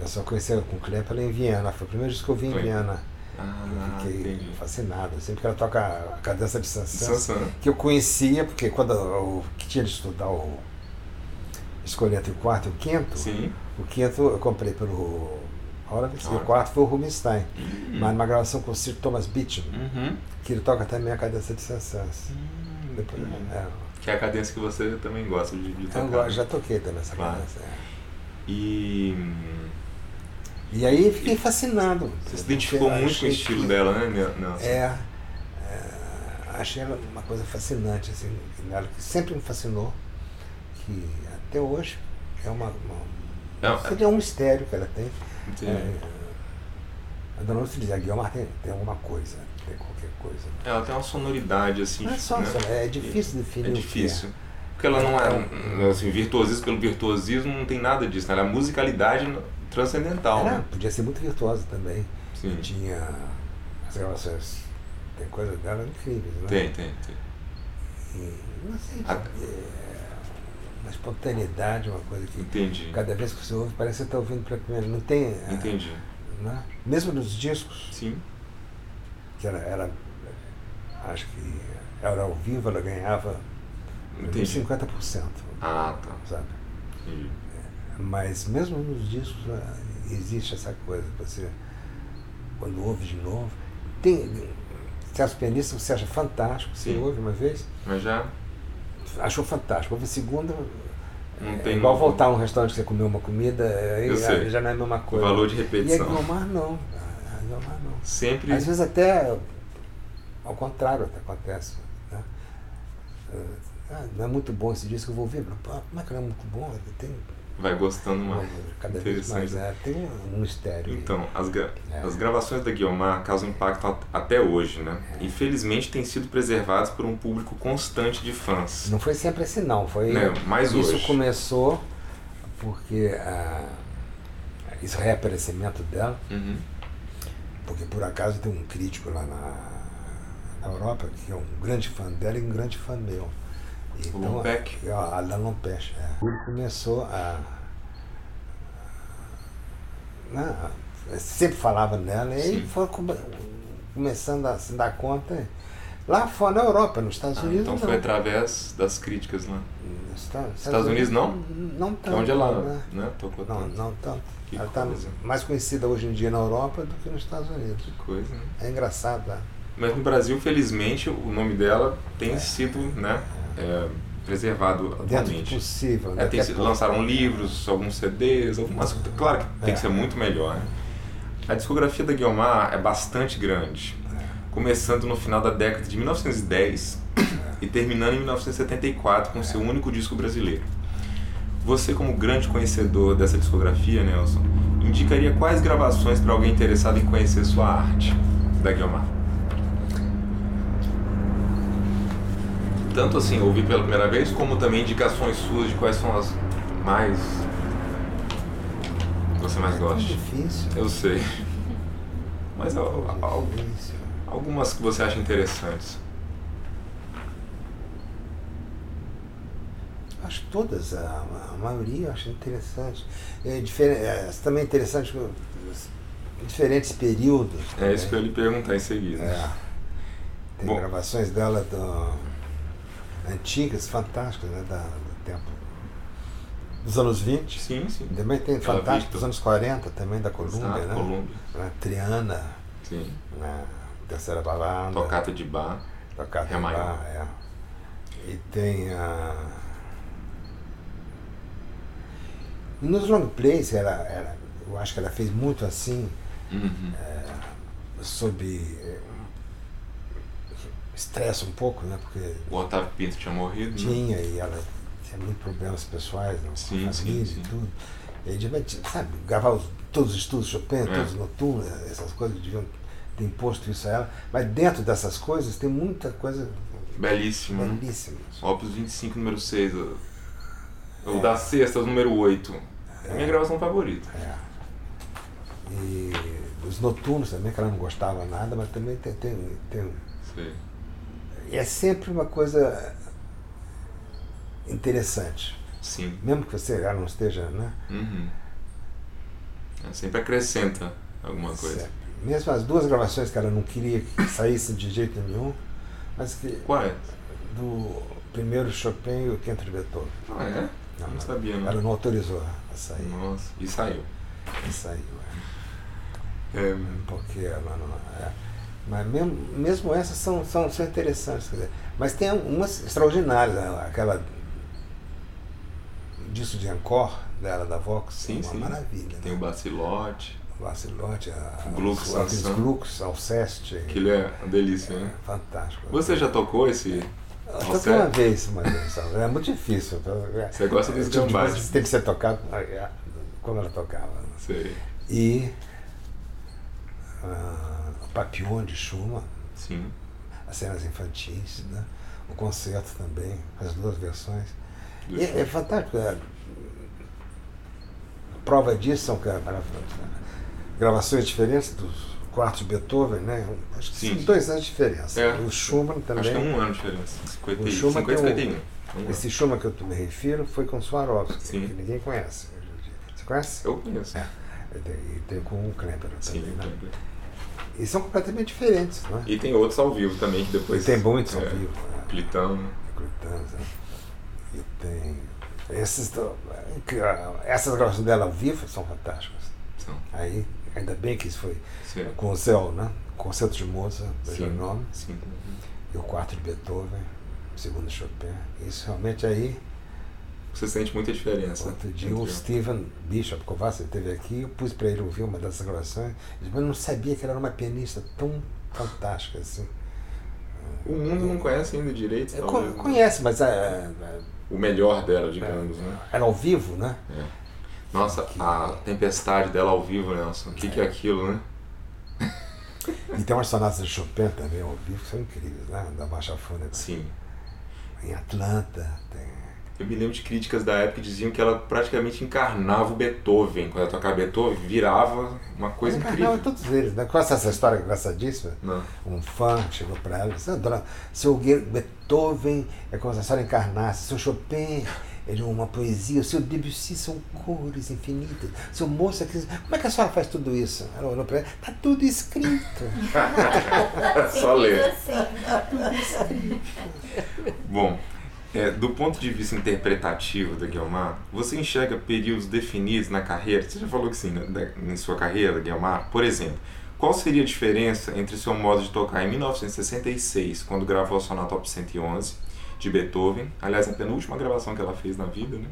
Speaker 3: Eu só conhecia com o Klempel em Viena, foi o primeiro disco que eu vi em
Speaker 1: Foi.
Speaker 3: Viena.
Speaker 1: Ah,
Speaker 3: Fiquei
Speaker 1: entendi.
Speaker 3: fascinado, sempre que ela toca a cadença de Sansão.
Speaker 1: Sansana.
Speaker 3: que eu conhecia, porque quando eu que tinha de estudar o. escolher entre o quarto e o quinto,
Speaker 1: Sim. Ah.
Speaker 3: o quinto eu comprei pelo Horowitz e o
Speaker 1: Horowitz.
Speaker 3: quarto foi o Rubinstein.
Speaker 1: Hum.
Speaker 3: Mas numa gravação com o Sir Thomas Beecham,
Speaker 1: Uhum.
Speaker 3: que ele toca também a cadencia de Sansans.
Speaker 1: Hum,
Speaker 3: Depois,
Speaker 1: entendi.
Speaker 3: é,
Speaker 1: Que é a cadência que você também gosta de, de
Speaker 3: Então, eu
Speaker 1: tocar.
Speaker 3: gosto, já toquei também essa
Speaker 1: Tá Claro.
Speaker 3: cadência. é.
Speaker 1: E
Speaker 3: E aí fiquei fascinado.
Speaker 1: você se identificou
Speaker 3: Eu
Speaker 1: muito com o
Speaker 3: achei
Speaker 1: estilo
Speaker 3: que-
Speaker 1: dela, né, Ne- Nelson?
Speaker 3: É, é, Achei ela uma coisa fascinante, assim, nela, que sempre me fascinou, que até hoje é uma- uma
Speaker 1: Não, é.
Speaker 3: Seria um mistério que ela tem. É,
Speaker 1: entendi.
Speaker 3: A dona Lúcia diz, a Guilherme tem, tem alguma coisa, tem qualquer coisa.
Speaker 1: Ela tem uma sonoridade, assim.
Speaker 3: é. Não é só
Speaker 1: né?
Speaker 3: isso, é difícil
Speaker 1: É
Speaker 3: definir
Speaker 1: difícil. Porque ela não é, assim, virtuosismo pelo virtuosismo, não tem nada disso, né? Ela é musicalidade
Speaker 3: o que
Speaker 1: transcendental,
Speaker 3: é. Era,
Speaker 1: né?
Speaker 3: podia ser muito virtuosa também.
Speaker 1: Sim.
Speaker 3: Tinha as gravações, tem coisa dela incríveis, né?
Speaker 1: Tem, tem, tem.
Speaker 3: E, não sei,
Speaker 1: A-
Speaker 3: é, uma espontaneidade, uma coisa que
Speaker 1: Entendi.
Speaker 3: cada vez que você ouve parece que você está ouvindo pela primeira Não tem... é,
Speaker 1: Entendi.
Speaker 3: né? Mesmo nos discos,
Speaker 1: Sim.
Speaker 3: que ela, ela- acho que era ao vivo, ela ganhava
Speaker 1: Entendi.
Speaker 3: 50%.
Speaker 1: Ah, tá.
Speaker 3: sabe?
Speaker 1: Entendi.
Speaker 3: Mas mesmo nos discos ah, existe essa coisa, você quando ouve de novo, tem certos pianistas você acha fantástico, você
Speaker 1: Sim.
Speaker 3: ouve uma vez,
Speaker 1: Mas já
Speaker 3: achou fantástico, ouve a segunda,
Speaker 1: não
Speaker 3: é
Speaker 1: tem
Speaker 3: igual voltar a um restaurante que você comeu uma comida, aí
Speaker 1: Eu
Speaker 3: já,
Speaker 1: sei.
Speaker 3: já não é a mesma
Speaker 1: o
Speaker 3: coisa.
Speaker 1: valor de
Speaker 3: e a
Speaker 1: repetição.
Speaker 3: Guilmar não, a a Guilmar não.
Speaker 1: Sempre.
Speaker 3: Às vezes até ao contrário até acontece. Né? Ah, não é muito bom esse disco, eu vou ouvir, mas como é que não é muito bom? Tem
Speaker 1: vai gostando mais.
Speaker 3: Cada vez mais,
Speaker 1: Interessante.
Speaker 3: é, tem um mistério. aí.
Speaker 1: Então, as, gra-
Speaker 3: É.
Speaker 1: as gravações da Guiomar causam impacto at- até hoje, né?
Speaker 3: É.
Speaker 1: Infelizmente têm sido preservadas por um público constante de fãs.
Speaker 3: Não foi sempre assim, não. Foi,
Speaker 1: Não, mas
Speaker 3: isso
Speaker 1: hoje.
Speaker 3: começou porque ah, esse reaparecimento dela,
Speaker 1: Uhum.
Speaker 3: porque por acaso tem um crítico lá na, na Europa que é um grande fã dela e um grande fã meu.
Speaker 1: Lompeck?
Speaker 3: é, Alan Lompeck, é. Ele começou a. né, sempre falava nela e
Speaker 1: Sim.
Speaker 3: foi come- começando a se dar conta. Lá fora, na Europa, nos Estados
Speaker 1: Ah,
Speaker 3: Unidos.
Speaker 1: então
Speaker 3: não.
Speaker 1: foi através das críticas, né?
Speaker 3: Nos Estados,
Speaker 1: Estados Unidos, não?
Speaker 3: Não
Speaker 1: Que é
Speaker 3: tanto.
Speaker 1: onde ela
Speaker 3: né?
Speaker 1: né, tocou
Speaker 3: Não,
Speaker 1: tanto.
Speaker 3: não tanto.
Speaker 1: Que
Speaker 3: ela está
Speaker 1: coisa.
Speaker 3: mais conhecida hoje em dia na Europa do que nos Estados Unidos.
Speaker 1: Coisa, né?
Speaker 3: É engraçado. Tá?
Speaker 1: Mas no Brasil, felizmente, o nome dela tem sido né, é, preservado
Speaker 3: Dentro do
Speaker 1: atualmente.
Speaker 3: possível.
Speaker 1: É,
Speaker 3: né?
Speaker 1: tem,
Speaker 3: Até
Speaker 1: se-
Speaker 3: por-
Speaker 1: lançaram livros, alguns CDs, algumas coisas. Claro que tem que ser muito melhor. né? A discografia da Guiomar é bastante grande, começando no final da década de 1910 e terminando em 1974 com seu único disco brasileiro. Você, como grande conhecedor dessa discografia, Nelson, indicaria quais gravações para alguém interessado em conhecer sua arte da Guiomar? Tanto assim, ouvir pela primeira vez, como também indicações suas de quais são as mais. que você mais
Speaker 3: é tão
Speaker 1: gosta.
Speaker 3: difícil.
Speaker 1: Eu sei. Mas ó,
Speaker 3: tão
Speaker 1: ó,
Speaker 3: difícil.
Speaker 1: algumas que você acha interessantes.
Speaker 3: Acho que todas, a, a maioria eu acho interessante. É, difer- é, também interessante que os- diferentes períodos.
Speaker 1: É isso que
Speaker 3: também.
Speaker 1: eu ia lhe perguntar em seguida.
Speaker 3: É. Tem
Speaker 1: Bom.
Speaker 3: gravações dela do, antigas, fantásticas, né? Da, do tempo dos anos 20.
Speaker 1: Sim, sim.
Speaker 3: Também tem
Speaker 1: Ela
Speaker 3: Fantástico
Speaker 1: Victor.
Speaker 3: dos anos 40, também da Colômbia,
Speaker 1: Ah,
Speaker 3: né?
Speaker 1: Colômbia.
Speaker 3: Na Triana,
Speaker 1: Sim.
Speaker 3: na Terceira Balada. um
Speaker 1: Tocata de bar.
Speaker 3: Tocata
Speaker 1: É maior.
Speaker 3: Bar, é. E tem a. E nos long plays, ela, ela, eu acho que ela fez muito assim,
Speaker 1: Uhum.
Speaker 3: sob eh, estresse um pouco, né? Porque
Speaker 1: O Otávio Pinto tinha morrido, né?
Speaker 3: tinha e ela tinha muitos problemas pessoais, né, com
Speaker 1: Sim,
Speaker 3: a
Speaker 1: sim,
Speaker 3: família
Speaker 1: sim.
Speaker 3: e tudo. E aí, devia, t- sabe, gravar os- todos os estudos de
Speaker 1: É.
Speaker 3: Chopin, todos os noturnos, essas coisas, deviam ter imposto isso a ela. Mas dentro dessas coisas tem muita coisa
Speaker 1: Belíssimo, né?
Speaker 3: belíssima.
Speaker 1: Opus 25, número 6.
Speaker 3: É.
Speaker 1: O da sexta, o número 8. É a minha gravação favorita.
Speaker 3: É. E os noturnos também, que ela não gostava nada, mas também tem, tem, tem
Speaker 1: Sei.
Speaker 3: E é sempre uma coisa interessante.
Speaker 1: Sim.
Speaker 3: Mesmo que você já não esteja, né?
Speaker 1: Uhum. Ela sempre acrescenta alguma coisa.
Speaker 3: Certo. Mesmo as duas gravações que ela não queria que saíssem de jeito nenhum, mas que
Speaker 1: Qual é?
Speaker 3: do primeiro Chopin e o quinto de Beethoven.
Speaker 1: Ah, é?
Speaker 3: Não,
Speaker 1: Não
Speaker 3: não.
Speaker 1: sabia,
Speaker 3: Ela
Speaker 1: não.
Speaker 3: Tá, não autorizou a sair.
Speaker 1: Nossa, e saiu.
Speaker 3: A sair é.
Speaker 1: É,
Speaker 3: porque ela não. é. Mas mesmo, mesmo essas são, são, são interessantes. Quer dizer. Mas tem umas extraordinárias, né? aquela disso de Ancor, dela da Vox,
Speaker 1: Sim,
Speaker 3: uma
Speaker 1: sim.
Speaker 3: maravilha. né?
Speaker 1: tem o Bacilote,
Speaker 3: Vacilote, a,
Speaker 1: Glucos,
Speaker 3: a- aqueles
Speaker 1: Alsan.
Speaker 3: glucos, Alceste.
Speaker 1: que ele é uma delícia,
Speaker 3: é
Speaker 1: né?
Speaker 3: fantástico.
Speaker 1: Você já tocou esse?
Speaker 3: Eu
Speaker 1: Alceste?
Speaker 3: toquei uma vez, uma vez, sabe? é muito difícil. É,
Speaker 1: Você gosta dos gambás.
Speaker 3: Tipo, tem que ser tocado ah, como ela tocava. né?
Speaker 1: Sei.
Speaker 3: E ah, o Papillon de Schumann,
Speaker 1: Sim.
Speaker 3: as cenas infantis, né? o concerto também, as duas versões.
Speaker 1: Do
Speaker 3: E É,
Speaker 1: Schumann.
Speaker 3: é fantástico. é. Prova disso são gra- gra- né? gravações diferentes dos quartos de Beethoven, né? Acho que
Speaker 1: Sim,
Speaker 3: são
Speaker 1: sim.
Speaker 3: dois anos de diferença.
Speaker 1: É.
Speaker 3: O Schumann
Speaker 1: Acho
Speaker 3: também.
Speaker 1: que é um ano de diferença. 50,
Speaker 3: O
Speaker 1: e-
Speaker 3: Schumann
Speaker 1: 50
Speaker 3: tem um-
Speaker 1: 51. Um ano.
Speaker 3: Esse Schumann que eu me refiro foi com Swarovski,
Speaker 1: Sim.
Speaker 3: que ninguém conhece. hoje em dia. Você conhece?
Speaker 1: Eu conheço.
Speaker 3: É. E tem, e tem com o Klemperer
Speaker 1: Sim,
Speaker 3: também, né? E são completamente diferentes, né?
Speaker 1: É E tem outros ao vivo também, que
Speaker 3: E
Speaker 1: depois.
Speaker 3: tem muitos ao
Speaker 1: é,
Speaker 3: vivo, né?
Speaker 1: Plitão, né?
Speaker 3: Coitado, né? E tem. Esses, do- que, ah, essas gravações dela ao vivo são fantásticas.
Speaker 1: São.
Speaker 3: Aí, ainda bem que isso foi
Speaker 1: Sim.
Speaker 3: com o Zéu, né? Concerto de Mozart,
Speaker 1: Sim.
Speaker 3: veja o nome,
Speaker 1: Sim.
Speaker 3: e o quarto de Beethoven, o segundo Chopin. Isso realmente aí,
Speaker 1: Você sente muita diferença.
Speaker 3: outro dia
Speaker 1: entre
Speaker 3: o
Speaker 1: um-
Speaker 3: Steven Bishop Kovacs ele esteve aqui, eu pus para ele ouvir uma dessas gravações, mas eu não sabia que ela era uma pianista tão fantástica assim.
Speaker 1: O mundo não conhece ainda direito.
Speaker 3: Eu
Speaker 1: talvez,
Speaker 3: É, co-
Speaker 1: né?
Speaker 3: conhece, mas ah, ah,
Speaker 1: O melhor dela, digamos, né?
Speaker 3: ah, era ao vivo, né?
Speaker 1: Nossa, a tempestade dela ao vivo, Nelson. O que, que é aquilo, né?
Speaker 3: E tem umas sonatas de Chopin também ao vivo que são incríveis, né? Da Marcha Fúnebre.
Speaker 1: Sim.
Speaker 3: Em Atlanta, tem.
Speaker 1: Eu me lembro de críticas da época que diziam que ela praticamente encarnava o Beethoven. Quando ela tocava Beethoven, virava uma coisa
Speaker 3: Encarnava
Speaker 1: incrível.
Speaker 3: Ah, todos eles, né? Conhece essa história engraçadíssima?
Speaker 1: Não.
Speaker 3: Um fã chegou pra ela e disse: "Ah, Dona, seu Gue- Beethoven é como se a senhora encarnasse, seu Chopin ele é uma poesia, o seu Debussy são cores infinitas, seu moço é que. Como é que a senhora faz tudo isso? Ela olhou pra ele: tá tudo escrito.
Speaker 1: É Só ler.
Speaker 4: Assim.
Speaker 1: Bom, é, do ponto de vista interpretativo da Guilmar, você enxerga períodos definidos na carreira? Você já falou que sim, né, da- em sua carreira, Guilmar. Por exemplo, qual seria a diferença entre seu modo de tocar em 1966, quando gravou a Sonata Op. 111 de Beethoven, aliás, a penúltima gravação que ela fez na vida, né?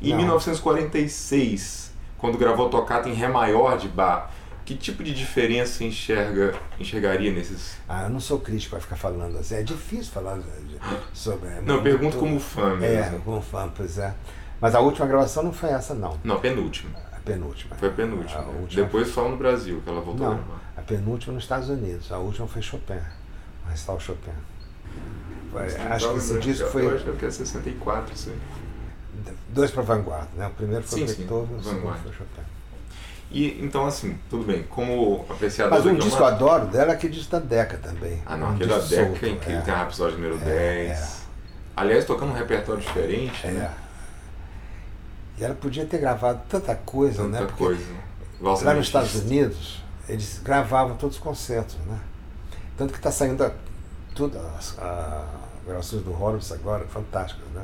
Speaker 1: E em
Speaker 3: Não.
Speaker 1: 1946, quando gravou a Tocata em Ré maior de Bach. Que tipo de diferença você enxerga, enxergaria nesses...
Speaker 3: Ah, eu não sou crítico pra ficar falando assim. É difícil falar de- sobre. é
Speaker 1: Não, eu
Speaker 3: muito-
Speaker 1: pergunto como fã
Speaker 3: É,
Speaker 1: mesmo.
Speaker 3: como fã, pois é. Mas a última gravação não foi essa, não.
Speaker 1: Não, penúltima.
Speaker 3: A penúltima.
Speaker 1: Foi né? a penúltima.
Speaker 3: A
Speaker 1: né?
Speaker 3: última-
Speaker 1: Depois só no Brasil que ela voltou a
Speaker 3: Não,
Speaker 1: gravar.
Speaker 3: a penúltima nos Estados Unidos. A última foi Chopin. Recital Chopin. Foi- É, acho que esse disco
Speaker 1: então Eu
Speaker 3: foi
Speaker 1: acho que é 64, isso aí.
Speaker 3: dois para vanguarda, né? O primeiro foi
Speaker 1: Sim, sim,
Speaker 3: Beethoven, o segundo
Speaker 1: Vanguarda.
Speaker 3: foi Chopin.
Speaker 1: E então, assim, tudo bem. Como apreciador
Speaker 3: Mas um
Speaker 1: da
Speaker 3: disco que eu
Speaker 1: Guilmar-
Speaker 3: adoro dela é aquele disco da Deca também.
Speaker 1: Ah, não,
Speaker 3: um
Speaker 1: aquele da
Speaker 3: disco
Speaker 1: Deca,
Speaker 3: solto,
Speaker 1: em que
Speaker 3: é.
Speaker 1: tem a episódio número
Speaker 3: É,
Speaker 1: 10. Aliás, tocando um repertório diferente. né?
Speaker 3: É. E ela podia ter gravado tanta coisa, né?
Speaker 1: Tanta
Speaker 3: Porque
Speaker 1: coisa. Valsa
Speaker 3: Lá nos
Speaker 1: Metista.
Speaker 3: Estados Unidos, eles gravavam todos os concertos, né? Tanto que está saindo a- tudo, as a- gravações do Horowitz agora, fantásticas, né?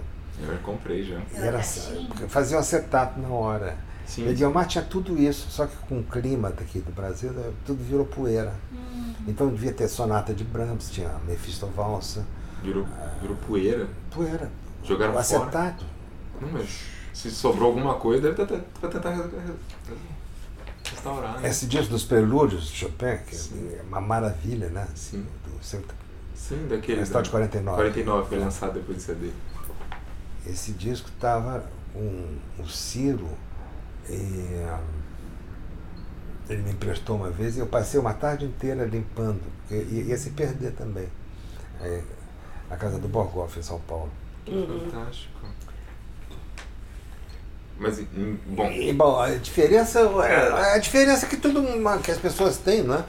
Speaker 1: Eu comprei já.
Speaker 3: E era, assim, porque faziam acetato na hora.
Speaker 1: Sim.
Speaker 3: E a Guilmar tinha tudo isso, só que com o clima daqui do Brasil, né, tudo virou poeira. Então devia ter sonata de Brahms, tinha Mephisto Valsa,
Speaker 1: Virou, virou poeira.
Speaker 3: poeira.
Speaker 1: Jogaram
Speaker 3: o
Speaker 1: fora.
Speaker 3: acetato.
Speaker 1: Não, mas. Se sobrou alguma coisa, deve ter- ter- pra tentar re- re- restaurar. Né?
Speaker 3: Esse disco dos Prelúdios de Chopin, que
Speaker 1: Sim.
Speaker 3: é uma maravilha, né?
Speaker 1: Sim.
Speaker 3: Do, sempre-
Speaker 1: Sim, daquele.
Speaker 3: Restart
Speaker 1: da-
Speaker 3: 49.
Speaker 1: 49 foi lançado depois do CD.
Speaker 3: esse disco tava um, o Ciro e ah, ele me emprestou uma vez e eu passei uma tarde inteira limpando, porque ia, ia se perder também. Aí, na casa do Borgoff em São Paulo.
Speaker 1: Que fantástico. Mas, em- bom.
Speaker 3: E, bom, a diferença é a diferença que todo mundo, que as pessoas têm, né?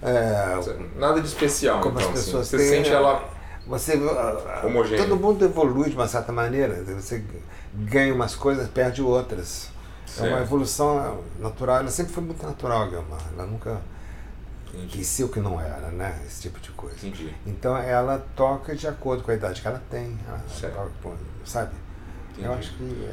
Speaker 3: É,
Speaker 1: Nada de especial,
Speaker 3: Como
Speaker 1: então.
Speaker 3: as
Speaker 1: assim.
Speaker 3: pessoas
Speaker 1: Você
Speaker 3: têm,
Speaker 1: sente
Speaker 3: né?
Speaker 1: ela
Speaker 3: você ah, ah,
Speaker 1: Homogêneo.
Speaker 3: todo mundo evolui de uma certa maneira, né? você ganha umas coisas, perde outras. É uma
Speaker 1: Certo.
Speaker 3: evolução natural, ela sempre foi muito natural, Guilherme. Ela nunca
Speaker 1: Entendi.
Speaker 3: disse o que não era, né? Esse tipo de coisa.
Speaker 1: Entendi.
Speaker 3: Então ela toca de acordo com a idade que ela tem, ela
Speaker 1: Certo.
Speaker 3: toca, pô, sabe?
Speaker 1: entendi. Então
Speaker 3: Eu acho que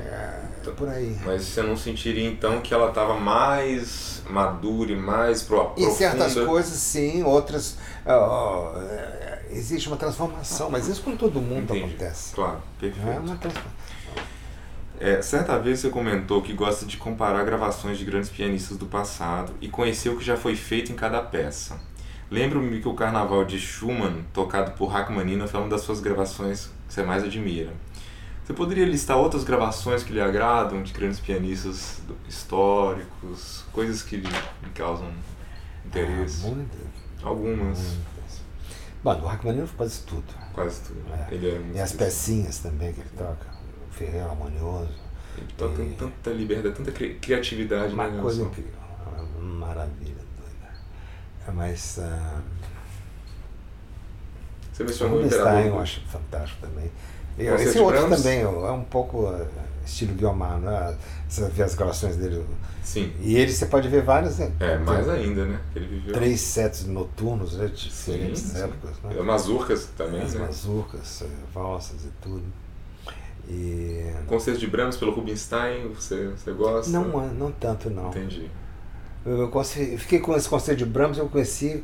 Speaker 3: é por aí.
Speaker 1: Mas você não sentiria então que ela estava mais madura e mais pro
Speaker 3: E certas
Speaker 1: profunda?
Speaker 3: coisas sim, outras. ó, ó, é, existe uma transformação, mas isso com todo mundo
Speaker 1: Entendi.
Speaker 3: acontece.
Speaker 1: Claro,
Speaker 3: Não É
Speaker 1: perfeito.
Speaker 3: uma transformação.
Speaker 1: É, certa vez você comentou que gosta de comparar gravações de grandes pianistas do passado e conhecer o que já foi feito em cada peça. Lembro-me que o Carnaval de Schumann, tocado por Rachmaninoff, é uma das suas gravações que você mais admira. Você poderia listar outras gravações que lhe agradam de grandes pianistas do- históricos, coisas que lhe causam interesse?
Speaker 3: Ah, Muito.
Speaker 1: Algumas,
Speaker 3: Bom, do Rachmaninoff quase tudo.
Speaker 1: quase tudo.
Speaker 3: É.
Speaker 1: Ele é muito
Speaker 3: E as pecinhas também que ele toca. O Ferreiro Harmonioso.
Speaker 1: Ele toca com tanta liberdade, tanta cri- criatividade,
Speaker 3: Uma
Speaker 1: né,
Speaker 3: coisa
Speaker 1: Nelson?
Speaker 3: incrível, É uma maravilha doida. É, Mas ah,
Speaker 1: Você
Speaker 3: o
Speaker 1: mencionou é o
Speaker 3: Rubinstein eu
Speaker 1: Imperador.
Speaker 3: acho fantástico também. Eu,
Speaker 1: Concerto
Speaker 3: esse
Speaker 1: de
Speaker 3: outro
Speaker 1: Brahms?
Speaker 3: também ó, é um pouco ah, estilo Guilherme, né? Você vê as gravações dele.
Speaker 1: Sim.
Speaker 3: E ele você pode ver várias. né?
Speaker 1: É,
Speaker 3: Tem
Speaker 1: mais ainda, né? Que ele viveu.
Speaker 3: Três sets noturnos, né? de diferentes
Speaker 1: sim. É
Speaker 3: épocas. Né?
Speaker 1: Mazurcas também,
Speaker 3: As
Speaker 1: né?
Speaker 3: mazurcas, eh, valsas e tudo. E.
Speaker 1: Concerto de Brahms pelo Rubinstein, você, você gosta?
Speaker 3: Não, é, não tanto não.
Speaker 1: Entendi.
Speaker 3: Eu, eu conce- eu fiquei com esse conceito de Brahms, eu conheci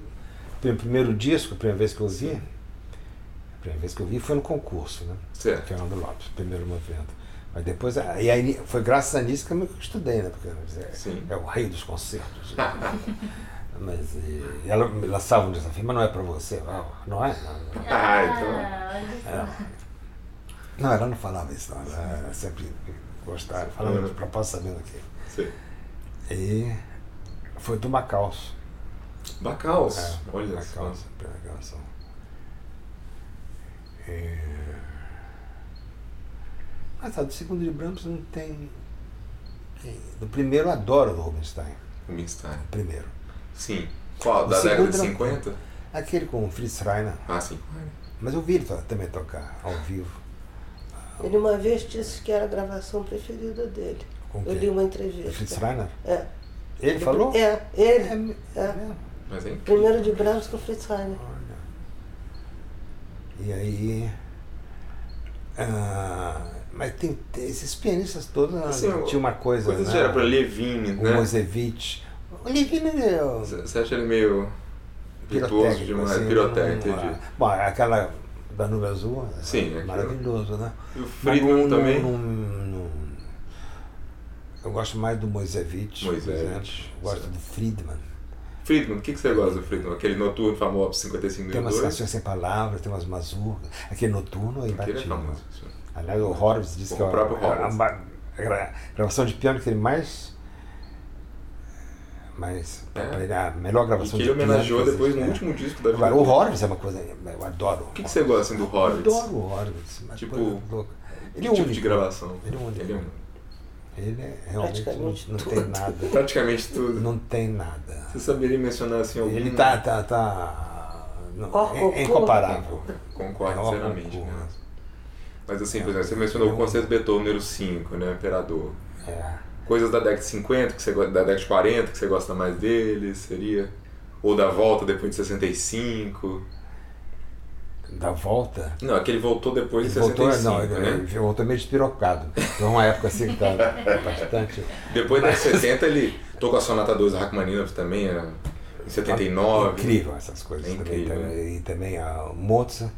Speaker 3: pelo primeiro disco, a primeira vez que eu vi. A primeira vez que eu vi foi no concurso, né?
Speaker 1: Certo.
Speaker 3: Fernando Lopes, primeiro movimento. Mas depois, a- e aí foi graças a nisso que eu me estudei, né? Porque
Speaker 1: Sim.
Speaker 3: é, é o rei dos concertos. mas e, ela me lançava um desafio, mas não é pra você, não, não é? Não, não.
Speaker 1: Ah, então.
Speaker 4: olha só.
Speaker 3: Não, ela não falava isso, não. Ela sempre gostava, falava de propósito sabendo aqui.
Speaker 1: Sim.
Speaker 3: E foi do Macaus.
Speaker 1: Bacaus.
Speaker 3: É,
Speaker 1: Olha
Speaker 3: pela
Speaker 1: só.
Speaker 3: calça, pela calça. É... Ah, tá, do segundo de Brahms não tem. tem- Do primeiro eu adoro o do Rubinstein.
Speaker 1: Rubinstein.
Speaker 3: O primeiro.
Speaker 1: Sim. Qual?
Speaker 3: O
Speaker 1: Da década
Speaker 3: segundo
Speaker 1: de
Speaker 3: não-
Speaker 1: 50?
Speaker 3: Aquele com o Fritz Reiner.
Speaker 1: Ah, sim.
Speaker 3: Mas eu vi ele to- também tocar ao vivo.
Speaker 5: Ele uma vez disse que era a gravação preferida dele.
Speaker 3: Com
Speaker 5: Eu
Speaker 3: quem?
Speaker 5: li uma
Speaker 3: O Fritz
Speaker 5: entrevista.
Speaker 3: Reiner?
Speaker 5: É.
Speaker 3: Ele falou?
Speaker 5: É,
Speaker 3: É,
Speaker 5: ele.
Speaker 3: mesmo.
Speaker 5: É.
Speaker 1: Mas é incrível.
Speaker 5: Primeiro de Brahms com Fritz Reiner.
Speaker 3: Olha. E aí. ah, mas tem, tem- esses pianistas todos
Speaker 1: Assim,
Speaker 3: tinham
Speaker 1: o-
Speaker 3: tinha uma coisa.
Speaker 1: Coisas
Speaker 3: né?
Speaker 1: que era pra Levine,
Speaker 3: o
Speaker 1: né?
Speaker 3: Mozevich. O Levine é o
Speaker 1: Você você acha ele meio virtuoso
Speaker 3: pirotécnico,
Speaker 1: demais?
Speaker 3: assim,
Speaker 1: pirotécnico,
Speaker 3: não-
Speaker 1: entendi.
Speaker 3: Bom, aquela da nuvem azul é
Speaker 1: Sim, aquilo.
Speaker 3: maravilhoso, né?
Speaker 1: E o
Speaker 3: Mas não-
Speaker 1: Friedman
Speaker 3: não-
Speaker 1: também?
Speaker 3: não- não- eu gosto mais do Moisevich.
Speaker 1: Mozevich,
Speaker 3: Gosto
Speaker 1: certo.
Speaker 3: do Friedman.
Speaker 1: Friedman, o que, que você gosta do Friedman? Aquele noturno famoso 55
Speaker 3: Tem
Speaker 1: mil
Speaker 3: umas
Speaker 1: dólares?
Speaker 3: canções sem palavras, tem umas mazurcas. Aquele noturno é
Speaker 1: Aquele é
Speaker 3: imbatível.
Speaker 1: famoso. sim.
Speaker 3: Aliás, o Horowitz disse
Speaker 1: O
Speaker 3: que é a-
Speaker 1: próprio
Speaker 3: a, a,
Speaker 1: Horowitz.
Speaker 3: ba- a gra- gravação de piano que ele mais. mais
Speaker 1: É.
Speaker 3: pra ele, a melhor
Speaker 1: E
Speaker 3: gravação
Speaker 1: que
Speaker 3: de
Speaker 1: ele
Speaker 3: piano.
Speaker 1: homenageou
Speaker 3: que
Speaker 1: depois
Speaker 3: existe,
Speaker 1: no
Speaker 3: né?
Speaker 1: último disco da vida.
Speaker 3: Agora, o
Speaker 1: dele.
Speaker 3: Horowitz é uma coisa. Eu adoro.
Speaker 1: O que, que você gosta assim, do Horowitz?
Speaker 3: Adoro o Horowitz. Uma
Speaker 1: Tipo,
Speaker 3: coisa louca.
Speaker 1: Que
Speaker 3: Ele é
Speaker 1: tipo
Speaker 3: único.
Speaker 1: de gravação?
Speaker 3: Ele é único.
Speaker 1: Ele é único.
Speaker 3: Ele é realmente não,
Speaker 5: Praticamente
Speaker 3: não
Speaker 5: tudo.
Speaker 3: tem nada.
Speaker 1: Praticamente tudo.
Speaker 3: Não tem nada.
Speaker 1: Você saberia mencionar assim algum?
Speaker 3: Ele tá. tá, tá não,
Speaker 5: Ó,
Speaker 3: é, é
Speaker 5: ó,
Speaker 3: incomparável.
Speaker 1: Concordo
Speaker 3: É uma
Speaker 1: sinceramente,
Speaker 3: loucura.
Speaker 1: né? Mas assim, por exemplo, você mencionou o concerto Beethoven número 5, né? Imperador.
Speaker 3: É.
Speaker 1: Coisas da década de 50, que você, go- da década de 40, que você gosta mais dele, seria? Ou da volta depois de 65.
Speaker 3: Da volta.
Speaker 1: Não, aquele voltou depois
Speaker 3: Ele
Speaker 1: de
Speaker 3: voltou,
Speaker 1: 65,
Speaker 3: não, ele, é
Speaker 1: né?
Speaker 3: ele voltou meio despirocado. Foi uma época assim que tá bastante.
Speaker 1: Depois da 70 ele tocou a Sonata 2 da Rachmaninoff também, era em 79.
Speaker 3: Incrível essas coisas.
Speaker 1: É
Speaker 3: também,
Speaker 1: incrível,
Speaker 3: também. E também a Mozart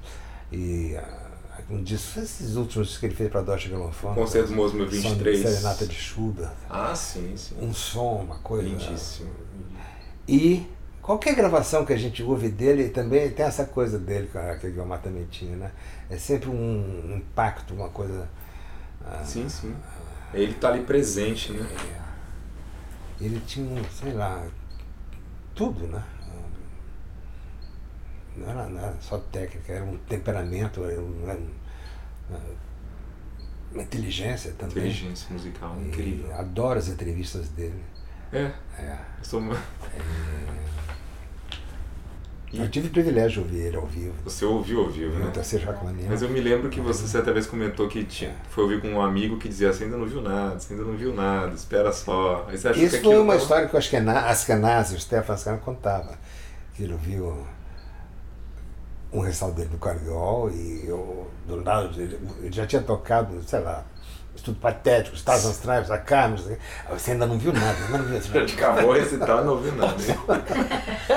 Speaker 3: e a, um disco, esses últimos que ele fez para Deutsche Grammophon.
Speaker 1: Concerto Mozma
Speaker 3: Som de
Speaker 1: 23.
Speaker 3: Serenata de Schubert.
Speaker 1: Ah, sim, sim.
Speaker 3: Um som, uma coisa.
Speaker 1: Lindíssimo.
Speaker 3: E qualquer gravação que a gente ouve dele também tem essa coisa dele, que a- que o Guilherme também tinha, né? É sempre um impacto, uma coisa. ah, É,
Speaker 1: Sim, sim. Ele tá ali presente, né?
Speaker 3: Ele tinha, um, sei lá, tudo, né? Não era, não era só técnica, era um temperamento, era um- era um- uma inteligência também.
Speaker 1: Inteligência musical
Speaker 3: E
Speaker 1: incrível.
Speaker 3: Adoro as entrevistas dele.
Speaker 1: É.
Speaker 3: É.
Speaker 1: eu Sou... E-
Speaker 3: Eu tive o privilégio de ouvir ele ao vivo.
Speaker 1: Você ouviu, ouviu, né?
Speaker 3: No terceiro Jacomania.
Speaker 1: Mas eu me lembro que você certa vez comentou que
Speaker 3: É.
Speaker 1: tinha, foi ouvir com um amigo que dizia: Você ainda não viu nada, você ainda não viu nada, espera só. Aí você achou
Speaker 3: Isso
Speaker 1: que
Speaker 3: foi
Speaker 1: aquilo tá
Speaker 3: uma
Speaker 1: tava-
Speaker 3: história que o Ashkena- Askenazi, o Stefan Askenazi, contava. Que ele viu um recital dele do Cardiol e eu, do lado dele, ele já tinha tocado, sei lá, Estudo Patético, Estados Astrais, a Carmen, não sei o quê. Aí você ainda não viu nada, ainda não viu nada.
Speaker 1: Acabou esse tal, não ouviu nada. né?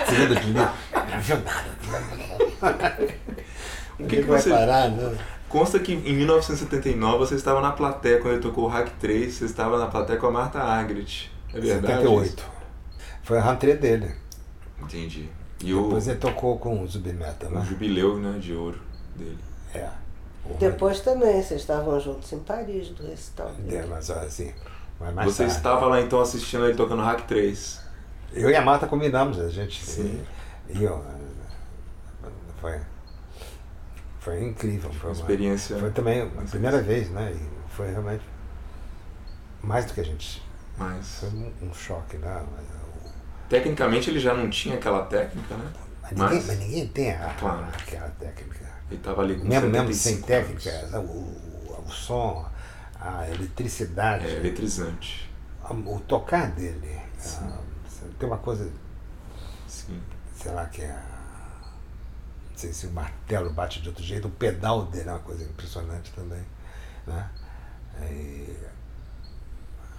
Speaker 3: Você lembra de mim? Não viu nada.
Speaker 1: O
Speaker 3: Onde
Speaker 1: que, que
Speaker 3: vai
Speaker 1: você.
Speaker 3: parar, né?
Speaker 1: Consta que em 1979 você estava na plateia, quando ele tocou o Hack 3, você estava na plateia com a Marta Argerich. É verdade?
Speaker 3: 78. Foi a rantre dele.
Speaker 1: Entendi. E o,
Speaker 3: Depois é ele tocou com o Zubimeta,
Speaker 1: o
Speaker 3: né?
Speaker 1: jubileu né, de ouro dele.
Speaker 3: É. O
Speaker 5: Depois também, vocês estavam juntos em Paris, do recital. dele.
Speaker 3: É, mas assim, mas mais
Speaker 1: você
Speaker 3: tarde.
Speaker 1: estava lá então assistindo ele tocando Hack 3.
Speaker 3: Eu e a Marta combinamos, a gente se-
Speaker 1: Sim.
Speaker 3: E eu, foi, foi incrível. Foi,
Speaker 1: Uma
Speaker 3: uma-
Speaker 1: experiência.
Speaker 3: foi também a primeira vez, né? E foi realmente mais do que a gente.
Speaker 1: Mas.
Speaker 3: Foi um, um choque, né? Mas,
Speaker 1: Tecnicamente ele já não tinha aquela técnica, né?
Speaker 3: mas ninguém,
Speaker 1: Mas-
Speaker 3: mas ninguém tem a-
Speaker 1: Claro.
Speaker 3: aquela técnica.
Speaker 1: Ele tava ali com
Speaker 3: Mesmo, mesmo sem
Speaker 1: 75
Speaker 3: técnica,
Speaker 1: anos.
Speaker 3: né, o, o, o som, a eletricidade,
Speaker 1: É eletrizante.
Speaker 3: a- o tocar dele. ah, tem uma coisa
Speaker 1: Sim.
Speaker 3: sei lá que é. Não sei se o martelo bate de outro jeito, o pedal dele é uma coisa impressionante também. Né? E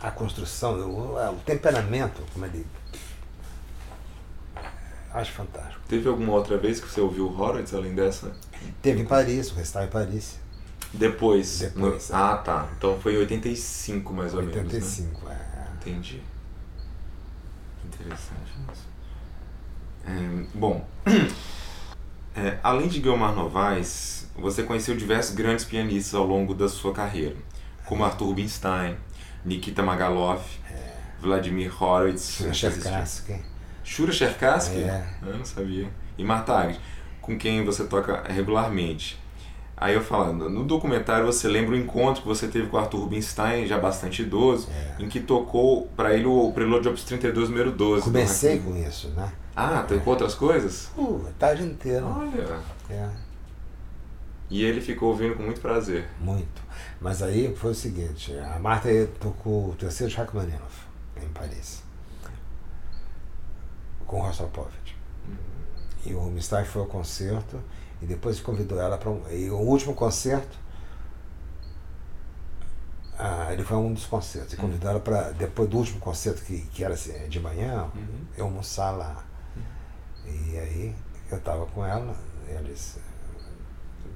Speaker 3: a construção, o, o temperamento, como ele. é, Acho fantástico.
Speaker 1: Teve alguma outra vez que você ouviu o Horowitz além dessa?
Speaker 3: Teve em Paris, o recital em Paris,
Speaker 1: Depois.
Speaker 3: Depois,
Speaker 1: No- Ah, tá. Então foi em 85 mais ou menos. Né?
Speaker 3: 85. é.
Speaker 1: Entendi. Interessante isso. É, bom, é, além de Guilmar Novaes, você conheceu diversos grandes pianistas ao longo da sua carreira, como Arthur Rubinstein, Nikita Magaloff, Vladimir Horowitz,
Speaker 3: Sra. Cherkassky.
Speaker 1: Shura Cherkassky?
Speaker 3: É.
Speaker 1: Eu não sabia. E Marta Agnes, com quem você toca regularmente. Aí eu falando, no documentário você lembra o encontro que você teve com o Arthur Rubinstein, já bastante idoso, em que tocou pra ele o Prelude Opus 32, número 12.
Speaker 3: É. Comecei
Speaker 1: do Hakim.
Speaker 3: com isso, né?
Speaker 1: Ah, tocou outras coisas?
Speaker 3: Uh, a tarde inteira.
Speaker 1: Olha.
Speaker 3: É.
Speaker 1: E ele ficou ouvindo com muito prazer.
Speaker 3: Muito. Mas aí foi o seguinte, a Marta tocou o terceiro Rachmaninoff em Paris. Com o Rostropovich. E o Rubinstein foi ao concerto e depois convidou ela para um. E o último concerto. ah, ele foi a um dos concertos. E convidou ela para. Depois do último concerto, que, que era assim, de manhã, eu almoçar lá. E aí eu estava com ela, e ela disse,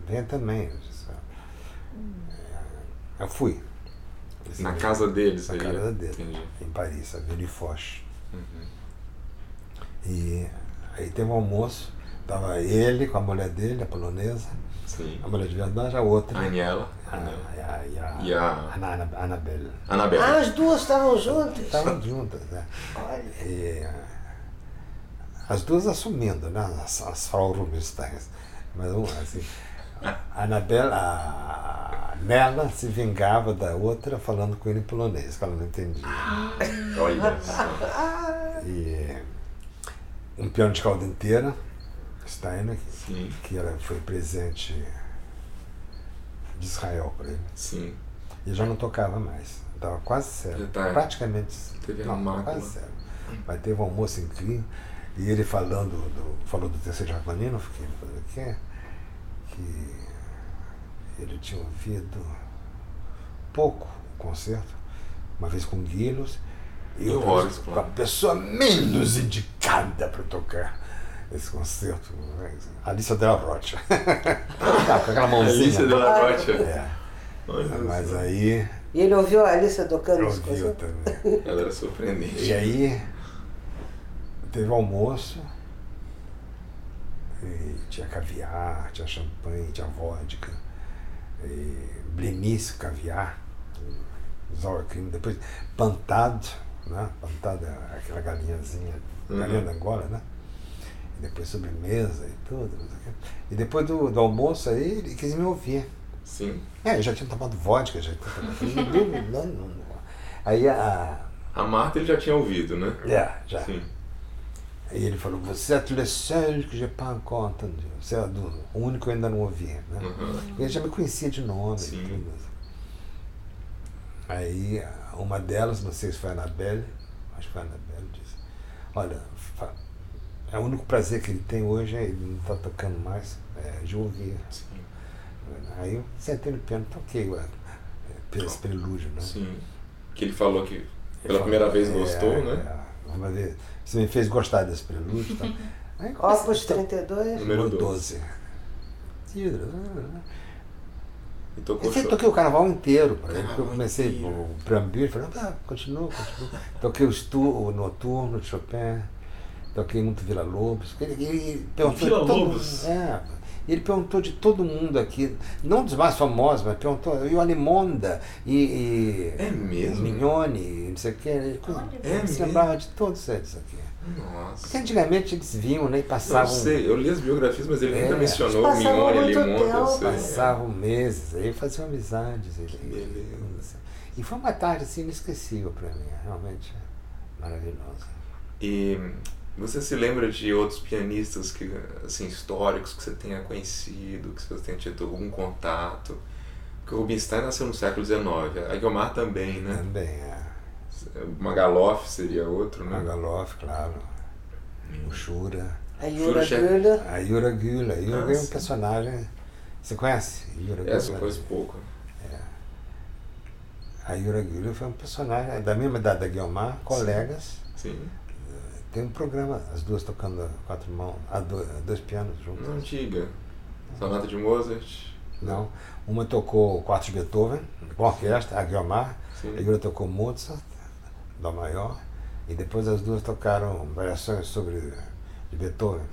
Speaker 3: vem também. Eu disse, "Ah, eu fui.
Speaker 1: Na casa deles
Speaker 3: Na
Speaker 1: aí.
Speaker 3: casa dele.
Speaker 1: Entendi. Uhum.
Speaker 3: Em Paris, Avenida Foch. E aí teve um almoço, tava ele com a mulher dele, a polonesa,
Speaker 1: Sim.
Speaker 3: a Ah. mulher de verdade, a outra.
Speaker 1: A Aniela.
Speaker 3: a,
Speaker 1: Aniela.
Speaker 3: a- e a-
Speaker 1: E a
Speaker 3: a Ana- Anabela.
Speaker 5: Ah,
Speaker 1: Anabela.
Speaker 5: as duas estavam juntas?
Speaker 3: Estavam juntas, né?
Speaker 5: Olha,
Speaker 3: E, eh, as duas assumindo, né? As, as Frau Rubinstein. Mas um, assim, a Anabela, a Nela se vingava da outra falando com ele em polonês, que ela não entendia.
Speaker 1: Olha só.
Speaker 3: E eh, um piano de cauda inteira, Steiner,
Speaker 1: Sim,
Speaker 3: que era, foi presente de Israel para ele.
Speaker 1: sim.
Speaker 3: E já não tocava mais. Estava quase zero.
Speaker 1: Já tá.
Speaker 3: Praticamente zero.
Speaker 1: Teve né? a
Speaker 3: não,
Speaker 1: mácula.
Speaker 3: quase zero. Mas teve um almoço incrível. E ele falando do, falou do terceiro Jaconino, fiquei falando que é, que ele tinha ouvido pouco o concerto, uma vez com Guilhos, e
Speaker 1: E o
Speaker 3: outra vez
Speaker 1: Horus,
Speaker 3: com a
Speaker 1: claro.
Speaker 3: pessoa menos indicada para tocar. esse concerto. Alicia Del Rocha. Ah, com aquela mãozinha.
Speaker 1: Alicia de La Rocha.
Speaker 3: É,
Speaker 1: Olha,
Speaker 3: mas aí
Speaker 5: E ele ouviu a Alice tocando
Speaker 3: eu
Speaker 5: os
Speaker 3: vi
Speaker 5: concertos?
Speaker 3: também.
Speaker 1: Ela era
Speaker 3: E
Speaker 1: surpreendente.
Speaker 3: aí teve almoço e tinha caviar, tinha champanhe, tinha vodka, e blemice, caviar, e sour cream, depois pantado, né? Pantado é aquela galinhazinha, galinha da Angola, né? E depois sobremesa e tudo. não sei o quê. E depois do, do almoço aí ele quis me ouvir.
Speaker 1: Sim.
Speaker 3: É, eu já tinha tomado vodka, já tinha tomado. não, não, não. Aí a.
Speaker 1: A Marta ele já tinha ouvido, né?
Speaker 3: Yeah, É, já.
Speaker 1: Sim.
Speaker 3: Aí ele falou, você é le seul que j'ai pas encore entendu. Você é do, o único que eu ainda não ouvi, né?
Speaker 1: Uhum.
Speaker 3: Ele já me conhecia de nome
Speaker 1: Sim.
Speaker 3: e tudo. né? Aí uma delas, não sei se foi a Anabelle, acho que foi a Anabelle, disse, olha, fa- é o único prazer que ele tem hoje, é ele não está tocando mais, é de ouvir.
Speaker 1: Sim.
Speaker 3: Uhum. Aí eu sentei no piano, toquei ué, esse prelúdio, né?
Speaker 1: Sim. Que ele falou que
Speaker 3: Ele
Speaker 1: pela
Speaker 3: falou,
Speaker 1: primeira vez
Speaker 3: "É,
Speaker 1: gostou, né?
Speaker 3: é, vamos ver, você me fez gostar desse prelúdio. e tal." Aí comecei a
Speaker 5: Opus 32.
Speaker 1: Número
Speaker 3: Número
Speaker 1: 12.
Speaker 3: 12. ah,
Speaker 1: E tocou
Speaker 3: Eu sempre
Speaker 1: show.
Speaker 3: toquei o carnaval inteiro. pra ele, porque eu
Speaker 1: Carnaval
Speaker 3: comecei
Speaker 1: inteiro.
Speaker 3: o preâmbulo, ele falou, ah, continua, continua. Toquei o, estu, o noturno de Chopin, toquei muito Vila Lobos. Ele, ele perguntou de
Speaker 1: Vila
Speaker 3: todo
Speaker 1: Lobos?
Speaker 3: mundo- é, ele perguntou de todo mundo aqui, não dos mais famosos, mas perguntou, e o Alimonda, e, e
Speaker 1: É mesmo? é
Speaker 3: o Mignone, e não sei o que. Ele, ele se
Speaker 1: mesmo?
Speaker 3: lembrava de todos eles aqui. Porque
Speaker 1: Nossa.
Speaker 3: antigamente eles vinham, né, e
Speaker 1: Não
Speaker 3: passavam.
Speaker 1: sei, eu li as biografias, mas ele
Speaker 3: É.
Speaker 1: nunca mencionou
Speaker 5: Passavam
Speaker 1: Mignone,
Speaker 5: muito
Speaker 1: Limonda, eu
Speaker 5: tempo.
Speaker 1: sei.
Speaker 3: Passavam meses, aí faziam amizades. Ele,
Speaker 1: beleza.
Speaker 3: E foi uma tarde assim inesquecível para mim, é realmente maravilhosa.
Speaker 1: E você se lembra de outros pianistas que, assim, históricos que você tenha conhecido, que você tenha tido algum contato? Porque o Rubinstein nasceu no século XIX, a Guilmar também, né?
Speaker 3: Também é. a
Speaker 1: Magaloff seria outro, né?
Speaker 3: Magaloff, claro,
Speaker 1: Hum.
Speaker 3: o Shura,
Speaker 5: A Yura
Speaker 1: Xuxa.
Speaker 5: Grula.
Speaker 3: a Yura Gula. A Yura
Speaker 1: Ah,
Speaker 3: Gula é um
Speaker 1: sim.
Speaker 3: personagem. Você conhece Yura
Speaker 1: É, só
Speaker 3: Gula?
Speaker 1: conheço pouco.
Speaker 3: A Yura Gula foi um personagem da mesma idade da Guilmar, colegas.
Speaker 1: Sim.
Speaker 3: Tem um programa, as duas tocando a quatro mãos, a dois, dois pianos juntos.
Speaker 1: Não diga. Sonata de Mozart.
Speaker 3: Não. Uma tocou o quarto de Beethoven, com a orquestra, a Guilmar,
Speaker 1: Sim.
Speaker 3: a outra tocou Mozart, Dó maior, e depois as duas tocaram variações sobre de Beethoven,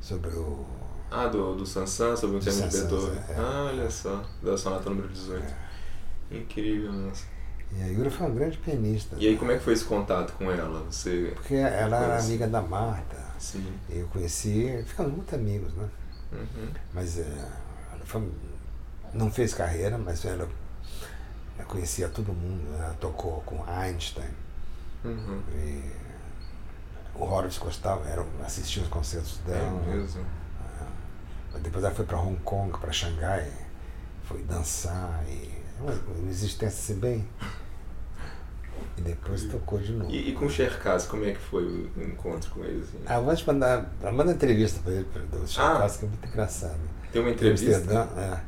Speaker 3: sobre o.
Speaker 1: Ah, do, do Sansan, sobre um
Speaker 3: Do
Speaker 1: tema de
Speaker 3: Saint-Saëns,
Speaker 1: Beethoven.
Speaker 3: é.
Speaker 1: Ah, olha só. Da sonata número 18. Incrível, né? nossa.
Speaker 3: E a Yura foi uma grande pianista.
Speaker 1: E aí, como é que foi esse contato com ela? Você. assim,
Speaker 3: Porque ela era
Speaker 1: Conheci.
Speaker 3: amiga da Marta,
Speaker 1: Sim.
Speaker 3: e eu conheci, ficamos muito amigos, né?
Speaker 1: Uhum.
Speaker 3: Mas eh, ela foi- não fez carreira, mas ela, ela conhecia todo mundo, ela tocou com Einstein.
Speaker 1: Uhum.
Speaker 3: E o Horowitz gostava, era, um, assistia os concertos
Speaker 1: É,
Speaker 3: dela.
Speaker 1: mesmo.
Speaker 3: Mas Depois ela foi para Hong Kong, para Xangai, foi dançar e uma, uma existência assim bem. E depois tocou de novo.
Speaker 1: E, e com o Cher Casas, como é que foi o encontro com ele? assim?
Speaker 3: Ah, vou te mandar, manda entrevista para ele, pro- do Chacás, que é muito engraçado.
Speaker 1: Tem uma
Speaker 3: Amsterdã,
Speaker 1: Ah. entrevista?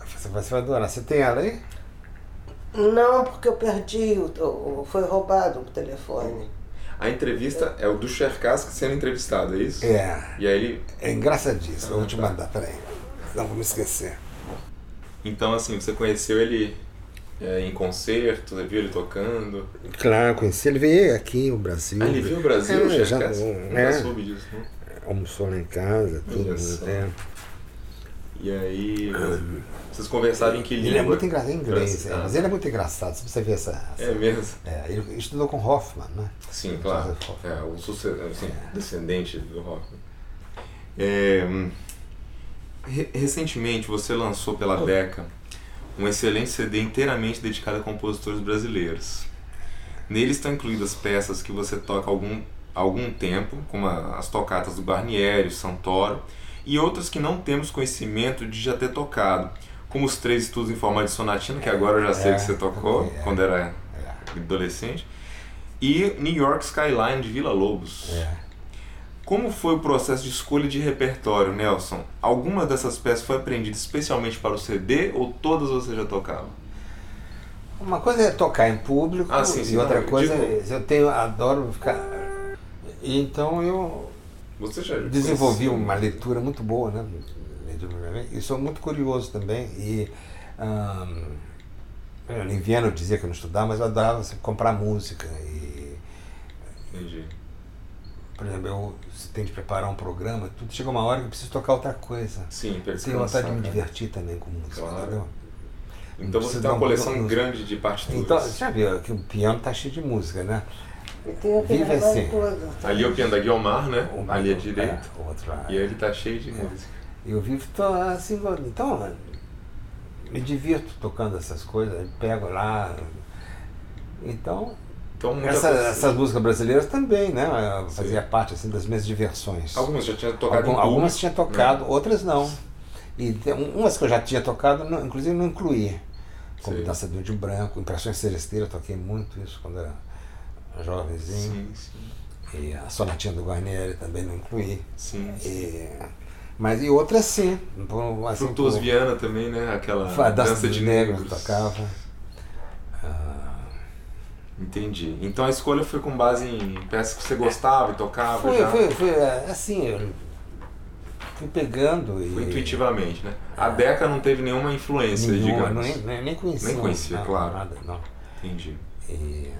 Speaker 3: é. Você, você vai adorar. Você tem ela aí?
Speaker 5: Não, porque eu perdi, o, o- o- foi roubado o telefone.
Speaker 1: A entrevista é o do Cher Casas sendo entrevistado, é isso?
Speaker 3: É.
Speaker 1: E aí ele.
Speaker 3: É engraçadíssimo. Eu vou te
Speaker 1: Ah, tá.
Speaker 3: mandar, peraí. Não vou me esquecer.
Speaker 1: Então, assim, você conheceu ele é, em concerto, você viu ele tocando.
Speaker 3: Claro, conheci. Ele veio aqui no Brasil.
Speaker 1: Ah, ele viu o Brasil,
Speaker 3: É,
Speaker 1: o Cher
Speaker 3: já-
Speaker 1: Casas? Nunca
Speaker 3: é.
Speaker 1: soube disso, né?
Speaker 3: almoçou lá em casa, tudo.
Speaker 1: Olha só.
Speaker 3: né?
Speaker 1: E aí. Vocês conversavam em que língua?
Speaker 3: Ele é muito engraçado em inglês, é,
Speaker 1: Ah,
Speaker 3: mas ele é muito engraçado, se você ver essa.
Speaker 1: É mesmo?
Speaker 3: É, ele estudou com Hoffman, né?
Speaker 1: Sim, claro.
Speaker 3: Joseph Hoffman.
Speaker 1: É, o suce- assim, descendente do Hoffman. É, hum, re- recentemente você lançou pela Beca um excelente CD inteiramente dedicado a compositores brasileiros. Nele estão incluídas peças que você toca há algum, há algum tempo, como a- as tocatas do Barnieri, Santoro, e outras que não temos conhecimento de já ter tocado, como os três estudos em forma de sonatina, que agora eu já sei
Speaker 3: É,
Speaker 1: que você tocou
Speaker 3: é.
Speaker 1: quando era
Speaker 3: É.
Speaker 1: adolescente, e New York Skyline de Vila Lobos.
Speaker 3: é.
Speaker 1: Como foi o processo de escolha de repertório, Nelson? Alguma dessas peças foi aprendida especialmente para o CD ou todas você já tocava?
Speaker 3: Uma coisa é tocar em público
Speaker 1: Ah, sim, sim,
Speaker 3: e outra é,
Speaker 1: não, eu
Speaker 3: coisa
Speaker 1: digo-
Speaker 3: eu tenho, adoro ficar. E Então eu
Speaker 1: Você já
Speaker 3: desenvolvi
Speaker 1: conhecia?
Speaker 3: uma leitura muito boa, né? Leitura pra mim. E sou muito curioso também. E ahm, eu, em Viena eu dizia que eu não estudava, mas eu adorava assim, comprar música. E,
Speaker 1: Entendi.
Speaker 3: por exemplo, eu, você tem de preparar um programa, tudo chega uma hora que eu preciso tocar outra coisa.
Speaker 1: Sim,
Speaker 3: Eu tenho vontade de me
Speaker 1: cara.
Speaker 3: divertir também com música,
Speaker 1: né? Claro.
Speaker 3: entendeu?
Speaker 1: Então você tem
Speaker 3: Preciso dar
Speaker 1: uma
Speaker 3: um-
Speaker 1: coleção
Speaker 3: um-
Speaker 1: grande de partituras.
Speaker 3: Então, você já viu que o piano tá cheio de música, né?
Speaker 5: E tem aquele
Speaker 3: Vive
Speaker 5: negócio
Speaker 3: assim.
Speaker 5: todo.
Speaker 1: Ali é o piano da Guiomar, né? Ali à direita.
Speaker 3: Um É, o outro lá.
Speaker 1: E ele tá cheio de música.
Speaker 3: Eu vivo tô, assim, então me divirto tocando essas coisas, pego lá. Então,
Speaker 1: Então, muita
Speaker 3: essa,
Speaker 1: coisa.
Speaker 3: essas músicas brasileiras também, né?
Speaker 1: Sim.
Speaker 3: Fazia parte assim, das minhas diversões.
Speaker 1: Algumas já tinham tocado
Speaker 3: Algum-
Speaker 1: em né? público,
Speaker 3: algumas tinha tocado, outras não. E tem um- umas que eu já tinha tocado, não- inclusive não incluí. Como
Speaker 1: Sei.
Speaker 3: Dançador de Branco, Impressões Celesteiras, eu toquei muito isso quando era
Speaker 1: Né?
Speaker 3: jovenzinho.
Speaker 1: Sim, sim.
Speaker 3: E a Sonatinha do Guarnieri também não incluí. É,
Speaker 1: sim.
Speaker 3: E- mas e outras sim. Por, assim,
Speaker 1: Frutuoso
Speaker 3: por-
Speaker 1: Viana também, né? Aquela
Speaker 3: Fa-
Speaker 1: dança,
Speaker 3: dança
Speaker 1: de
Speaker 3: de negros
Speaker 1: negros.
Speaker 3: tocava. Ah,
Speaker 1: Entendi. Então a escolha foi com base em peças que você gostava e tocava
Speaker 3: É. foi,
Speaker 1: já?
Speaker 3: foi, foi é, assim, eu fui pegando e. É.
Speaker 1: Foi intuitivamente, né? A Deca não teve nenhuma influência,
Speaker 3: nenhuma,
Speaker 1: digamos.
Speaker 3: nem, nem, nem conhecia.
Speaker 1: Nem conhecia,
Speaker 3: nada,
Speaker 1: claro.
Speaker 3: Nada, não.
Speaker 1: Entendi.
Speaker 3: E,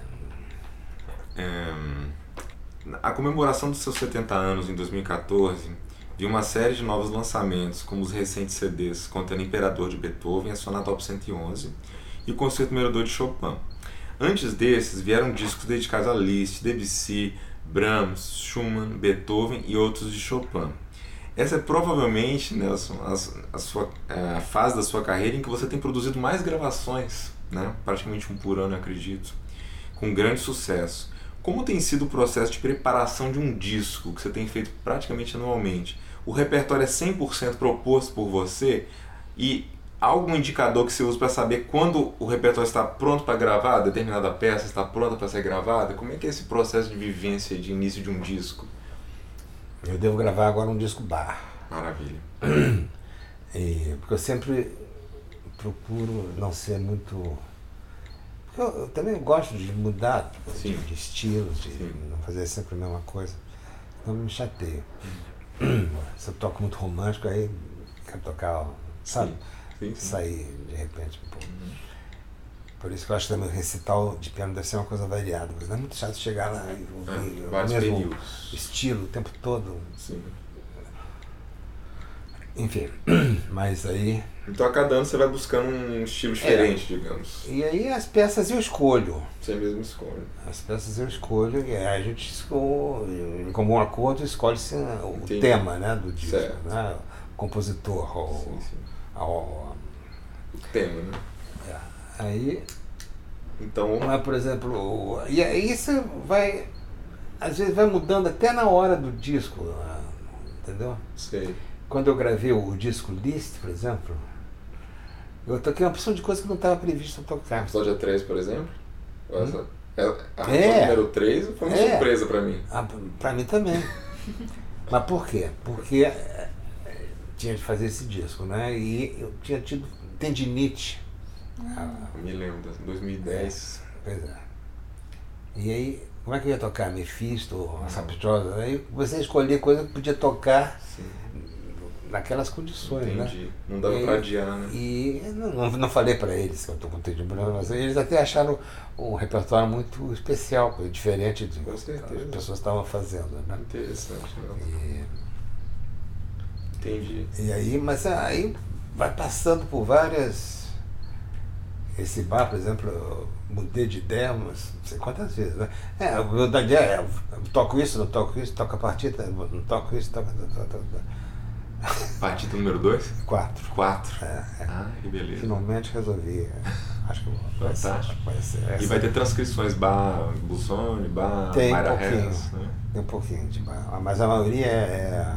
Speaker 1: É, A comemoração dos seus 70 anos em 2014 viu uma série de novos lançamentos, como os recentes CDs contendo Imperador de Beethoven, a Sonata Op. 111 e o Concerto número 2 de Chopin. Antes desses vieram discos dedicados a Liszt, Debussy, Brahms, Schumann, Beethoven e outros de Chopin. Essa é provavelmente, Nelson, a, su- a sua, é, a fase da sua carreira em que você tem produzido mais gravações, né? praticamente um por ano, eu acredito, com grande sucesso. Como tem sido o processo de preparação de um disco que você tem feito praticamente anualmente? O repertório é 100% proposto por você e há algum indicador que você usa para saber quando o repertório está pronto para gravar, determinada peça está pronta para ser gravada? Como é que é esse processo de vivência de início de um disco?
Speaker 3: eu devo gravar agora um disco bar.
Speaker 1: Maravilha.
Speaker 3: E- É, porque eu sempre procuro não ser muito. porque Eu, eu também gosto de mudar tipo, de-
Speaker 1: Sim.
Speaker 3: de estilos, de
Speaker 1: Sim.
Speaker 3: não fazer sempre a mesma coisa. Então me chateio. Se eu toco muito romântico, aí quero tocar, sabe?
Speaker 1: Sim, Uhum. sim.
Speaker 3: Sair de repente um pouco. Por isso que eu acho que também o recital de piano deve ser uma coisa variada, mas não é muito chato chegar lá e ouvir
Speaker 1: É,
Speaker 3: o
Speaker 1: vários
Speaker 3: mesmo
Speaker 1: períodos.
Speaker 3: estilo o tempo todo.
Speaker 1: Sim.
Speaker 3: Enfim, mas aí
Speaker 1: Então a cada ano você vai buscando um estilo
Speaker 3: É.
Speaker 1: diferente, digamos.
Speaker 3: E aí as peças eu escolho.
Speaker 1: Você mesmo escolhe.
Speaker 3: As peças eu escolho e aí a gente escolhe, em comum acordo, escolhe-se o
Speaker 1: Entendi.
Speaker 3: tema né, do disco.
Speaker 1: Certo.
Speaker 3: Né? O compositor. o-
Speaker 1: Sim, sim.
Speaker 3: o-
Speaker 1: O tema, né?
Speaker 3: aí,
Speaker 1: Então,
Speaker 3: mas, por exemplo, o- e aí isso vai. Às vezes vai mudando até na hora do disco. né? Entendeu?
Speaker 1: sei.
Speaker 3: Quando eu gravei o disco List, por exemplo, eu toquei uma opção de coisa que não estava previsto eu tocar.
Speaker 1: Episódio 3, por exemplo. Essa, a a
Speaker 3: Hum? É.
Speaker 1: número 3 foi uma
Speaker 3: É.
Speaker 1: surpresa pra mim.
Speaker 3: Ah, pra- pra mim também. Mas por quê? Porque eh, tinha de fazer esse disco, né? E eu tinha tido tendinite. Ah,
Speaker 1: Eu me lembro, 2010.
Speaker 3: pois é. E aí, como é que eu ia tocar? Mephisto,
Speaker 1: Uhum.
Speaker 3: Sapitosa? Aí você escolher coisa que podia tocar
Speaker 1: Sim,
Speaker 3: naquelas condições, né?
Speaker 1: entendi. Não dava
Speaker 3: E-
Speaker 1: pra adiar, né?
Speaker 3: E eu não, não- não falei pra eles que eu tô com tendinite, mas eles até acharam um repertório muito especial, é diferente do que
Speaker 1: Com
Speaker 3: as
Speaker 1: certeza.
Speaker 3: pessoas estavam fazendo, né?
Speaker 1: Interessante, né?
Speaker 3: E-
Speaker 1: Entendi.
Speaker 3: E aí, mas aí vai passando por várias. Esse bar, por exemplo, eu mudei de ideia umas não sei quantas vezes, né? É, eu, eu, é, eu toco isso, não toco isso, toco a partida, não toco isso, toco. toco, toco, toco.
Speaker 1: Partida número 2?
Speaker 3: Quatro.
Speaker 1: 4.
Speaker 3: É, é.
Speaker 1: Ah, que beleza.
Speaker 3: Finalmente resolvi. é, Acho que eu vou. vai ser-
Speaker 1: Fantástico.
Speaker 3: vai ser
Speaker 1: E
Speaker 3: é essa.
Speaker 1: vai ter transcrições Bar Busoni, Bar
Speaker 3: Tem um
Speaker 1: Mayra
Speaker 3: pouquinho.
Speaker 1: Harris, né?
Speaker 3: Tem um pouquinho de bar. Mas a maioria é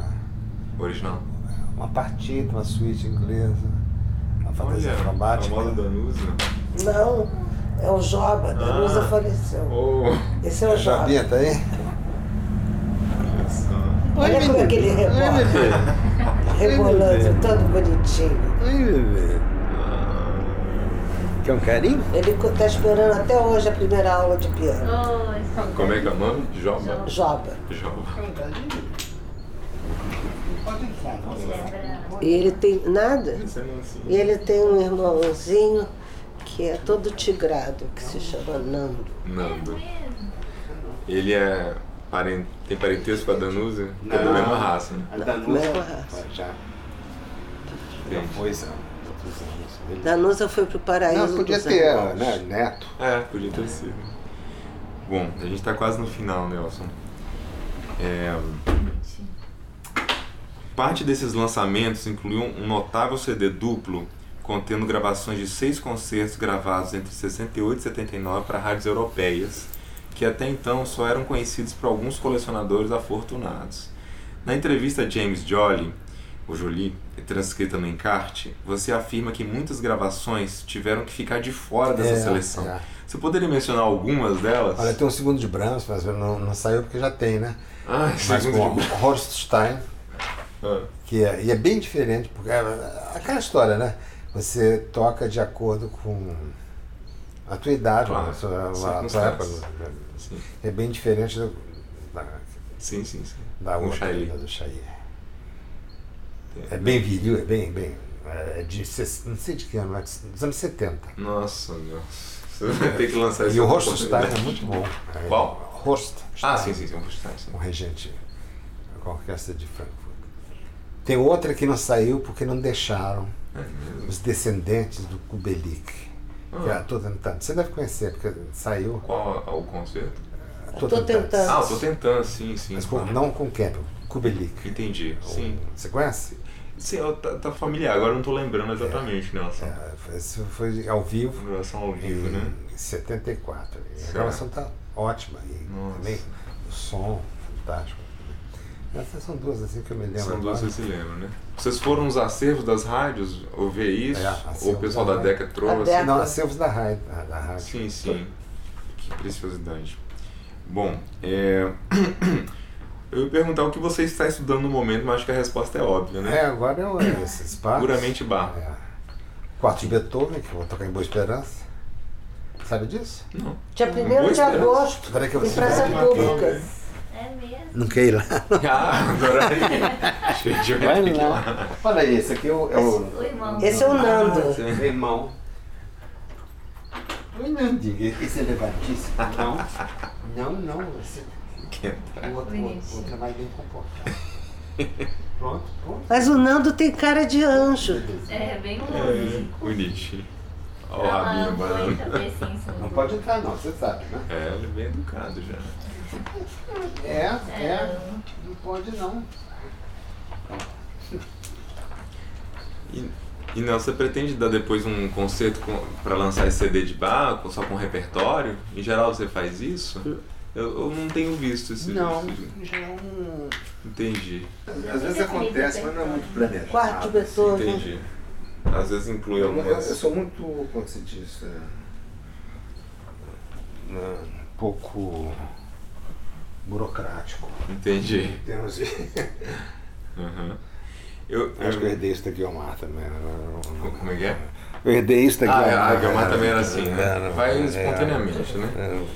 Speaker 1: Original.
Speaker 3: uma partida, uma suíte inglesa, uma fantasia
Speaker 1: Olha,
Speaker 3: cromática.
Speaker 1: a moda Danusa.
Speaker 5: Não, é o Joba, a Danusa
Speaker 1: Ah.
Speaker 5: faleceu.
Speaker 1: Oh,
Speaker 5: Esse é o Joba.
Speaker 3: Jabinha tá aí?
Speaker 1: olha só.
Speaker 5: Olha como é que ele rebola,
Speaker 3: É.
Speaker 5: rebolando, todo bonitinho.
Speaker 1: é
Speaker 3: Ai, bebê. Quer um carinho?
Speaker 5: Ele está esperando até hoje a primeira aula de piano.
Speaker 4: Oi,
Speaker 1: é Como é que é o nome? Joba?
Speaker 5: Joba.
Speaker 1: Joba. é?
Speaker 5: E ele tem nada. E ele tem um irmãozinho que é todo tigrado, que se chama Nando.
Speaker 1: Nando.
Speaker 4: É
Speaker 1: Ele é. paren- Tem parentesco com a Danusa? É da mesma raça, né?
Speaker 6: A Danusa
Speaker 5: Mesma raça.
Speaker 6: já, já foi, sabe? Outros anos. Ele-
Speaker 5: Danusa foi pro paraíso.
Speaker 6: Não, podia
Speaker 5: dos
Speaker 6: ter,
Speaker 5: irmãos.
Speaker 6: né? Neto.
Speaker 1: É, podia ter sido. Bom, a gente tá quase no final, Nelson. É, Parte desses lançamentos incluiu um notável CD duplo contendo gravações de seis concertos gravados entre 68 e 79 para rádios europeias, que até então só eram conhecidos por alguns colecionadores afortunados. Na entrevista a James Jolly, o Jolie, transcrita no encarte, você afirma que muitas gravações tiveram que ficar de fora dessa
Speaker 3: É,
Speaker 1: seleção.
Speaker 3: é.
Speaker 1: Você poderia mencionar algumas delas?
Speaker 3: Olha, tem um segundo de Brahms, mas não, não saiu porque já tem, né?
Speaker 1: Ah,
Speaker 3: Mas
Speaker 1: segundo
Speaker 3: com
Speaker 1: de...
Speaker 3: Horst Stein,
Speaker 1: Ah,
Speaker 3: que é, e é bem diferente, porque é aquela história, né? Você toca de acordo com a tua idade,
Speaker 1: Claro,
Speaker 3: né? a sua- a tua época.
Speaker 1: circunstâncias. sim.
Speaker 3: É bem diferente do- da,
Speaker 1: sim, sim, sim.
Speaker 3: da
Speaker 1: Com
Speaker 3: outra,
Speaker 1: Shaili.
Speaker 3: da do Shaili. É bem viril, é bem, bem. É de, ses- não sei de que ano, mas dos anos 70.
Speaker 1: Nossa, Deus. Você vai ter que lançar esse
Speaker 3: E o rosto está é muito bom. É,
Speaker 1: Qual?
Speaker 3: Rosto.
Speaker 1: Ah, sim, sim, sim. Um Rothstein, sim.
Speaker 3: Um regente com a orquestra de Frankfurt. Tem outra que não saiu porque não deixaram
Speaker 1: É mesmo? Ah,
Speaker 3: os descendentes do Kubelik. Que é a Tô Tentando. Você deve conhecer, porque saiu
Speaker 1: Qual a- o concerto?
Speaker 3: a
Speaker 5: Tô Tentando.
Speaker 1: Ah, eu tô tentando, sim, sim.
Speaker 3: Mas com- não É com Campbell, Kubelik.
Speaker 1: Entendi, sim.
Speaker 3: Você conhece?
Speaker 1: Sim, eu- tá, tá familiar, agora eu não tô lembrando exatamente, Nelson.
Speaker 3: É, foi- Isso foi ao vivo.
Speaker 1: Gravação ao vivo, né?
Speaker 3: em 74. E a
Speaker 1: Certo.
Speaker 3: gravação tá ótima. E
Speaker 1: Nossa.
Speaker 3: também o som fantástico. Essas são duas assim que eu me lembro.
Speaker 1: São duas,
Speaker 3: agora.
Speaker 1: vocês se lembram, né? Vocês foram nos acervos das rádios ouvir isso?
Speaker 3: É, acervos
Speaker 1: ou o pessoal
Speaker 3: da
Speaker 1: da
Speaker 3: rádio.
Speaker 1: DECA trouxe?
Speaker 5: A Deca.
Speaker 3: Não, acervos da rádio. da- da rádio.
Speaker 1: Sim, sim. Que preciosidade. Bom, é... eu ia perguntar o que você está estudando no momento, mas acho que a resposta é óbvia, né?
Speaker 3: É, agora eu olho esses passos.
Speaker 1: Puramente barro.
Speaker 3: É. Quarto de Beethoven, que eu vou tocar em Boa Esperança. Sabe disso?
Speaker 5: Dia
Speaker 1: Boa
Speaker 5: 1 de
Speaker 1: esperança.
Speaker 5: agosto,
Speaker 3: Peraí que eu
Speaker 5: em praça
Speaker 1: vai matar
Speaker 5: pública.
Speaker 4: É mesmo?
Speaker 3: Não quer ir lá.
Speaker 1: Ah, agora aí. Cheio de
Speaker 6: Vai
Speaker 1: medo.
Speaker 6: lá. Olha aí, esse aqui é o. É
Speaker 4: O
Speaker 6: o
Speaker 4: irmão.
Speaker 5: Esse é o Nando.
Speaker 6: meu Ah, irmão. Oi, Nandinho. Esse é elevadíssimo. Não, não, não. Esse é o outro, o outro, o outro é mais bem comportado. Pronto, pronto.
Speaker 5: Mas o Nando tem cara de anjo.
Speaker 4: É bem longe.
Speaker 1: É, o Nietzsche. Olha o
Speaker 4: Olha lá,
Speaker 1: rabinho,
Speaker 4: põe a
Speaker 1: banana.
Speaker 4: cabeça em cima
Speaker 6: Não
Speaker 4: do-
Speaker 6: pode entrar, não, você sabe, né?
Speaker 1: É, ele é bem educado já.
Speaker 6: É, é. Não pode, não.
Speaker 1: E, e não, você pretende dar depois um concerto com, pra lançar esse CD de bar, com- só com repertório? Em geral você faz isso? Eu, eu não tenho visto esse
Speaker 6: Não,
Speaker 1: esse-
Speaker 6: já é um.
Speaker 1: Entendi.
Speaker 6: Às vezes acontece, mas não é muito planejado.
Speaker 5: Quarto de Beethoven.
Speaker 1: Entendi. Às vezes inclui
Speaker 6: Eu, eu
Speaker 1: algumas.
Speaker 6: sou muito, como se diz, é, né,
Speaker 3: Um pouco burocrático.
Speaker 1: Entendi.
Speaker 3: Em termos de...
Speaker 1: Uhum. Eu, eu-
Speaker 3: Acho que eu herdei isso da Guiomar também. né? Eu não-
Speaker 1: Como é que é?
Speaker 3: Eu herdei isso da
Speaker 1: Ah, é,
Speaker 3: Guiomar.
Speaker 1: a Guilmar também era assim,
Speaker 3: É,
Speaker 1: né?
Speaker 3: não,
Speaker 1: Vai
Speaker 3: é,
Speaker 1: espontaneamente, né?
Speaker 3: é,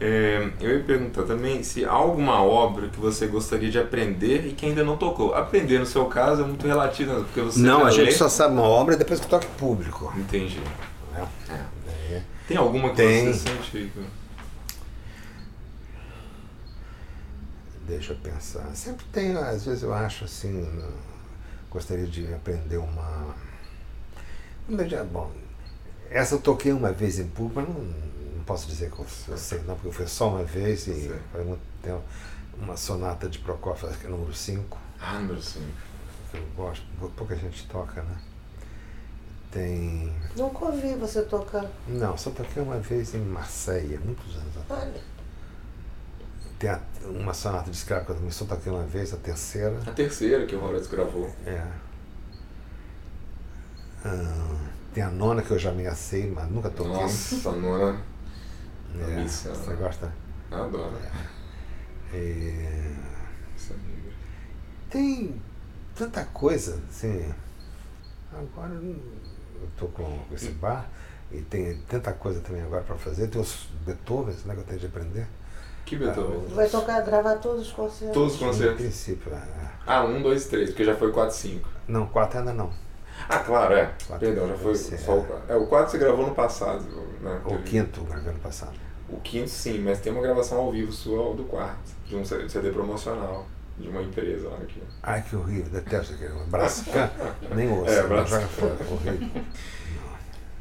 Speaker 1: É, eu ia perguntar também se há alguma obra que você gostaria de aprender e que ainda não tocou. Aprender, no seu caso, é muito relativo, né? porque você
Speaker 3: Não,
Speaker 1: já
Speaker 3: a gente
Speaker 1: lê.
Speaker 3: só sabe uma obra depois que toca em público.
Speaker 1: Entendi.
Speaker 3: É. É.
Speaker 1: Tem alguma que
Speaker 3: Tem.
Speaker 1: você sente?
Speaker 3: Deixa eu pensar. Sempre tem, às vezes eu acho assim. no- Gostaria de aprender uma. Não, já- Bom, essa eu toquei uma vez em público, mas não, não posso dizer que eu, eu sei, não, porque foi só uma vez e
Speaker 1: Certo.
Speaker 3: faz muito tempo. Uma sonata de Prokofiev, acho que é número 5.
Speaker 1: Ah, número 5.
Speaker 3: que eu gosto, pou- pouca gente toca, né? Tem.
Speaker 5: Nunca ouvi você tocar.
Speaker 3: Não, só toquei uma vez em Marseille, muitos anos atrás.
Speaker 5: Olha,
Speaker 3: Tem a- uma sonata de escravo que eu também só toquei uma vez, a terceira.
Speaker 1: A terceira que o Horace gravou.
Speaker 3: É. Ah, tem a nona que eu já ameacei, mas nunca toquei.
Speaker 1: Nossa, Nora.
Speaker 3: É,
Speaker 1: isso,
Speaker 3: Você
Speaker 1: né?
Speaker 3: gosta?
Speaker 1: Adoro.
Speaker 3: É,
Speaker 1: essa música.
Speaker 3: tem tanta coisa, assim. Agora eu tô com com esse bar e tem tanta coisa também agora para fazer. Tem os Beethovens, né, que eu tenho de aprender.
Speaker 1: Que Beethoven?
Speaker 5: vai tocar, gravar todos os concertos.
Speaker 1: Todos os
Speaker 3: Em
Speaker 1: concertos.
Speaker 3: princípio, é.
Speaker 1: Ah, um, dois, três, porque já foi quatro, cinco.
Speaker 3: Não, quatro ainda não.
Speaker 1: Ah, claro, é.
Speaker 3: Quatro,
Speaker 1: Perdão, já foi
Speaker 3: você,
Speaker 1: só o quatro. É, o quatro você gravou no passado. Né?
Speaker 3: O quinto, gravei ano passado.
Speaker 1: O quinto sim, mas tem uma gravação ao vivo sua do quarto, de um CD promocional, de uma empresa lá é. aqui.
Speaker 3: Ai, que horrível, detesto aquele abraço. Nem ouço,
Speaker 1: É,
Speaker 3: mas
Speaker 1: abraço.
Speaker 3: joga fora, horrível.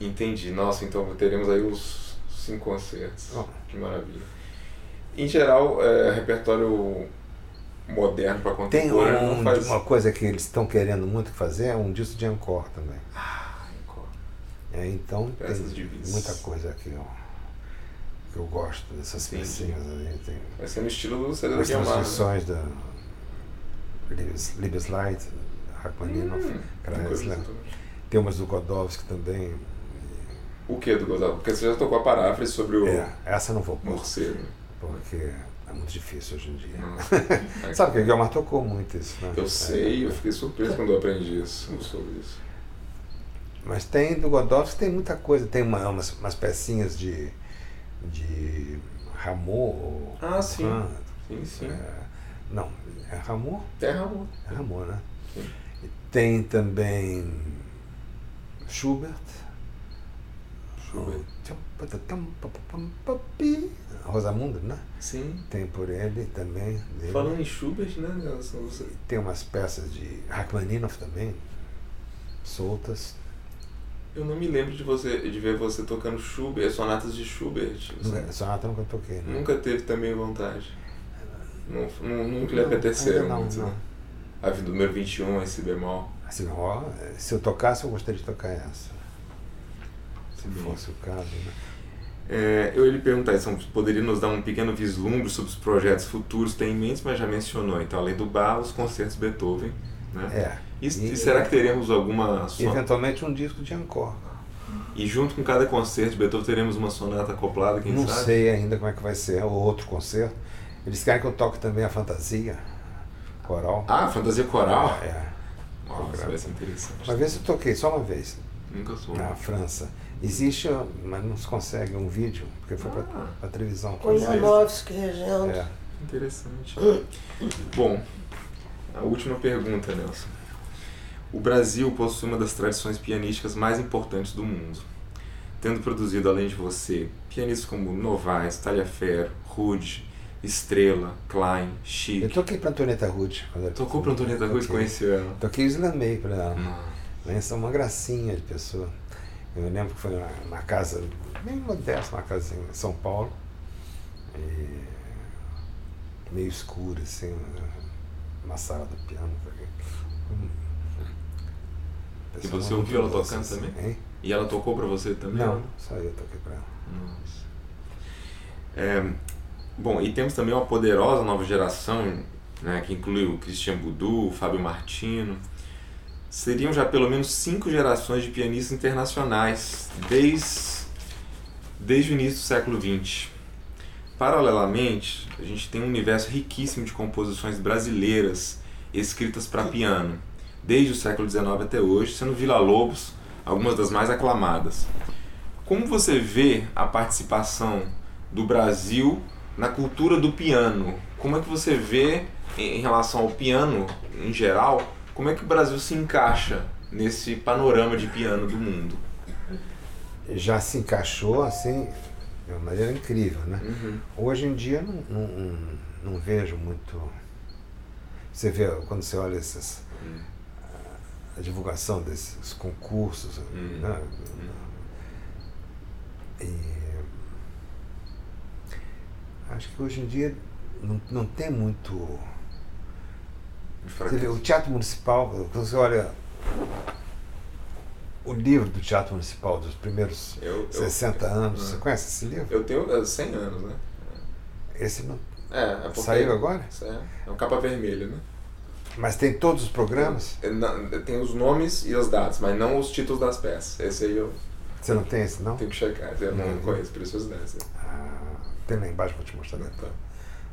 Speaker 1: Entendi. Nossa, então teremos aí uns cinco concertos.
Speaker 3: Ó.
Speaker 1: Que maravilha. Em geral, é, repertório moderno para
Speaker 3: Tem
Speaker 1: contemporâneo
Speaker 3: um-
Speaker 1: né? não faz...
Speaker 3: uma coisa que eles estão querendo muito fazer, é um disco de encore também. É, então tem
Speaker 1: Peças de bis.
Speaker 3: muita coisa que eu, que eu gosto dessas
Speaker 1: Entendi.
Speaker 3: pecinhas ali. Tem
Speaker 1: Vai ser no estilo do CD
Speaker 3: as
Speaker 1: da Yamaha.
Speaker 3: transcrições da Libes- Libeslight, Rachmaninoff,
Speaker 1: Hum,
Speaker 3: Kreisler.
Speaker 1: coisa toda.
Speaker 3: Tem umas do Godowski também.
Speaker 1: O que do Gonzalo? Porque você já tocou a paráfrase sobre o
Speaker 3: É, essa eu não vou pôr,
Speaker 1: morcego.
Speaker 3: porque é muito difícil hoje em dia.
Speaker 1: Nossa.
Speaker 3: Sabe que o Guilherme tocou muito isso, né?
Speaker 1: Hum. Eu sei, eu fiquei surpreso quando eu aprendi isso, sobre isso.
Speaker 3: Mas tem do Godowski tem muita coisa. Tem uma, umas, umas pecinhas de, de Ramon. ou
Speaker 1: Ah, sim.
Speaker 3: Pan.
Speaker 1: Sim, sim.
Speaker 3: Não, é Ramon?
Speaker 1: Terra amor.
Speaker 3: É Ramon, né?
Speaker 1: Sim.
Speaker 3: E Tem também Schubert.
Speaker 1: Schubert.
Speaker 3: Rosamundo, né?
Speaker 1: Sim.
Speaker 3: Tem por ele também. dele.
Speaker 1: Falando em Schubert, né, Nelson? Você...
Speaker 3: Tem umas peças de Rachmaninoff também, soltas.
Speaker 1: Eu não me lembro de você de ver você tocando Schubert, sonatas de Schubert. Você
Speaker 3: Nunca- é, Sonata nunca toquei, né?
Speaker 1: Nunca teve também vontade. Não, não, nunca lhe
Speaker 3: Não,
Speaker 1: apeteceram
Speaker 3: ainda não,
Speaker 1: muito,
Speaker 3: não.
Speaker 1: né? A vida número 21, esse bemol.
Speaker 3: Assim, ó, se eu tocasse, eu gostaria de tocar essa. Se
Speaker 1: Sim.
Speaker 3: fosse o caso, né?
Speaker 1: É, eu ia lhe perguntar, Edson, poderia nos dar um pequeno vislumbre sobre os projetos futuros? Tem em mente, mas já mencionou. Então, além do bar, os concertos Beethoven, né?
Speaker 3: É.
Speaker 1: E, e
Speaker 3: E-
Speaker 1: será que teremos alguma...
Speaker 3: E,
Speaker 1: Son...
Speaker 3: eventualmente um disco de encore.
Speaker 1: E junto com cada concerto de Beethoven, teremos uma sonata acoplada, quem
Speaker 3: Não
Speaker 1: sabe?
Speaker 3: sei ainda como é que vai ser, ou outro concerto. Eles querem que eu toque também a fantasia, coral.
Speaker 1: Ah, fantasia coral?
Speaker 3: É.
Speaker 1: Nossa, vai ser interessante.
Speaker 3: Uma vez eu toquei, só uma vez,
Speaker 1: Nunca soube.
Speaker 3: na França. Existe, mas não se consegue um vídeo, porque foi pra,
Speaker 1: Ah.
Speaker 3: pra televisão.
Speaker 5: Koyanovsky regendo.
Speaker 3: É.
Speaker 1: Interessante. Bom, a última pergunta, Nelson. O Brasil possui uma das tradições pianísticas mais importantes do mundo, tendo produzido, além de você, pianistas como Novaes, Taliaferro, Rude, Estrela, Klein,
Speaker 3: Eu
Speaker 1: Chic.
Speaker 3: toquei pra Antonieta Ruth. quando era
Speaker 1: Tocou
Speaker 3: pequeno.
Speaker 1: para Antonieta Ruiz,
Speaker 3: Toquei.
Speaker 1: conheceu ela.
Speaker 3: Toquei Islamei pra ela.
Speaker 1: Ah.
Speaker 3: Lença é uma gracinha de pessoa. Eu me lembro que foi uma, uma casa bem modesta, uma casa em São Paulo. E meio escura, assim, né? uma sala do piano. Hum.
Speaker 1: E
Speaker 3: Pessoa
Speaker 1: você
Speaker 3: muito
Speaker 1: ouviu ela
Speaker 3: doce,
Speaker 1: tocando
Speaker 3: assim,
Speaker 1: também?
Speaker 3: hein?
Speaker 1: E ela tocou para você também?
Speaker 3: Não, só eu toquei pra ela.
Speaker 1: Nossa. É, bom, e temos também uma poderosa nova geração, né, que inclui o Christian Budu, o Fábio Martino. Seriam já pelo menos cinco gerações de pianistas internacionais desde, desde o início do século XX. Paralelamente, a gente tem um universo riquíssimo de composições brasileiras escritas para piano, desde o século XIX até hoje, sendo Vila Lobos algumas das mais aclamadas. Como você vê a participação do Brasil na cultura do piano? Como é que você vê, em em relação ao piano em geral, como é que o Brasil se encaixa nesse panorama de piano do mundo?
Speaker 3: Já se encaixou, assim, de uma maneira incrível, né?
Speaker 1: Uhum.
Speaker 3: Hoje em dia não, não, não- não vejo muito. Você vê, quando você olha essas,
Speaker 1: Hum.
Speaker 3: a divulgação desses concursos,
Speaker 1: Hum.
Speaker 3: né? E acho que hoje em dia não, não tem muito. Você vê, o Teatro Municipal, quando você olha o livro do Teatro Municipal dos primeiros
Speaker 1: Eu, eu,
Speaker 3: 60 anos, você
Speaker 1: Ah.
Speaker 3: conhece esse livro?
Speaker 1: eu tenho eh, 100 anos, né?
Speaker 3: Esse não
Speaker 1: É, é porque-
Speaker 3: saiu agora?
Speaker 1: É, é um capa vermelha, né?
Speaker 3: Mas tem todos os programas?
Speaker 1: Eh, na- Tem os nomes e as datas, mas não os títulos das peças. Esse aí eu
Speaker 3: Você não tem esse, não?
Speaker 1: tenho que checar, eu não
Speaker 3: Uhum.
Speaker 1: conheço preciosidade. né?
Speaker 3: Ah, tem lá embaixo, vou te mostrar depois.
Speaker 1: Tá.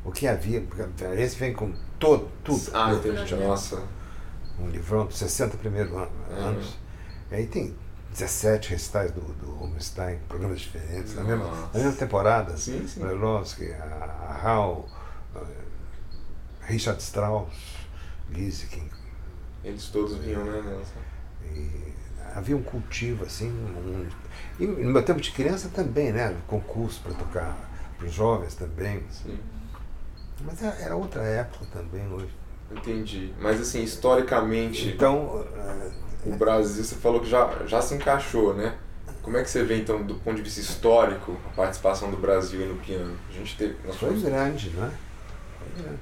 Speaker 3: O que havia, porque esse vem com todo, tudo.
Speaker 1: Ah,
Speaker 3: tudo.
Speaker 1: entendi. Nossa.
Speaker 3: Um livrão dos 60 primeiros an- anos. E aí tem 17 recitais do, do Rubinstein, programas diferentes, na mesma, na
Speaker 1: Nossa.
Speaker 3: mesma temporada.
Speaker 1: Sim, sim.
Speaker 3: Brailovsky, a, a Hall, eh, Richard Strauss, Lizikin.
Speaker 1: Eles todos vinham, né, Nelson?
Speaker 3: E havia um cultivo, assim. Um... E no meu tempo de criança também, né? Concurso para tocar para os jovens também. assim.
Speaker 1: Sim.
Speaker 3: Mas é, era era outra época também hoje.
Speaker 1: Entendi. Mas assim, historicamente,
Speaker 3: Então, eh,
Speaker 1: o Brasil, você falou que já, já se encaixou, né? Como é que você vê, então, do ponto de vista histórico, a participação do Brasil aí no piano? A gente teve. Nós
Speaker 3: Foi
Speaker 1: fomos-
Speaker 3: grande, né? Foi grande.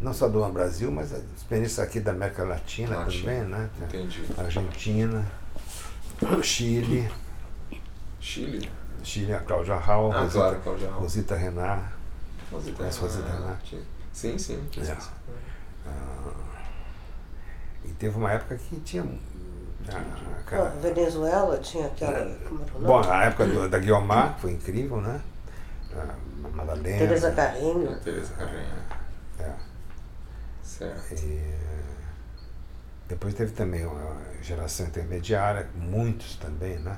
Speaker 3: Não só do Brasil, mas a experiência aqui da América Latina
Speaker 1: Latina.
Speaker 3: também, né?
Speaker 1: Ah, Entendi.
Speaker 3: Argentina, Chile,
Speaker 1: Chile?
Speaker 3: Chile, a Cláudia Raul,
Speaker 1: Ah,
Speaker 3: Rosita,
Speaker 1: claro, Cláudia Raul.
Speaker 3: Rosita Renard, Conhece
Speaker 1: Rosita
Speaker 3: Rosita Renard?
Speaker 1: Ah, Sim, sim.
Speaker 3: É. Ah, e teve uma época que tinha. ah,
Speaker 5: A
Speaker 3: cara,
Speaker 5: Venezuela tinha aquela.
Speaker 1: É.
Speaker 5: Como era o nome?
Speaker 3: bom, a época do- da Guiomar, que foi incrível, né? A Madalena.
Speaker 5: Teresa Carrinho.
Speaker 1: Teresa Carreira.
Speaker 3: é.
Speaker 1: Certo.
Speaker 3: E depois teve também uma geração intermediária, muitos também, né?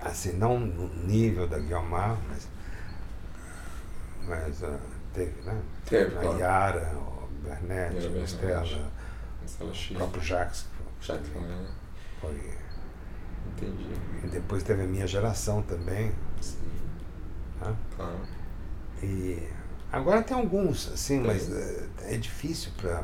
Speaker 3: Assim, não no nível da Guiomar, mas, mas ah, teve, né?
Speaker 1: Teve,
Speaker 3: a
Speaker 1: É, claro.
Speaker 3: Yara, o Bernete,
Speaker 1: Yara
Speaker 3: a
Speaker 1: Bernete.
Speaker 3: Estela,
Speaker 1: Marcelo
Speaker 3: o
Speaker 1: Chile.
Speaker 3: próprio Jacques. que
Speaker 1: Já que
Speaker 3: foi-
Speaker 1: né?
Speaker 3: foi-
Speaker 1: Entendi.
Speaker 3: E depois teve a minha geração também.
Speaker 1: Sim.
Speaker 3: Ah.
Speaker 1: Claro.
Speaker 3: E agora tem alguns, assim,
Speaker 1: Tem.
Speaker 3: mas é, é difícil para.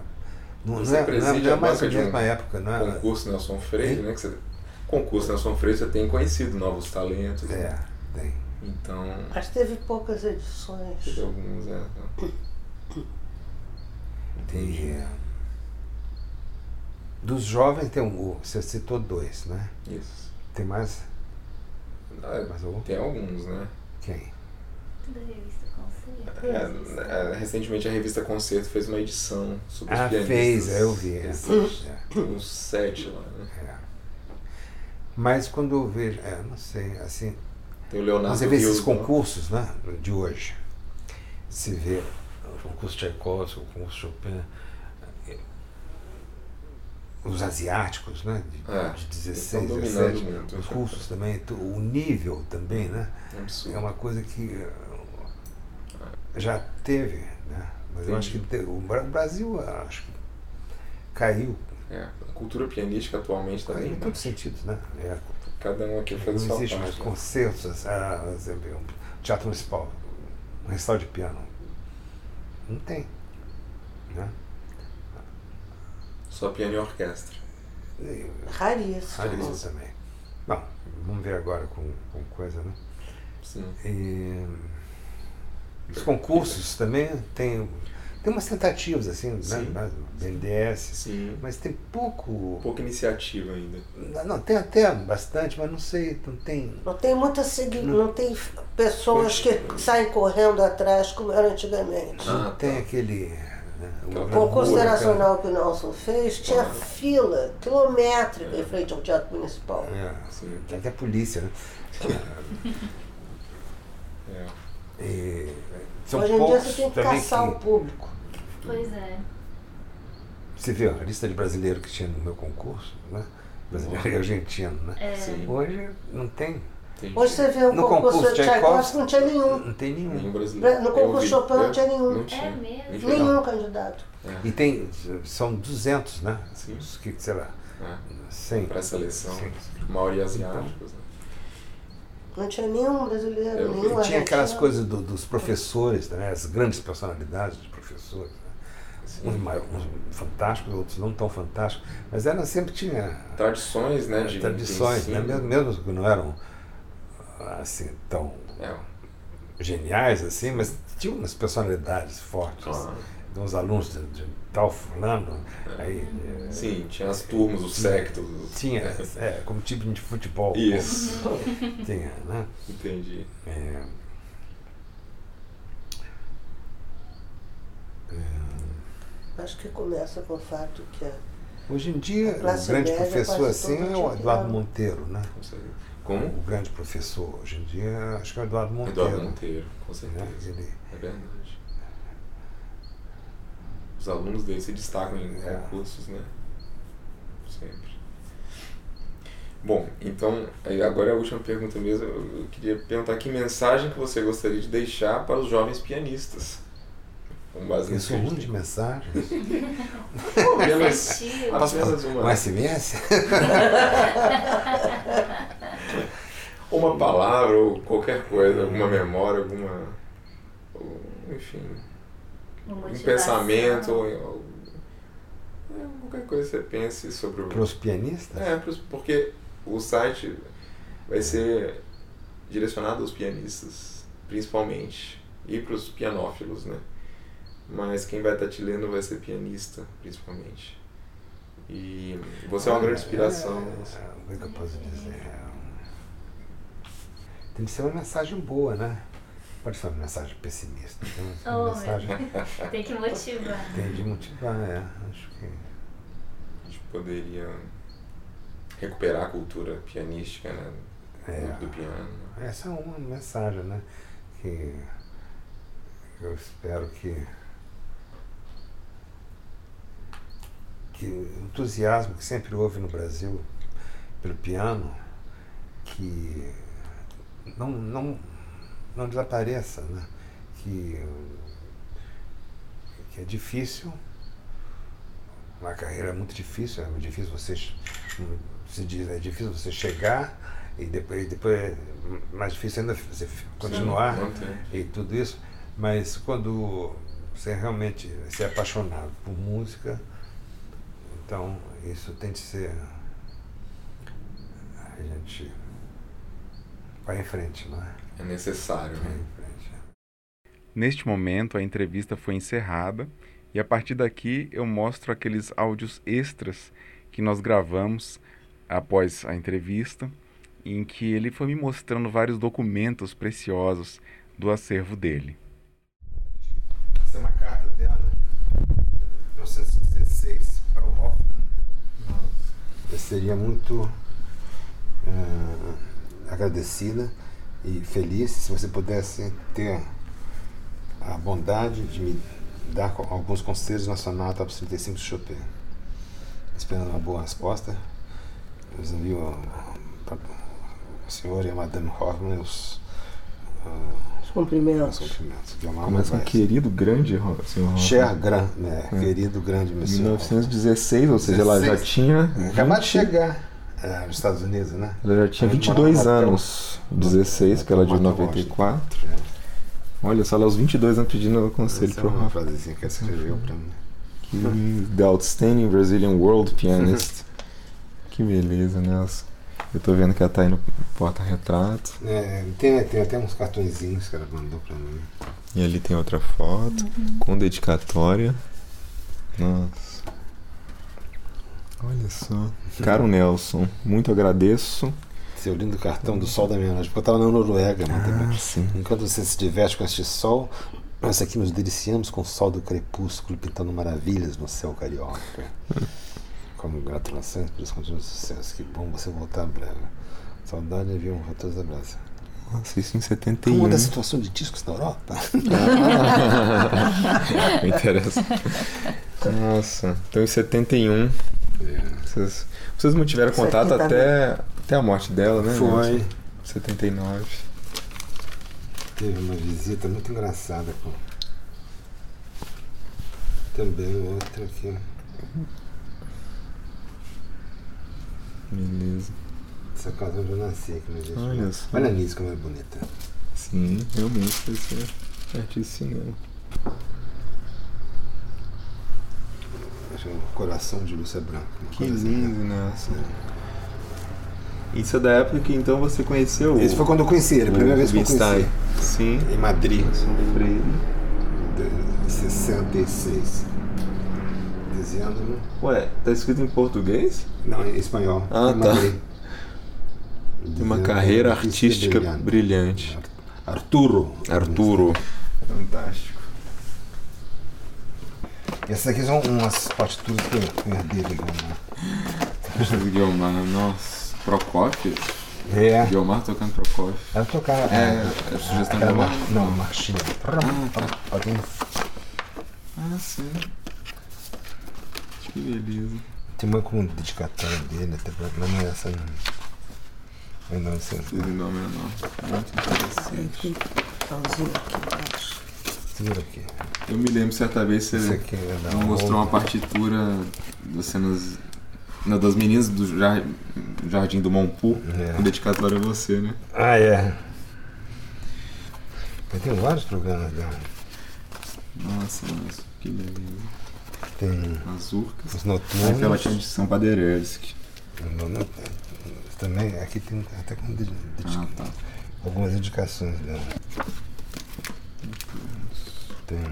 Speaker 3: Não,
Speaker 1: Você
Speaker 3: não, é, não, é,
Speaker 1: preside
Speaker 3: não é
Speaker 1: a
Speaker 3: mais a
Speaker 1: banca de um
Speaker 3: mesma época, não é?
Speaker 1: Concurso Nelson Freire,
Speaker 3: Hein?
Speaker 1: né? Que você... Concurso Nelson Freire, você tem conhecido novos talentos. né?
Speaker 3: É, tem.
Speaker 1: Então,
Speaker 5: Mas teve poucas edições.
Speaker 1: teve alguns, é. então.
Speaker 3: Tem, é, dos jovens tem um. Você citou dois, né?
Speaker 1: Isso.
Speaker 3: Tem mais,
Speaker 1: Ah,
Speaker 3: mais algum?
Speaker 1: tem alguns, né?
Speaker 3: Quem?
Speaker 4: Da revista Conceito.
Speaker 1: É, é, recentemente a revista Concerto fez uma edição sobre os
Speaker 3: Ah,
Speaker 1: pianistas.
Speaker 3: fez, é, eu vi. é.
Speaker 1: Existe.
Speaker 3: É,
Speaker 1: Tem uns sete lá, né?
Speaker 3: é. Mas quando eu vejo. É, não sei, assim.
Speaker 1: Tem o Leonardo
Speaker 3: Você vê esses
Speaker 1: Hilton.
Speaker 3: concursos, né? De hoje. Você vê o concurso Tchaikovsky, o concurso Chopin. é, Os asiáticos, né? De,
Speaker 1: É,
Speaker 3: de
Speaker 1: tão
Speaker 3: 16,
Speaker 1: dominando
Speaker 3: 17.
Speaker 1: muito.
Speaker 3: Os cursos também, tu- o nível também, né?
Speaker 1: É um absurdo.
Speaker 3: é uma coisa que eh, já teve, né? Mas eu acho que teve- o Bra- Brasil ah, acho que caiu
Speaker 1: É, a cultura pianística atualmente tá
Speaker 3: caiu
Speaker 1: bem.
Speaker 3: em todos os sentidos, né? É,
Speaker 1: Cada um aqui faz a
Speaker 3: não
Speaker 1: sua
Speaker 3: existe
Speaker 1: parte.
Speaker 3: mais
Speaker 1: né?
Speaker 3: concertos, ah, exemplo, um teatro municipal, um restaurante de piano. Não tem. Né?
Speaker 1: Só piano e orquestra.
Speaker 3: E
Speaker 1: Ah, é
Speaker 5: Raríssimo.
Speaker 3: Raríssimo também. Bom, vamos ver agora com, com coisa, né?
Speaker 1: Sim.
Speaker 3: E os concursos também tem, tem umas tentativas, assim, né?
Speaker 1: Sim.
Speaker 3: Mas BNDES,
Speaker 1: Sim.
Speaker 3: mas tem pouco.
Speaker 1: Pouca iniciativa ainda.
Speaker 3: Não, tem até bastante, mas não sei, não tem.
Speaker 5: Não tem muita segui... não tem f- pessoas que saem correndo atrás como era antigamente.
Speaker 1: Ah,
Speaker 3: não tem
Speaker 1: tá.
Speaker 3: aquele. Né,
Speaker 1: Aquela
Speaker 3: o
Speaker 5: O
Speaker 1: Procura,
Speaker 5: concurso
Speaker 3: bravura,
Speaker 5: nacional que o Nelson fez tinha
Speaker 3: Ah.
Speaker 5: fila quilométrica em frente ao Teatro Municipal.
Speaker 3: aquela- É,
Speaker 1: Sim.
Speaker 3: tem até a polícia, né?
Speaker 1: É.
Speaker 3: E são
Speaker 5: Hoje em dia
Speaker 3: poucos
Speaker 5: você tem que
Speaker 3: também
Speaker 5: caçar um o
Speaker 3: que.
Speaker 5: público.
Speaker 4: Pois é.
Speaker 3: Você viu a lista de brasileiro que tinha no meu concurso, né? Brasileiro e argentino, né?
Speaker 4: É.
Speaker 1: Sim.
Speaker 3: Hoje não tem.
Speaker 1: Tem
Speaker 5: Hoje você vê um
Speaker 3: No
Speaker 5: concurso,
Speaker 3: concurso
Speaker 5: de Tchaikovsky, não tinha nenhum.
Speaker 3: Não tem nenhum.
Speaker 1: Nenhum brasileiro.
Speaker 5: No
Speaker 1: Eu
Speaker 5: concurso
Speaker 1: vi.
Speaker 5: Chopin não
Speaker 1: É,
Speaker 5: tinha nenhum.
Speaker 1: não tinha.
Speaker 4: É mesmo?
Speaker 1: Enfim, É,
Speaker 5: Nenhum candidato.
Speaker 3: E tem, são 200, né?
Speaker 1: Sim.
Speaker 3: Os que, sei lá,
Speaker 1: É.
Speaker 3: 100.
Speaker 1: Pra seleção.
Speaker 3: Sim.
Speaker 1: A
Speaker 5: Então,
Speaker 1: maioria asiáticos, né?
Speaker 5: Não tinha nenhum brasileiro,
Speaker 1: Eu vi.
Speaker 5: nenhum
Speaker 3: E tinha aquelas
Speaker 5: argentino.
Speaker 3: coisas do- dos professores, né? as grandes personalidades dos professores. Né?
Speaker 1: Assim,
Speaker 5: um
Speaker 3: Uns, mai- uns fantásticos, outros não tão fantásticos, mas ela sempre tinha
Speaker 1: Tradições,
Speaker 5: É,
Speaker 1: né? De
Speaker 3: tradições,
Speaker 1: de
Speaker 3: né?
Speaker 1: ensino.
Speaker 3: mesmo, mesmo que não eram assim tão
Speaker 1: É,
Speaker 3: geniais assim, mas tinham umas personalidades fortes.
Speaker 1: claro. É.
Speaker 3: Então, os alunos de, de tal fulano, aí eh,
Speaker 1: Sim, tinha as turmas, os sectos. os-
Speaker 3: tinha, é, como time de futebol.
Speaker 1: Isso.
Speaker 3: Tinha, né?
Speaker 1: Entendi.
Speaker 3: É. É.
Speaker 5: Acho que começa com o fato que é. a-
Speaker 3: É, Hoje em dia, o
Speaker 5: classe
Speaker 3: grande
Speaker 5: média
Speaker 3: professor
Speaker 5: quase
Speaker 3: assim é
Speaker 5: todo tinha
Speaker 3: o Eduardo
Speaker 5: piano.
Speaker 3: Monteiro, né?
Speaker 1: Não sei. Como?
Speaker 3: O grande professor hoje em dia, acho que é o Eduardo Monteiro.
Speaker 1: Eduardo Monteiro, com
Speaker 3: né?
Speaker 1: certeza.
Speaker 3: Ele-
Speaker 1: É verdade. Os alunos dele se destacam em
Speaker 3: É.
Speaker 1: concursos, né? Sempre. Bom, então, aí agora a última pergunta mesmo. Eu eu queria perguntar que mensagem que você gostaria de deixar para os jovens pianistas? Com base
Speaker 3: Eu
Speaker 1: nisso
Speaker 3: sou
Speaker 1: que a
Speaker 3: ruim
Speaker 1: gente
Speaker 3: de mensagens.
Speaker 4: é
Speaker 1: Apenas, apenas
Speaker 3: Um
Speaker 1: uma,
Speaker 3: SMS?
Speaker 1: uma palavra ou qualquer coisa, alguma memória, alguma. ou, Enfim,
Speaker 4: Uma
Speaker 1: um
Speaker 4: motivação.
Speaker 1: pensamento, ou, ou- é, qualquer coisa que você pense sobre o.
Speaker 3: Para os pianistas?
Speaker 1: É, pros- porque o site vai ser direcionado aos pianistas, principalmente, e para os pianófilos, né? Mas quem vai estar te lendo vai ser pianista, principalmente. E você é
Speaker 3: Ah,
Speaker 1: uma grande inspiração. assim,
Speaker 3: É, como é que eu posso dizer? É um- Tem que ser uma mensagem boa, né? Pode ser uma mensagem pessimista. Tem que ser uma
Speaker 4: Oh, meu
Speaker 3: mensagem
Speaker 4: Tem que motivar.
Speaker 3: tem de motivar, é. Acho que.
Speaker 1: A gente poderia recuperar a cultura pianística, né?
Speaker 3: É.
Speaker 1: Do piano.
Speaker 3: Essa é uma mensagem, né? Que eu espero que, que o entusiasmo que sempre houve no Brasil pelo piano, que não, não, não desapareça, né? Que, que é difícil, uma carreira muito difícil, é muito difícil você che- se diz, é difícil você chegar e depois, depois é mais difícil ainda você f- continuar
Speaker 1: Manter.
Speaker 3: e tudo isso, mas quando você realmente se é apaixonado por música, então isso tem de ser. A gente vai em frente, não é?
Speaker 1: É necessário,
Speaker 3: Vai
Speaker 1: né?
Speaker 3: em frente.
Speaker 2: Neste momento, a entrevista foi encerrada e a partir daqui eu mostro aqueles áudios extras que nós gravamos após a entrevista, em que ele foi me mostrando vários documentos preciosos do acervo dele.
Speaker 3: Essa é uma carta dela, 1916, para o Hoffman. Eu seria muito eh, agradecida e feliz se você pudesse ter a bondade de me dar co- alguns conselhos na sonata Opus 35 de Chopin. Esperando uma boa resposta, eu envio para o senhor e a Madame Hoffman os, ah,
Speaker 5: Os cumprimentos.
Speaker 3: os cumprimentos. Que é uma
Speaker 7: Começa com
Speaker 3: paz.
Speaker 7: querido grande Ro- senhor Hoffman.
Speaker 3: Cher Grand, né?
Speaker 7: É.
Speaker 3: querido grande monsieur.
Speaker 7: 1916, ou seja, ela já
Speaker 3: 16.
Speaker 7: tinha.
Speaker 3: Acabado de
Speaker 7: 20
Speaker 3: chegar é, nos Estados Unidos, né?
Speaker 7: Ela já tinha
Speaker 3: Ela
Speaker 7: 22
Speaker 3: morava até
Speaker 7: anos. 16, porque ela é de
Speaker 3: Mato
Speaker 7: 94. Olha só, ela aos 22 anos pedindo conselho
Speaker 3: Essa
Speaker 7: pro
Speaker 3: é uma
Speaker 7: Rafa.
Speaker 3: frasezinha que ela escreveu pra mim.
Speaker 7: Que- The Outstanding Brazilian World Pianist. que beleza, Nelson. Eu tô vendo que ela tá aí no porta-retrato.
Speaker 3: É, tem, tem até uns cartõezinhos que ela mandou pra mim.
Speaker 7: E ali tem outra foto, com dedicatória. Nossa. Olha só. Caro Nelson, muito agradeço.
Speaker 3: Seu lindo cartão do sol da meia-noite, porque eu tava na Noruega, né? também.
Speaker 7: Ah, sim.
Speaker 3: Enquanto você se diverte com este sol, nós aqui nos deliciamos com o sol do crepúsculo pintando maravilhas no céu carioca. Congratulações pelos continuos sucessos. Que bom você voltar, Braga. Saudade de ver um retorno da Brasa.
Speaker 7: Nossa, isso em
Speaker 3: Como
Speaker 7: 71.
Speaker 3: anda a situação de discos na Europa?
Speaker 7: Me interessa. Nossa, então em 71. Vocês, vocês mantiveram contato
Speaker 5: 70
Speaker 7: até, até a morte dela, né?
Speaker 3: Foi.
Speaker 7: Nelson? 79.
Speaker 3: Teve uma visita muito engraçada com. Também outra aqui.
Speaker 7: Beleza.
Speaker 3: Essa casa onde eu nasci aqui no dia.
Speaker 7: Olha só.
Speaker 3: Olha nisso como é bonita.
Speaker 7: Sim, realmente foi ser artista de cinema.
Speaker 3: Acho que é o coração de Lúcia Branca. uma
Speaker 7: Que
Speaker 3: coisa assim.
Speaker 7: lindo, Nelson. Isso é da época que então você conheceu
Speaker 3: Esse foi quando eu conheci ele, a primeira vez que eu conheci.
Speaker 7: Sim.
Speaker 3: Em Madrid,
Speaker 7: Freire.
Speaker 3: em 66. Desenhando
Speaker 7: Ué, tá escrito em português?
Speaker 3: né? Não, em espanhol.
Speaker 7: Ah,
Speaker 3: em
Speaker 7: tá.
Speaker 3: Madrid.
Speaker 7: Tem uma
Speaker 3: Desenhando
Speaker 7: carreira
Speaker 3: artista
Speaker 7: artística brilhante.
Speaker 3: Arturo.
Speaker 7: Arturo.
Speaker 1: Fantástico.
Speaker 3: Essas aqui são umas partituras que eu né? herdei do Guilherme.
Speaker 7: Guilmar, nossa. Prokofiev?
Speaker 3: É.
Speaker 7: Guilmar tocando Prokofiev.
Speaker 3: Ela um tocava.
Speaker 7: É, é sugestão de
Speaker 3: aquela
Speaker 7: Guilmar.
Speaker 3: mar... Não, marchinha. Alguém
Speaker 7: Ah, sim. Que beleza.
Speaker 3: tem uma com dedicatória dele, até pra... mas não é essa não. Eu não sei.
Speaker 7: Esse nome é não. Muito interessante.
Speaker 5: Pauzinho aqui embaixo.
Speaker 3: partitura aqui.
Speaker 1: Eu me lembro certa vez
Speaker 3: Isso
Speaker 1: você
Speaker 3: aqui é da
Speaker 1: me mostrou uma partitura das cenas. não, das meninas do jar- Jardim do Monpu,
Speaker 3: É.
Speaker 1: com dedicatório a você, né?
Speaker 3: Ah, é. Mas tem vários programas né? dela.
Speaker 1: Nossa, nossa, que beleza.
Speaker 3: Tem
Speaker 1: Mazurcas.
Speaker 3: os
Speaker 1: Aquela
Speaker 3: noturnos.
Speaker 1: tinha de São Paderewski.
Speaker 3: no- no- Também aqui tem até com dedi- dedi-
Speaker 1: Ah, tá.
Speaker 3: algumas indicações dela. Tem.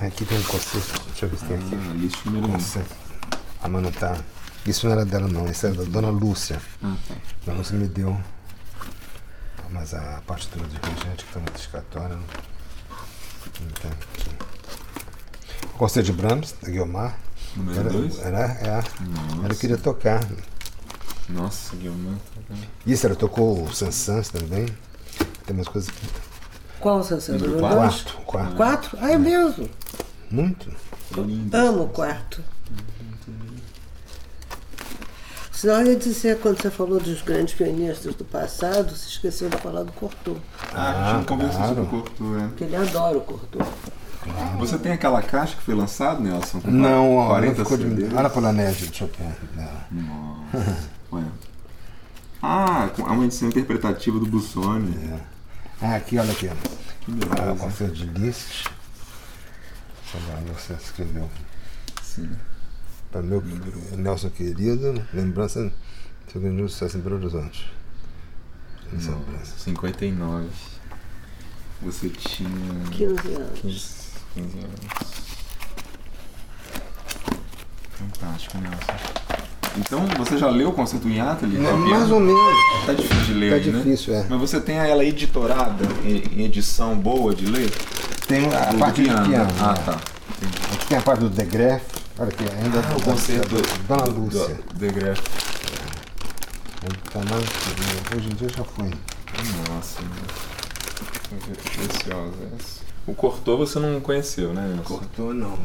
Speaker 3: Aqui tem um concerto. Deixa eu ver se tem aqui.
Speaker 1: Ah, lixo número um.
Speaker 3: Nossa, a Manu tá. Isso não era dela, não. Isso era da dona Lúcia.
Speaker 1: Ah, tá.
Speaker 3: A Lúcia me deu. Mas a partitura do regente que está no discatório não não tá aqui. O Concerto de Brahms, da Guilmar.
Speaker 1: Número
Speaker 3: Era,
Speaker 1: 2?
Speaker 3: era, era, ela
Speaker 1: Nossa.
Speaker 3: queria tocar. né?
Speaker 1: Nossa, Guilherme.
Speaker 3: Isso, ela tocou o Sansans também. Tem umas coisas aqui.
Speaker 5: Qual o
Speaker 3: Hum,
Speaker 5: Sansão?
Speaker 1: Número
Speaker 5: Número
Speaker 1: quatro.
Speaker 5: dois?
Speaker 3: Quarto, quarto.
Speaker 5: Quatro? Ah, é mesmo.
Speaker 3: Muito. Ah,
Speaker 1: Lindo.
Speaker 5: Amo o quarto. Senão eu ia dizer, quando você falou dos grandes pianistas do passado, se esqueceu de falar do Cortot,
Speaker 1: Ah, a gente conversou
Speaker 3: claro.
Speaker 1: sobre o corpo, é.
Speaker 5: porque ele adora o Cortot.
Speaker 1: Você tem aquela caixa que foi lançada, Nelson? com
Speaker 3: Não, ó,
Speaker 1: 40
Speaker 3: não ficou de Ah,
Speaker 1: CDs?
Speaker 3: Ana Polanésia de Chopin. dela.
Speaker 1: Nossa. Ué. Ah, com- é uma edição interpretativa do Bussoni.
Speaker 3: Ah, aqui, olha aqui. ó.
Speaker 1: Que
Speaker 3: Ah, o
Speaker 1: beleza.
Speaker 3: Concerto de Liszt. Olha lá, Você escreveu.
Speaker 1: Sim.
Speaker 3: Para meu Nelson querido, lembrança do grande sucesso em Belo Horizonte. Essa lembrança.
Speaker 1: 59. Você tinha
Speaker 5: 15 anos.
Speaker 1: 15, 15 anos. Fantástico, Nelson. Então, você já leu o conceito em Atali?
Speaker 3: Não, É mais ou menos.
Speaker 1: Tá difícil de ler,
Speaker 3: Tá
Speaker 1: né?
Speaker 3: difícil, é.
Speaker 1: Mas você tem ela editorada, em em edição boa de ler?
Speaker 3: Tem a
Speaker 1: Do
Speaker 3: parte do piano.
Speaker 1: Ah,
Speaker 3: né?
Speaker 1: tá.
Speaker 3: Aqui tem a parte do Degré. Olha aqui, ainda
Speaker 1: O concerto do-
Speaker 3: Dona
Speaker 1: do-
Speaker 3: Ah, Lúcia.
Speaker 1: do Degré.
Speaker 3: Ainda tá mais que- Hoje em dia já foi.
Speaker 1: Nossa, que preciosa essa. O Cortô você não conheceu, né? Nelson?
Speaker 3: Cortou, não.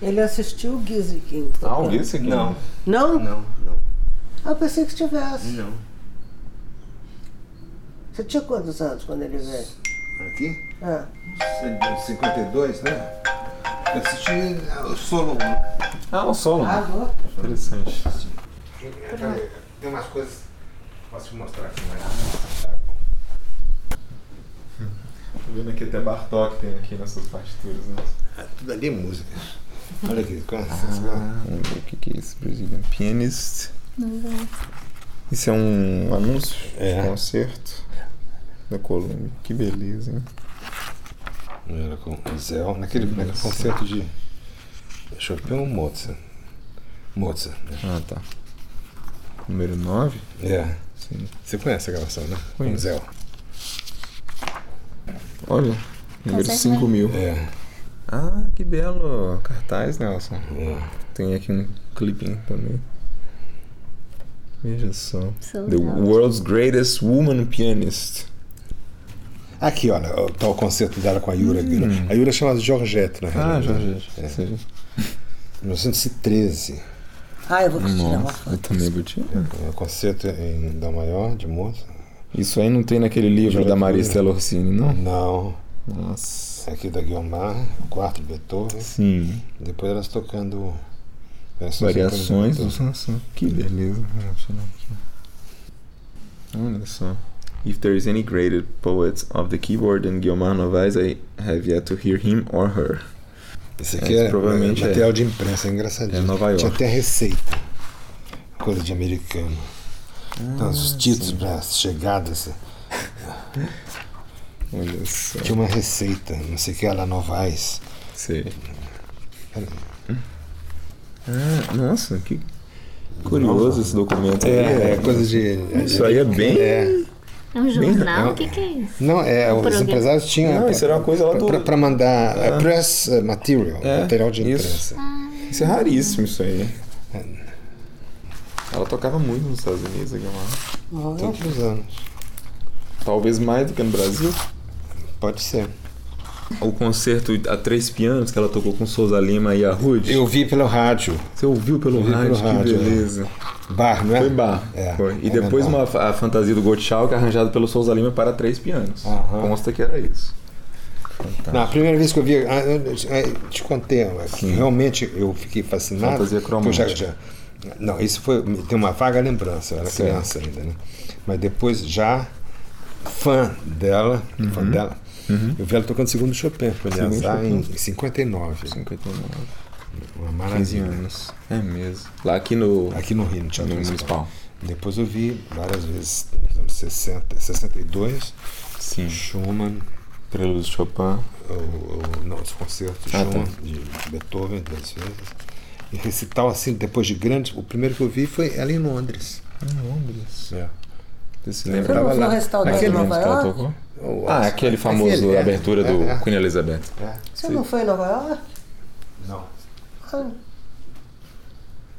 Speaker 5: Ele assistiu o Gizlikin.
Speaker 1: Ah, o Gilson aqui?
Speaker 3: Não.
Speaker 5: Não?
Speaker 3: Não, não,
Speaker 5: Ah, eu pensei que tivesse.
Speaker 3: não.
Speaker 5: Você tinha quantos anos quando ele veio?
Speaker 3: Aqui?
Speaker 5: Ah,
Speaker 3: 52, né? Eu assisti o solo.
Speaker 1: Ah, o solo.
Speaker 5: agora?
Speaker 1: Interessante.
Speaker 3: Tem umas coisas. Posso te mostrar aqui, mas.
Speaker 1: Tô vendo aqui até Bartok tem aqui nessas partituras, né?
Speaker 3: Tudo ali é música. Olha aqui, cara.
Speaker 1: Vamos ver o que que é esse Brazilian Pianist. Isso é um anúncio
Speaker 3: É.
Speaker 1: de concerto da Colômbia. Que beleza, hein?
Speaker 3: Era com o Zé, naquele, naquele concerto de Chopin ou Mozart? Mozart, né?
Speaker 1: Ah, tá. Número 9?
Speaker 3: É.
Speaker 1: Sim.
Speaker 3: Você conhece a gravação, né? Com o
Speaker 1: Conheço.
Speaker 3: Zé.
Speaker 1: Olha, número
Speaker 4: Concerto
Speaker 1: 5 mil.
Speaker 3: É.
Speaker 1: Ah, que belo cartaz, Nelson.
Speaker 3: é.
Speaker 1: Tem aqui um clipinho também. Veja só.
Speaker 4: Sold
Speaker 1: The
Speaker 4: out.
Speaker 1: World's Greatest Woman Pianist.
Speaker 3: Aqui, olha, tá o concerto dela com a Yura.
Speaker 1: Hum.
Speaker 3: Gr- A Yura é chama Georgette,
Speaker 1: Ah,
Speaker 3: na realidade. É.
Speaker 1: Seja.
Speaker 3: 1913.
Speaker 5: Ah, eu vou te tirar uma
Speaker 1: Nossa, eu também vou tirar.
Speaker 3: É um concerto em Dó maior, de Mozart.
Speaker 1: Isso aí não tem naquele livro da Maristela Orsini, não?
Speaker 3: Não. é
Speaker 1: Nossa.
Speaker 3: Aqui da Guilmar, o quarto de Beethoven.
Speaker 1: Sim.
Speaker 3: Depois elas tocando variações.
Speaker 1: Variações
Speaker 3: do
Speaker 1: do Sansão. Que beleza. Vou tirar aqui. Olha só. If there is any greater poet of the keyboard than Guilherme Novaes, I have yet to hear him or her.
Speaker 3: Esse
Speaker 1: É,
Speaker 3: aqui
Speaker 1: esse
Speaker 3: é,
Speaker 1: provavelmente é.
Speaker 3: material de imprensa, é engraçadinho.
Speaker 1: É Nova York.
Speaker 3: Tinha até receita, coisa de americano.
Speaker 1: Ah,
Speaker 3: Então, os títulos para as chegadas.
Speaker 1: Olha só.
Speaker 3: Tinha uma receita, não sei o que, lá Novaes.
Speaker 1: Sei. Ah, nossa, que curioso esse documento. aí.
Speaker 3: É, é coisa de.
Speaker 1: Isso aí é bem.
Speaker 3: É.
Speaker 4: É um jornal?
Speaker 3: não.
Speaker 4: O que, que é isso?
Speaker 3: Não, é, os
Speaker 4: programa.
Speaker 3: empresários tinham.
Speaker 1: Não, isso era uma coisa lá do-
Speaker 3: Para mandar. é, press eh, material,
Speaker 1: É,
Speaker 3: material de
Speaker 1: isso.
Speaker 3: imprensa.
Speaker 1: Isso é raríssimo, isso aí.
Speaker 3: É.
Speaker 1: Ela tocava muito nos Estados Unidos, aqui, mano.
Speaker 3: Todos os anos.
Speaker 1: Talvez mais do que no Brasil.
Speaker 3: Pode ser.
Speaker 1: O concerto a três pianos que ela tocou com Souza Lima e a Rude.
Speaker 3: Eu vi pelo rádio.
Speaker 1: Você ouviu pelo
Speaker 3: Eu vi
Speaker 1: rádio?
Speaker 3: pelo rádio,
Speaker 1: que
Speaker 3: é.
Speaker 1: beleza.
Speaker 3: Bar, não é?
Speaker 1: Foi bar.
Speaker 3: É,
Speaker 1: Foi. E
Speaker 3: é
Speaker 1: depois
Speaker 3: legal.
Speaker 1: uma, a fantasia do Gottschalk arranjada pelo Souza Lima para três pianos.
Speaker 3: Aham.
Speaker 1: Consta que era isso.
Speaker 3: Não, a primeira vez que eu vi, ah, eu eu te contei, mas realmente eu fiquei fascinado.
Speaker 1: Fantasia cromática.
Speaker 3: Eu já- já- não, isso foi, tem uma vaga lembrança, eu era
Speaker 1: Certo.
Speaker 3: criança ainda, né? Mas depois já fã dela, fã dela, eu vi ela tocando segundo Chopin, foi
Speaker 1: Uhum. Segundo
Speaker 3: aliás, em
Speaker 1: Chopin.
Speaker 3: 59,
Speaker 1: 59,
Speaker 3: uma
Speaker 1: 15
Speaker 3: maravilha.
Speaker 1: anos. É mesmo. Lá aqui no,
Speaker 3: Aqui no Rio, no
Speaker 1: no
Speaker 3: Teatro Municipal.
Speaker 1: Municipal.
Speaker 3: Depois eu vi várias vezes, nos anos 60, 62,
Speaker 1: Sim.
Speaker 3: Schumann,
Speaker 1: Prelúdio de Chopin.
Speaker 3: o, o, não, os concertos
Speaker 1: Ah,
Speaker 3: Schumann,
Speaker 1: tá.
Speaker 3: de Beethoven, duas vezes. E recital, assim, depois de grandes, o primeiro que eu vi foi ela em Londres.
Speaker 1: Em Londres.
Speaker 3: É.
Speaker 1: Você se
Speaker 3: Eu
Speaker 1: lembra?
Speaker 3: tava
Speaker 5: Foi no
Speaker 3: lá.
Speaker 5: restaurante
Speaker 1: mais ou
Speaker 5: em
Speaker 1: menos
Speaker 5: Nova
Speaker 1: que ela
Speaker 5: York?
Speaker 1: tocou?
Speaker 3: O-
Speaker 1: Ah, aquele famoso
Speaker 3: aquele, é.
Speaker 1: abertura do
Speaker 3: É, é.
Speaker 1: Queen Elizabeth.
Speaker 5: Você não foi em Nova York?
Speaker 1: é?
Speaker 3: Não,
Speaker 5: Ah,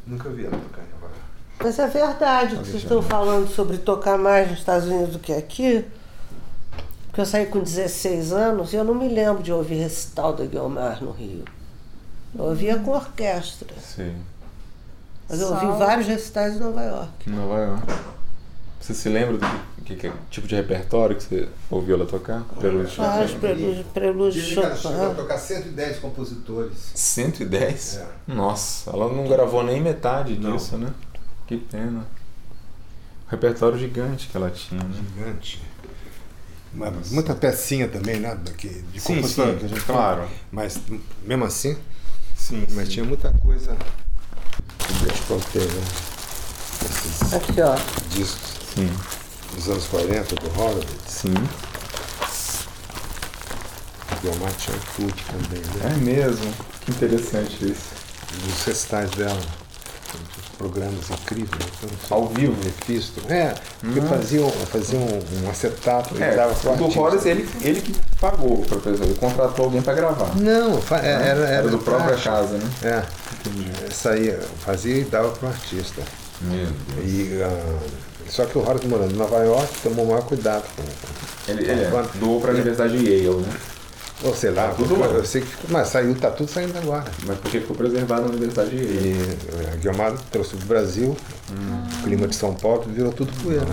Speaker 3: nunca vi ela tocar em Nova York.
Speaker 5: Mas é verdade o que vocês estão falando sobre tocar mais nos Estados Unidos do que aqui. Porque eu saí com 16 anos e eu não me lembro de ouvir recital da Guilmar no Rio. Eu ouvia com orquestra.
Speaker 1: Sim.
Speaker 5: Mas eu
Speaker 4: Só-
Speaker 5: ouvi vários recitais em Nova York.
Speaker 1: Em Nova York. Você se lembra do que, que- que tipo de repertório que você ouviu ela tocar? Prelúdio de
Speaker 5: Vários
Speaker 1: Chopin.
Speaker 5: prelúdios, prelúdios de
Speaker 3: Dizem que ela chegou a
Speaker 5: Chopin.
Speaker 3: tocar 110 compositores. É,
Speaker 1: 110? Nossa, ela não gravou nem metade
Speaker 3: Não.
Speaker 1: disso, né? Que pena. O repertório gigante que ela tinha, né?
Speaker 3: Gigante. Uma- muita pecinha também, né? do que- de compositor, que a gente-
Speaker 1: claro.
Speaker 3: Mas, m- mesmo assim,
Speaker 1: Sim,
Speaker 3: mas tinha muita coisa. Deus proteja. né? Esses
Speaker 5: Aqui, ó.
Speaker 1: É.
Speaker 3: discos.
Speaker 1: sim,
Speaker 3: dos anos 40 do Horowitz,
Speaker 1: sim.
Speaker 3: Guilmar tinha tudo também, né?
Speaker 1: É mesmo. Que interessante isso.
Speaker 3: Dos recitais dela. Programas incríveis. né? Então,
Speaker 1: Ao vivo? Hum.
Speaker 3: Mephisto. É, porque faziam, faziam um acetato e
Speaker 1: É,
Speaker 3: dava pro
Speaker 1: o do
Speaker 3: artista.
Speaker 1: Horace, ele, ele que pagou o professor, ele contratou alguém pra gravar.
Speaker 3: Não, fa- é, era, era,
Speaker 1: né? do próprio
Speaker 3: prático.
Speaker 1: casa, né?
Speaker 3: É, saía, fazia e dava pro artista.
Speaker 1: Meu
Speaker 3: E, ah, só que o Horowitz morando em Nova York tomou o maior cuidado com
Speaker 1: Ele, ele é, doou pra Universidade de Yale, né?
Speaker 3: ou sei lá,
Speaker 1: tudo lá.
Speaker 3: eu sei que ficou, mas saiu, tá tudo saindo agora.
Speaker 1: Mas porque ficou preservado na Universidade de Yale.
Speaker 3: E eh, a Guilmar trouxe pro Brasil, o clima de São Paulo virou tudo poeira.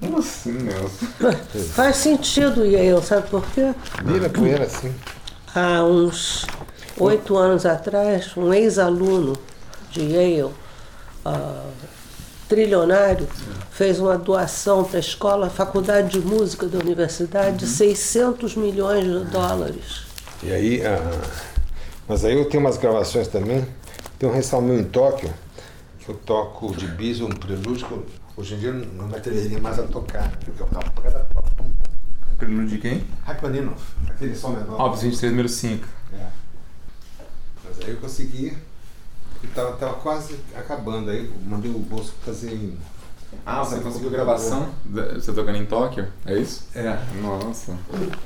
Speaker 1: Como assim, Nelson?
Speaker 5: Faz sentido, e aí, eu sabe por quê?
Speaker 3: Vira poeira assim.
Speaker 5: há uns oito anos atrás, um ex-aluno de Yale, ah, trilionário, fez uma doação para a escola, a Faculdade de Música da Universidade, de 600 milhões de dólares.
Speaker 3: E aí, ah, mas aí eu tenho umas gravações também. Tem um recital meu em Tóquio, que eu toco de bis, um prelúdio, que eu- hoje em dia eu não me atreveria mais a tocar. Porque eu tava por cada
Speaker 1: Prelúdio de quem?
Speaker 3: Rachmaninoff, aquele som menor.
Speaker 1: Óbvio, 23 número 5.
Speaker 3: É. Mas aí eu consegui, e tava, tava quase acabando. Aí eu mandei o bolso fazer em.
Speaker 1: Ah, você conseguiu gravação? Da- Você tocando em Tóquio? É isso?
Speaker 3: É.
Speaker 1: Nossa,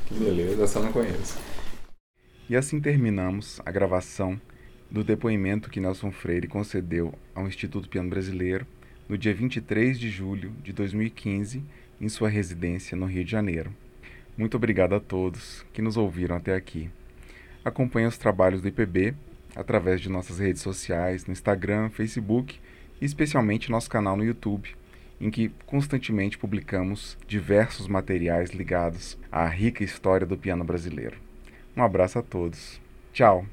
Speaker 1: que beleza, essa eu não conheço.
Speaker 8: E assim terminamos a gravação do depoimento que Nelson Freire concedeu ao Instituto Piano Brasileiro no dia 23 de julho de 2015, em sua residência no Rio de Janeiro. Muito obrigado a todos que nos ouviram até aqui. Acompanhe os trabalhos do IPB através de nossas redes sociais, no Instagram, Facebook e especialmente nosso canal no YouTube, em que constantemente publicamos diversos materiais ligados à rica história do piano brasileiro. Um abraço a todos. Tchau!